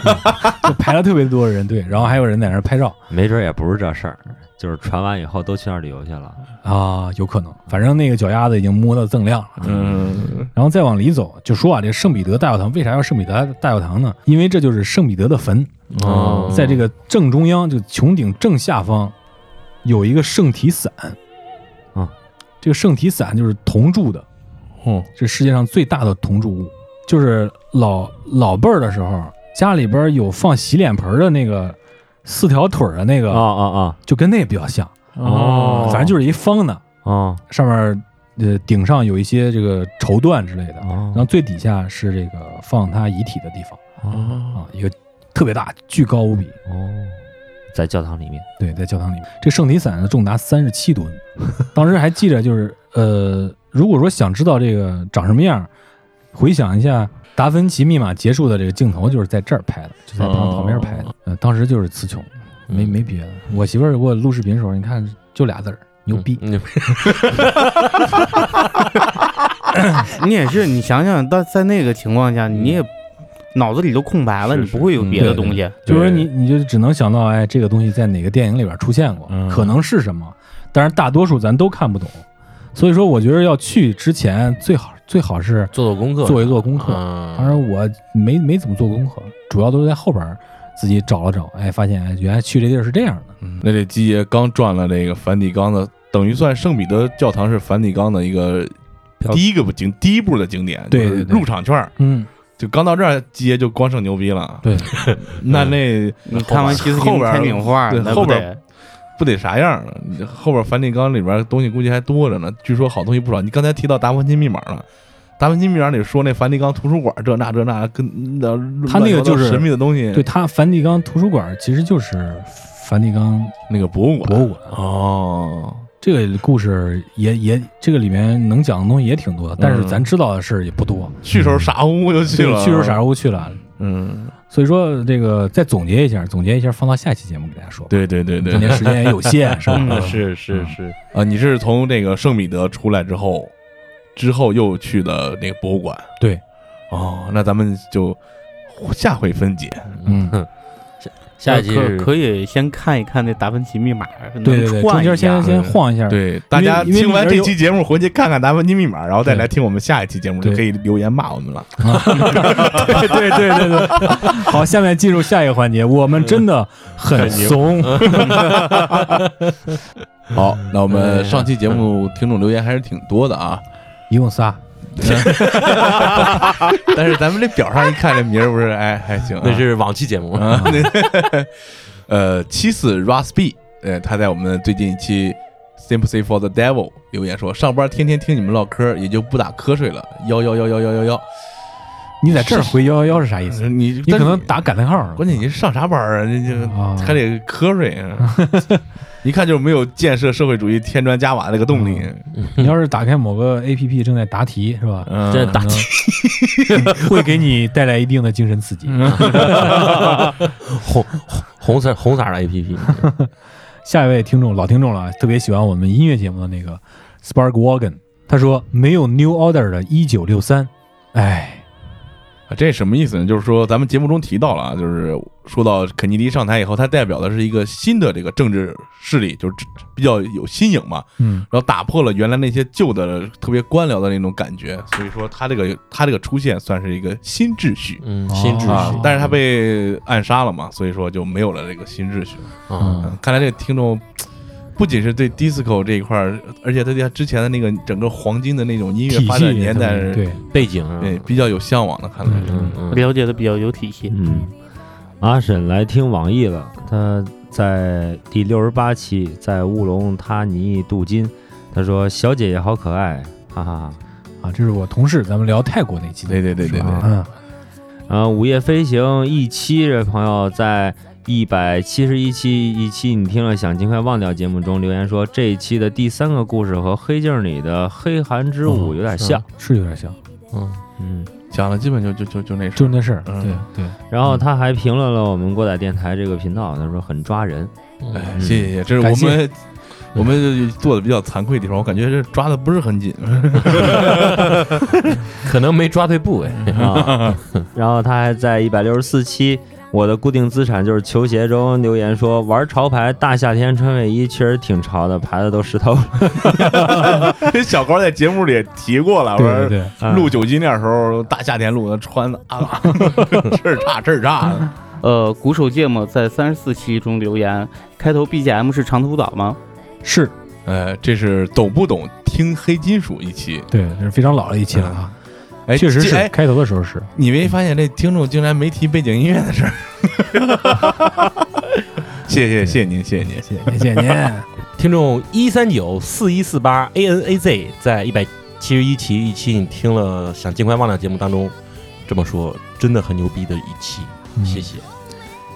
[SPEAKER 8] 就排了特别多的人队，然后还有人在那儿拍照
[SPEAKER 5] 没准也不是这事儿，就是传完以后都去那儿旅游去了。
[SPEAKER 8] 啊，有可能，反正那个脚丫子已经摸到锃亮了。
[SPEAKER 6] 嗯，
[SPEAKER 8] 然后再往里走，就说啊，这圣彼得大教堂为啥要圣彼得大教堂呢？因为这就是圣彼得的坟，
[SPEAKER 3] 哦
[SPEAKER 8] 在这个正中央，就穹顶正下方，有一个圣体伞，
[SPEAKER 5] 啊，
[SPEAKER 8] 这个圣体伞就是铜铸的，
[SPEAKER 6] 哦，
[SPEAKER 8] 是世界上最大的铜铸物。就是老老辈儿的时候，家里边有放洗脸盆的那个四条腿儿的那个，
[SPEAKER 5] 啊啊
[SPEAKER 8] 就跟那比较像，
[SPEAKER 5] 哦
[SPEAKER 8] 反正就是一方的，
[SPEAKER 5] 啊啊
[SPEAKER 8] 上面呃顶上有一些这个绸缎之类的，
[SPEAKER 3] 哦
[SPEAKER 8] 然后
[SPEAKER 5] 啊！
[SPEAKER 8] 最底下是这个放他遗体的地方啊，一个特别大、巨高无比。
[SPEAKER 5] 哦，在教堂里面，
[SPEAKER 8] 对，在教堂里面，这圣体伞呢重达三十七吨。当时还记着，就是呃，如果说想知道这个长什么样，回想一下《达芬奇密码》结束的这个镜头，就是在这儿拍的，就在旁
[SPEAKER 6] 哦
[SPEAKER 8] 旁边拍的。呃，当时就是词穷，没没别的。我媳妇儿给我录视频的时候，你看就俩字儿，牛逼。
[SPEAKER 3] 嗯
[SPEAKER 9] 你也是，你想想，但在那个情况下，你也脑子里都空白了，
[SPEAKER 10] 是
[SPEAKER 9] 你不会有别的东西。
[SPEAKER 8] 就是说
[SPEAKER 10] 对
[SPEAKER 8] 你你就只能想到，哎，这个东西在哪个电影里边出现过，
[SPEAKER 10] 嗯
[SPEAKER 8] 可能是什么，但是大多数咱都看不懂。所以说，我觉得要去之前，最好最好是
[SPEAKER 3] 做做功课，
[SPEAKER 8] 做一做功课。
[SPEAKER 3] 嗯
[SPEAKER 8] 当然，我没没怎么做功课，主要都是在后边儿自己找了找，哎，发现哎，原来去这地儿是这样的。
[SPEAKER 6] 那这基爷刚转了这个梵蒂冈的，等于算圣彼得教堂是梵蒂冈的一个
[SPEAKER 8] 标
[SPEAKER 6] 第一个景第一步的景点，
[SPEAKER 8] 对
[SPEAKER 6] 就是
[SPEAKER 8] 对对
[SPEAKER 6] 入场券儿。
[SPEAKER 8] 嗯，
[SPEAKER 6] 就刚到这儿，基爷就光剩牛逼了。
[SPEAKER 8] 对，
[SPEAKER 6] 那那
[SPEAKER 9] 你看完西斯
[SPEAKER 6] 后
[SPEAKER 9] 廷
[SPEAKER 6] 边
[SPEAKER 9] 天顶画，
[SPEAKER 6] 对
[SPEAKER 9] 那
[SPEAKER 6] 后
[SPEAKER 9] 不得
[SPEAKER 6] 边不得啥样了？你后边梵蒂冈里边东西估计还多着呢，据说好东西不少。你刚才提到达芬奇密码了。达芬奇密码里说那梵蒂冈图书馆这那这那跟那
[SPEAKER 8] 他那个就
[SPEAKER 6] 乱七
[SPEAKER 8] 是
[SPEAKER 6] 八糟神秘的东西，
[SPEAKER 8] 对，它梵蒂冈图书馆其实就是梵蒂冈
[SPEAKER 6] 那个博物馆
[SPEAKER 8] 博物馆。
[SPEAKER 6] 哦，
[SPEAKER 8] 这个故事也也这个里面能讲的东西也挺多，但是
[SPEAKER 6] 嗯
[SPEAKER 8] 咱知道的事儿也不多。
[SPEAKER 6] 去时候傻乎乎就去了，
[SPEAKER 8] 嗯
[SPEAKER 6] 啊
[SPEAKER 8] 去时候傻乎去了。
[SPEAKER 6] 嗯，
[SPEAKER 8] 所以说这个再总结一下，总结一下放到下期节目给大家说。吧。
[SPEAKER 6] 对对对对
[SPEAKER 8] 今，天时间也有限， 是吧？
[SPEAKER 9] 嗯
[SPEAKER 3] 是是是，
[SPEAKER 6] 啊，你是从这个圣彼得出来之后，之后又去的那个博物馆。
[SPEAKER 8] 对，
[SPEAKER 6] 哦，那咱们就下回分解。
[SPEAKER 8] 嗯，
[SPEAKER 3] 下一期
[SPEAKER 9] 可
[SPEAKER 3] 是
[SPEAKER 9] 可以先看一看那达芬奇密码，
[SPEAKER 8] 对对对，
[SPEAKER 9] 能
[SPEAKER 8] 中
[SPEAKER 9] 串一
[SPEAKER 8] 间
[SPEAKER 9] 下
[SPEAKER 8] 先先晃一下。
[SPEAKER 6] 对，大家
[SPEAKER 8] 因为
[SPEAKER 6] 听完
[SPEAKER 8] 里
[SPEAKER 6] 这
[SPEAKER 8] 边有
[SPEAKER 6] 期节目回去看看达芬奇密码，然后再来听我们下一期节目，就
[SPEAKER 8] 对
[SPEAKER 6] 可以留言骂我们了。
[SPEAKER 8] 对对对对对。 好，下面进入下一个环节，我们真的很怂。嗯
[SPEAKER 6] 好，那我们上期节目听众留言还是挺多的啊，
[SPEAKER 8] 一共仨，
[SPEAKER 6] 但是咱们这表上一看，这名儿不是哎还行啊，
[SPEAKER 3] 那是往期节目，
[SPEAKER 6] 啊，对 呃，七四 Rasby，呃，他在我们最近一期 Sympathy for the Devil 留言说，上班天天听你们唠嗑，也就不打瞌睡了，幺幺幺幺幺幺幺。
[SPEAKER 8] 你在这儿回幺幺幺是啥意思？
[SPEAKER 6] 你
[SPEAKER 8] 你可能，打感叹号
[SPEAKER 6] 但
[SPEAKER 8] 了
[SPEAKER 6] 嗯关键你是上啥班啊？你
[SPEAKER 8] 啊
[SPEAKER 6] 这还得瞌睡，啊 一看就是没有建设社会主义添砖加瓦的那个动力。
[SPEAKER 8] 你要是打开某个 A P P 正在答题是吧？
[SPEAKER 6] 嗯，
[SPEAKER 3] 这打
[SPEAKER 8] 会给你带来一定的精神刺激。
[SPEAKER 6] 嗯
[SPEAKER 3] 红红红色红色的 A P P，
[SPEAKER 8] 下一位听众老听众了，特别喜欢我们音乐节目的那个 Spark Wagon，他说没有 New Order 的1963，哎，
[SPEAKER 6] 啊这什么意思呢？就是说咱们节目中提到了啊，就是说到肯尼迪上台以后，他代表的是一个新的这个政治势力，就是比较有新颖嘛。
[SPEAKER 8] 嗯，
[SPEAKER 6] 然后打破了原来那些旧的特别官僚的那种感觉，所以说他这个他这个出现算是一个新秩序
[SPEAKER 3] 嗯，
[SPEAKER 8] 哦
[SPEAKER 3] 新秩
[SPEAKER 6] 啊
[SPEAKER 3] 序，，
[SPEAKER 6] 但是他被暗杀了嘛，所以说就没有了这个新秩序。
[SPEAKER 3] 嗯
[SPEAKER 6] 嗯，看来这个听众不仅是对 disco 这一块儿，而且他对他之前的那个整个黄金的那种音乐
[SPEAKER 8] 体
[SPEAKER 6] 发
[SPEAKER 8] 系
[SPEAKER 6] 展
[SPEAKER 8] 也
[SPEAKER 6] 年
[SPEAKER 8] 特别
[SPEAKER 6] 代是，
[SPEAKER 8] 对，
[SPEAKER 3] 背景啊，
[SPEAKER 6] 对比较有向往的。看来是，
[SPEAKER 3] 嗯嗯，
[SPEAKER 9] 了解的比较有体系。
[SPEAKER 5] 嗯，阿婶来听网易了，他在第六十八期在乌龙他尼镀金，他说小姐姐好可爱，哈哈哈。
[SPEAKER 8] 啊，这是我同事，咱们聊泰国那期，
[SPEAKER 6] 对对对对对，
[SPEAKER 8] 嗯，
[SPEAKER 5] 啊，午夜飞行一期的朋友在一百七十一期一期你听了想尽快忘掉节目中留言说这一期的第三个故事和黑镜里的黑寒之舞有点
[SPEAKER 6] 啊
[SPEAKER 5] 像，
[SPEAKER 8] 是有点像，
[SPEAKER 3] 嗯
[SPEAKER 5] 嗯，
[SPEAKER 6] 讲了基本就就就就那事
[SPEAKER 8] 就
[SPEAKER 6] 儿
[SPEAKER 8] 是那事儿，
[SPEAKER 6] 嗯
[SPEAKER 8] 对对，
[SPEAKER 5] 然后他还评论了我们过载电台这个频道，他说很 抓人，
[SPEAKER 6] 哎，
[SPEAKER 5] 嗯
[SPEAKER 6] 谢谢谢谢，这是
[SPEAKER 8] 感
[SPEAKER 6] 我
[SPEAKER 8] 谢
[SPEAKER 6] 们我们做的比较惭愧的地方，我感觉这抓的不是很紧。
[SPEAKER 3] 可能没抓对部位，
[SPEAKER 5] 啊，然后他还在一百六十四期《我的固定资产就是球鞋》中留言说，玩潮牌大夏天穿卫衣确实挺潮的，牌子都湿透了。
[SPEAKER 6] 跟小高在节目里也提过了，
[SPEAKER 8] 对对
[SPEAKER 6] 我
[SPEAKER 8] 对，
[SPEAKER 6] 说录酒精那时候大夏天录的穿的 啊，这儿差这儿差的，
[SPEAKER 9] 呃，鼓手芥末在三十四期中留言，开头 BGM 是长途岛吗？
[SPEAKER 8] 是，
[SPEAKER 6] 呃，这是懂不懂听黑金属一期，
[SPEAKER 8] 对，这是非常老的一期了啊，
[SPEAKER 6] 哎，
[SPEAKER 8] 确实
[SPEAKER 6] 这
[SPEAKER 8] 是
[SPEAKER 6] 哎，
[SPEAKER 8] 开头的时候是，
[SPEAKER 6] 你没发现这听众竟然没提背景音乐的事儿？ 谢谢谢谢您，谢谢您。
[SPEAKER 8] 谢谢谢谢您，
[SPEAKER 3] 听众一三九四一四八 A N A Z 在一百七十一期一期你听了想尽快忘掉节目当中这么说，真的很牛逼的一期，谢谢。
[SPEAKER 8] 嗯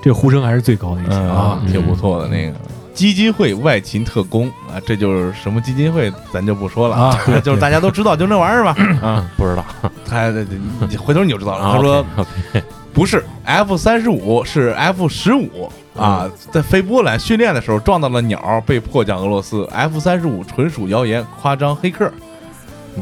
[SPEAKER 8] 这个呼声还是最高的一期
[SPEAKER 6] 啊
[SPEAKER 8] 啊，，
[SPEAKER 6] 挺不错的那个基金会外勤特工啊，这就是什么基金会，咱就不说了
[SPEAKER 8] 啊 对
[SPEAKER 6] 就是大家都知道，就那玩意儿吧。啊，
[SPEAKER 3] 不知道，
[SPEAKER 6] 他你回头你就知道了。
[SPEAKER 3] 啊
[SPEAKER 6] 他说
[SPEAKER 3] OK，OK
[SPEAKER 6] 不是 F 三十五，是 F 十五
[SPEAKER 8] 嗯
[SPEAKER 6] 啊，在飞波兰训练的时候撞到了鸟，被迫降俄罗斯。F 三十五纯属谣言，夸张黑客。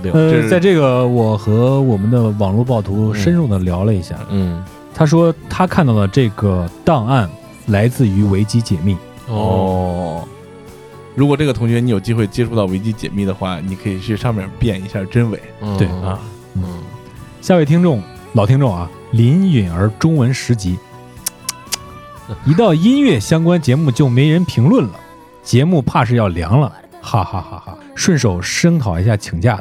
[SPEAKER 3] 对，
[SPEAKER 6] 这
[SPEAKER 8] 呃，
[SPEAKER 6] 是嗯
[SPEAKER 8] 在这个我和我们的网络暴徒深入的聊了一下，
[SPEAKER 3] 嗯，
[SPEAKER 8] 他说他看到的这个档案来自于维基解密，
[SPEAKER 3] 哦，
[SPEAKER 6] 哦，如果这个同学你有机会接触到维基解密的话，你可以去上面辨一下真 伪。
[SPEAKER 8] 对
[SPEAKER 6] 哦
[SPEAKER 3] 啊，嗯，
[SPEAKER 8] 下位听众，老听众啊，林允儿中文十级，一到音乐相关节目就没人评论了，节目怕是要凉了，哈哈哈哈！顺手声讨一下请假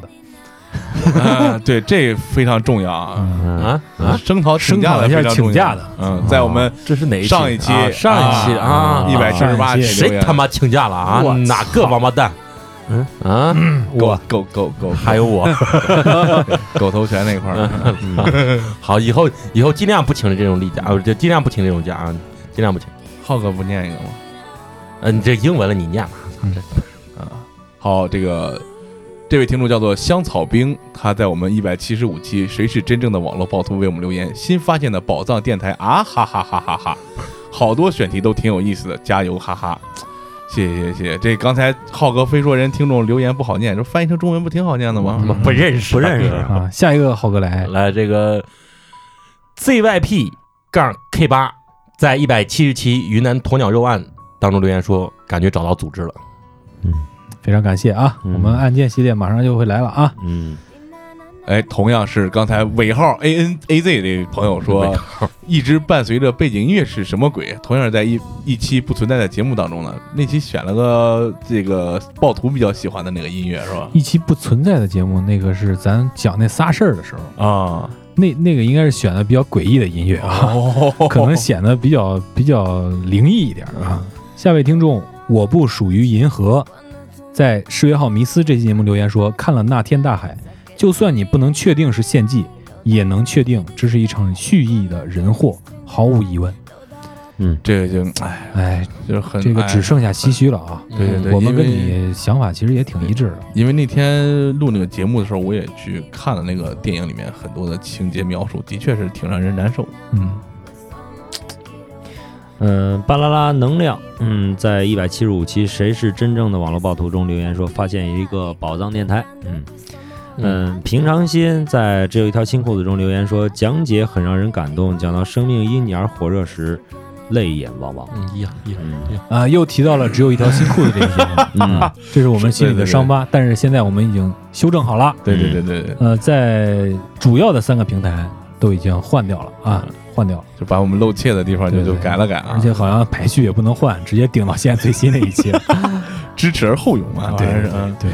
[SPEAKER 8] 的，
[SPEAKER 6] 啊，对，这非常重要啊。
[SPEAKER 8] 嗯，
[SPEAKER 5] 嗯，
[SPEAKER 3] 啊啊，
[SPEAKER 6] 声讨请假的非常重
[SPEAKER 8] 声讨一下请假
[SPEAKER 6] 要
[SPEAKER 8] 的
[SPEAKER 6] 嗯，在我们
[SPEAKER 3] 这是哪期
[SPEAKER 6] 上一期
[SPEAKER 3] 哦啊上一期啊，
[SPEAKER 6] 一百七十八
[SPEAKER 8] 上一
[SPEAKER 6] 期
[SPEAKER 8] 期
[SPEAKER 6] 留
[SPEAKER 3] 谁
[SPEAKER 6] 言
[SPEAKER 3] 他妈请假了啊
[SPEAKER 8] 我？
[SPEAKER 3] 哪个王八蛋？嗯啊，
[SPEAKER 6] 狗狗狗狗
[SPEAKER 3] 还有 我，
[SPEAKER 6] 狗头拳那 块儿，
[SPEAKER 3] 好，以后以后尽量不请这种例假，啊，就尽量不请这种假啊，尽量不请。
[SPEAKER 6] 浩哥不念一个吗？
[SPEAKER 3] 嗯，你这英文了，你念吧。
[SPEAKER 6] 好，这个这位听众叫做香草冰，他在我们一百七十五期《谁是真正的网络暴徒》为我们留言，新发现的宝藏电台啊，哈哈哈哈哈哈，好多选题都挺有意思的，加油，哈哈。谢谢谢谢，这刚才浩哥非说人听众留言不好念，说翻译成中文不挺好念的吗？
[SPEAKER 3] 不认嗯识，不认识。
[SPEAKER 8] 啊，下一个浩哥来，
[SPEAKER 3] 来，这个 ZYP 杠 K 八在一百七十期云南鸵鸟肉案当中留言说，感觉找到组织了。
[SPEAKER 8] 非常感谢啊，
[SPEAKER 5] 嗯
[SPEAKER 8] 我们案件系列马上就会来了啊，
[SPEAKER 5] 嗯，
[SPEAKER 6] 哎，同样是刚才尾号 A N A Z 这位朋友说
[SPEAKER 3] 尾，
[SPEAKER 6] 一直伴随着背景音乐是什么鬼？同样是在一一期不存在的节目当中呢，那期选了个这个暴徒比较喜欢的那个音乐是吧？
[SPEAKER 8] 一期不存在的节目，那个是咱讲那仨事儿的时候，
[SPEAKER 6] 啊，
[SPEAKER 8] 那那个应该是选的比较诡异的音乐啊，
[SPEAKER 6] 哦，
[SPEAKER 8] 可能显得比较比较灵异一点儿啊。下位听众，我不属于银河，在视觉号迷思这期节目留言说，看了《那天大海》，就算你不能确定是献祭，也能确定这是一场蓄意的人祸，毫无疑问。
[SPEAKER 6] 这个就哎，
[SPEAKER 8] 哎，
[SPEAKER 6] 就是很
[SPEAKER 8] 这个只
[SPEAKER 6] 哎
[SPEAKER 8] 剩下唏嘘了啊。
[SPEAKER 6] 对对对，
[SPEAKER 8] 我们跟
[SPEAKER 6] 因为
[SPEAKER 8] 你想法其实也挺一致的。
[SPEAKER 6] 因为那天录那个节目的时候，我也去看了那个电影里面很多的情节描述，的确是挺让人难受。
[SPEAKER 8] 嗯，
[SPEAKER 5] 嗯，巴啦啦能量，嗯，在一百七十五期《谁是真正的网络暴徒》中留言说，发现一个宝藏电台。嗯嗯，平常心在只有一条新裤子中留言说，讲解很让人感动，讲到生命因你而火热时，泪眼汪汪。
[SPEAKER 3] 嗯，一样一样。
[SPEAKER 5] 嗯
[SPEAKER 8] 啊，又提到了只有一条新裤子这个节目，
[SPEAKER 5] 嗯
[SPEAKER 8] 这是我们心里的伤疤，但是现在我们已经修正好了。
[SPEAKER 6] 对对对对对，
[SPEAKER 8] 呃，在主要的三个平台都已经换掉了啊，换掉了，
[SPEAKER 6] 就把我们露怯的地方就
[SPEAKER 8] 对对
[SPEAKER 6] 就改了改嗯啊
[SPEAKER 8] 而，且好像排序也不能换，直接顶到现在最新的 一期了。
[SPEAKER 6] 知耻而后勇嘛，
[SPEAKER 8] 对
[SPEAKER 6] 还是
[SPEAKER 8] 对
[SPEAKER 6] 嗯。
[SPEAKER 8] 对，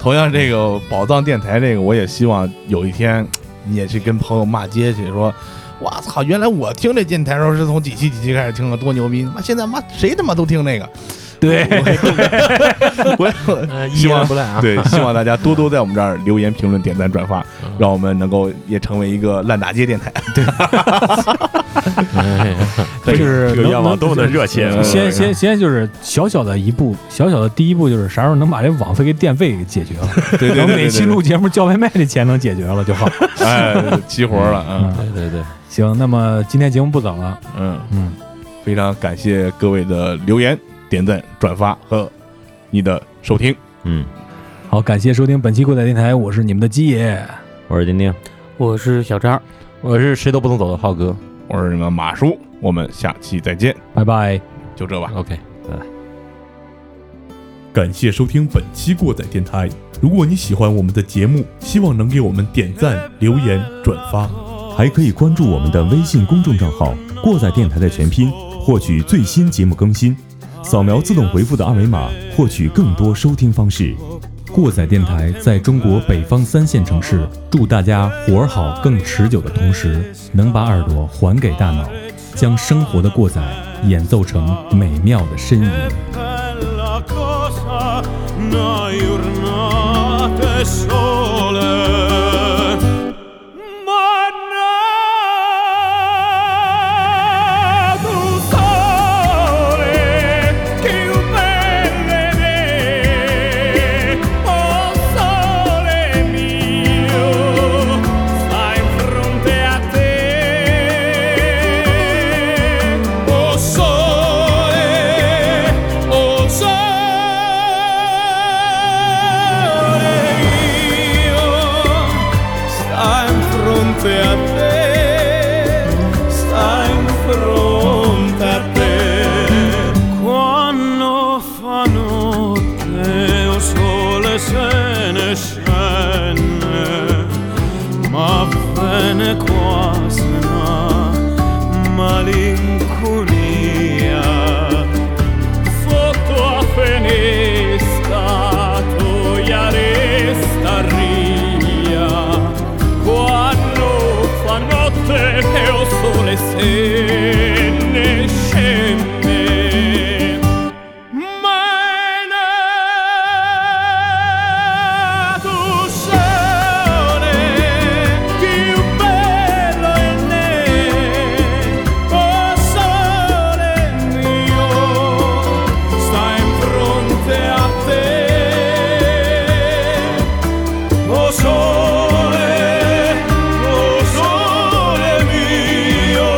[SPEAKER 6] 同样，这个宝藏电台，这个我也希望有一天你也去跟朋友骂街去，说，我操，原来我听这电台时候是从几期几期开始听的，多牛逼！妈，现在妈谁他妈都听那个，对，我我
[SPEAKER 3] 呃，
[SPEAKER 6] 希
[SPEAKER 3] 一
[SPEAKER 6] 望
[SPEAKER 3] 言不赖啊。
[SPEAKER 6] 对，希望大家多多在我们这儿留言、评论、点赞、转发，让我们能够也成为一个烂大街电台。
[SPEAKER 3] 哎
[SPEAKER 6] 可 以
[SPEAKER 8] 就是
[SPEAKER 10] 这个
[SPEAKER 8] 能
[SPEAKER 10] 愿望多么的热切
[SPEAKER 6] 呃
[SPEAKER 8] 能先
[SPEAKER 6] 嗯
[SPEAKER 8] 先先就是小小的一步，小小的第一步就是啥时候能把这网费跟电费给解决了，
[SPEAKER 6] 对对
[SPEAKER 8] 等
[SPEAKER 6] 对，
[SPEAKER 8] 每期录节目叫外卖的钱能解决了就 好。
[SPEAKER 6] 哎，齐活了，嗯
[SPEAKER 8] 嗯，
[SPEAKER 3] 对对对，
[SPEAKER 8] 行，那么今天节目不早了，
[SPEAKER 6] 嗯
[SPEAKER 8] 嗯，
[SPEAKER 6] 非常感谢各位的留言、点赞、转发和你的收听。
[SPEAKER 5] 嗯，
[SPEAKER 8] 好，感谢收听本期过载电台，我是你们的鸡爷，
[SPEAKER 5] 我是丁丁。
[SPEAKER 9] 我是小张，
[SPEAKER 3] 我是谁都不能走的浩哥。
[SPEAKER 6] 我是你们马叔，我们下期再见，
[SPEAKER 8] 拜拜。
[SPEAKER 6] 就这吧。
[SPEAKER 3] OK。
[SPEAKER 2] 感谢收听本期过载电台。如果你喜欢我们的节目，希望能给我们点赞、留言、转发。
[SPEAKER 10] 还可以关注我们的微信公众账号“过载电台”的全拼，获取最新节目更新。扫描自动回复的二维码，获取更多收听方式。
[SPEAKER 4] 过载电台在中国北方三线城市，祝大家活儿好更持久的同时，能把耳朵还给大脑，将生活的过载演奏成美妙的呻吟。
[SPEAKER 11] la cosa una giornata sole ma un sole che un bel vede oh sole mio stai in fronte a te oh sole شأنه ما فنك واسنا malinconia sotto a finestra tu ja resta ria quando fa notte e il sole se ne scende Ma tu sole più bello è me, oh sole mio, sta in fronte a te. Oh sole, oh sole mio,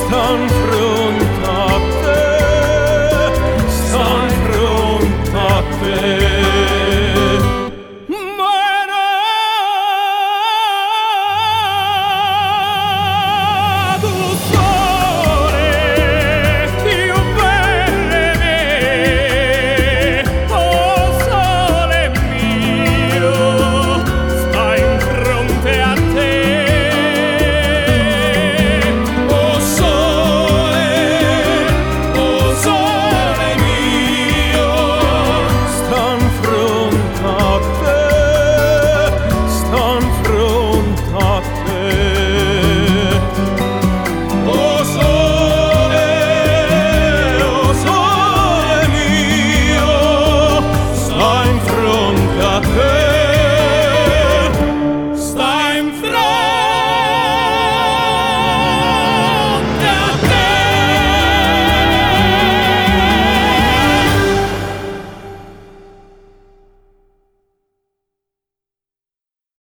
[SPEAKER 11] stan pronta a te, stan pronta a te. Marato sole, più belle me, oh sole mio, stai in fronte a te. Oh sole, oh sole mio, stan fronte a te, stan fronte a te. Oh sole, oh sole mio, sta in fronte a te,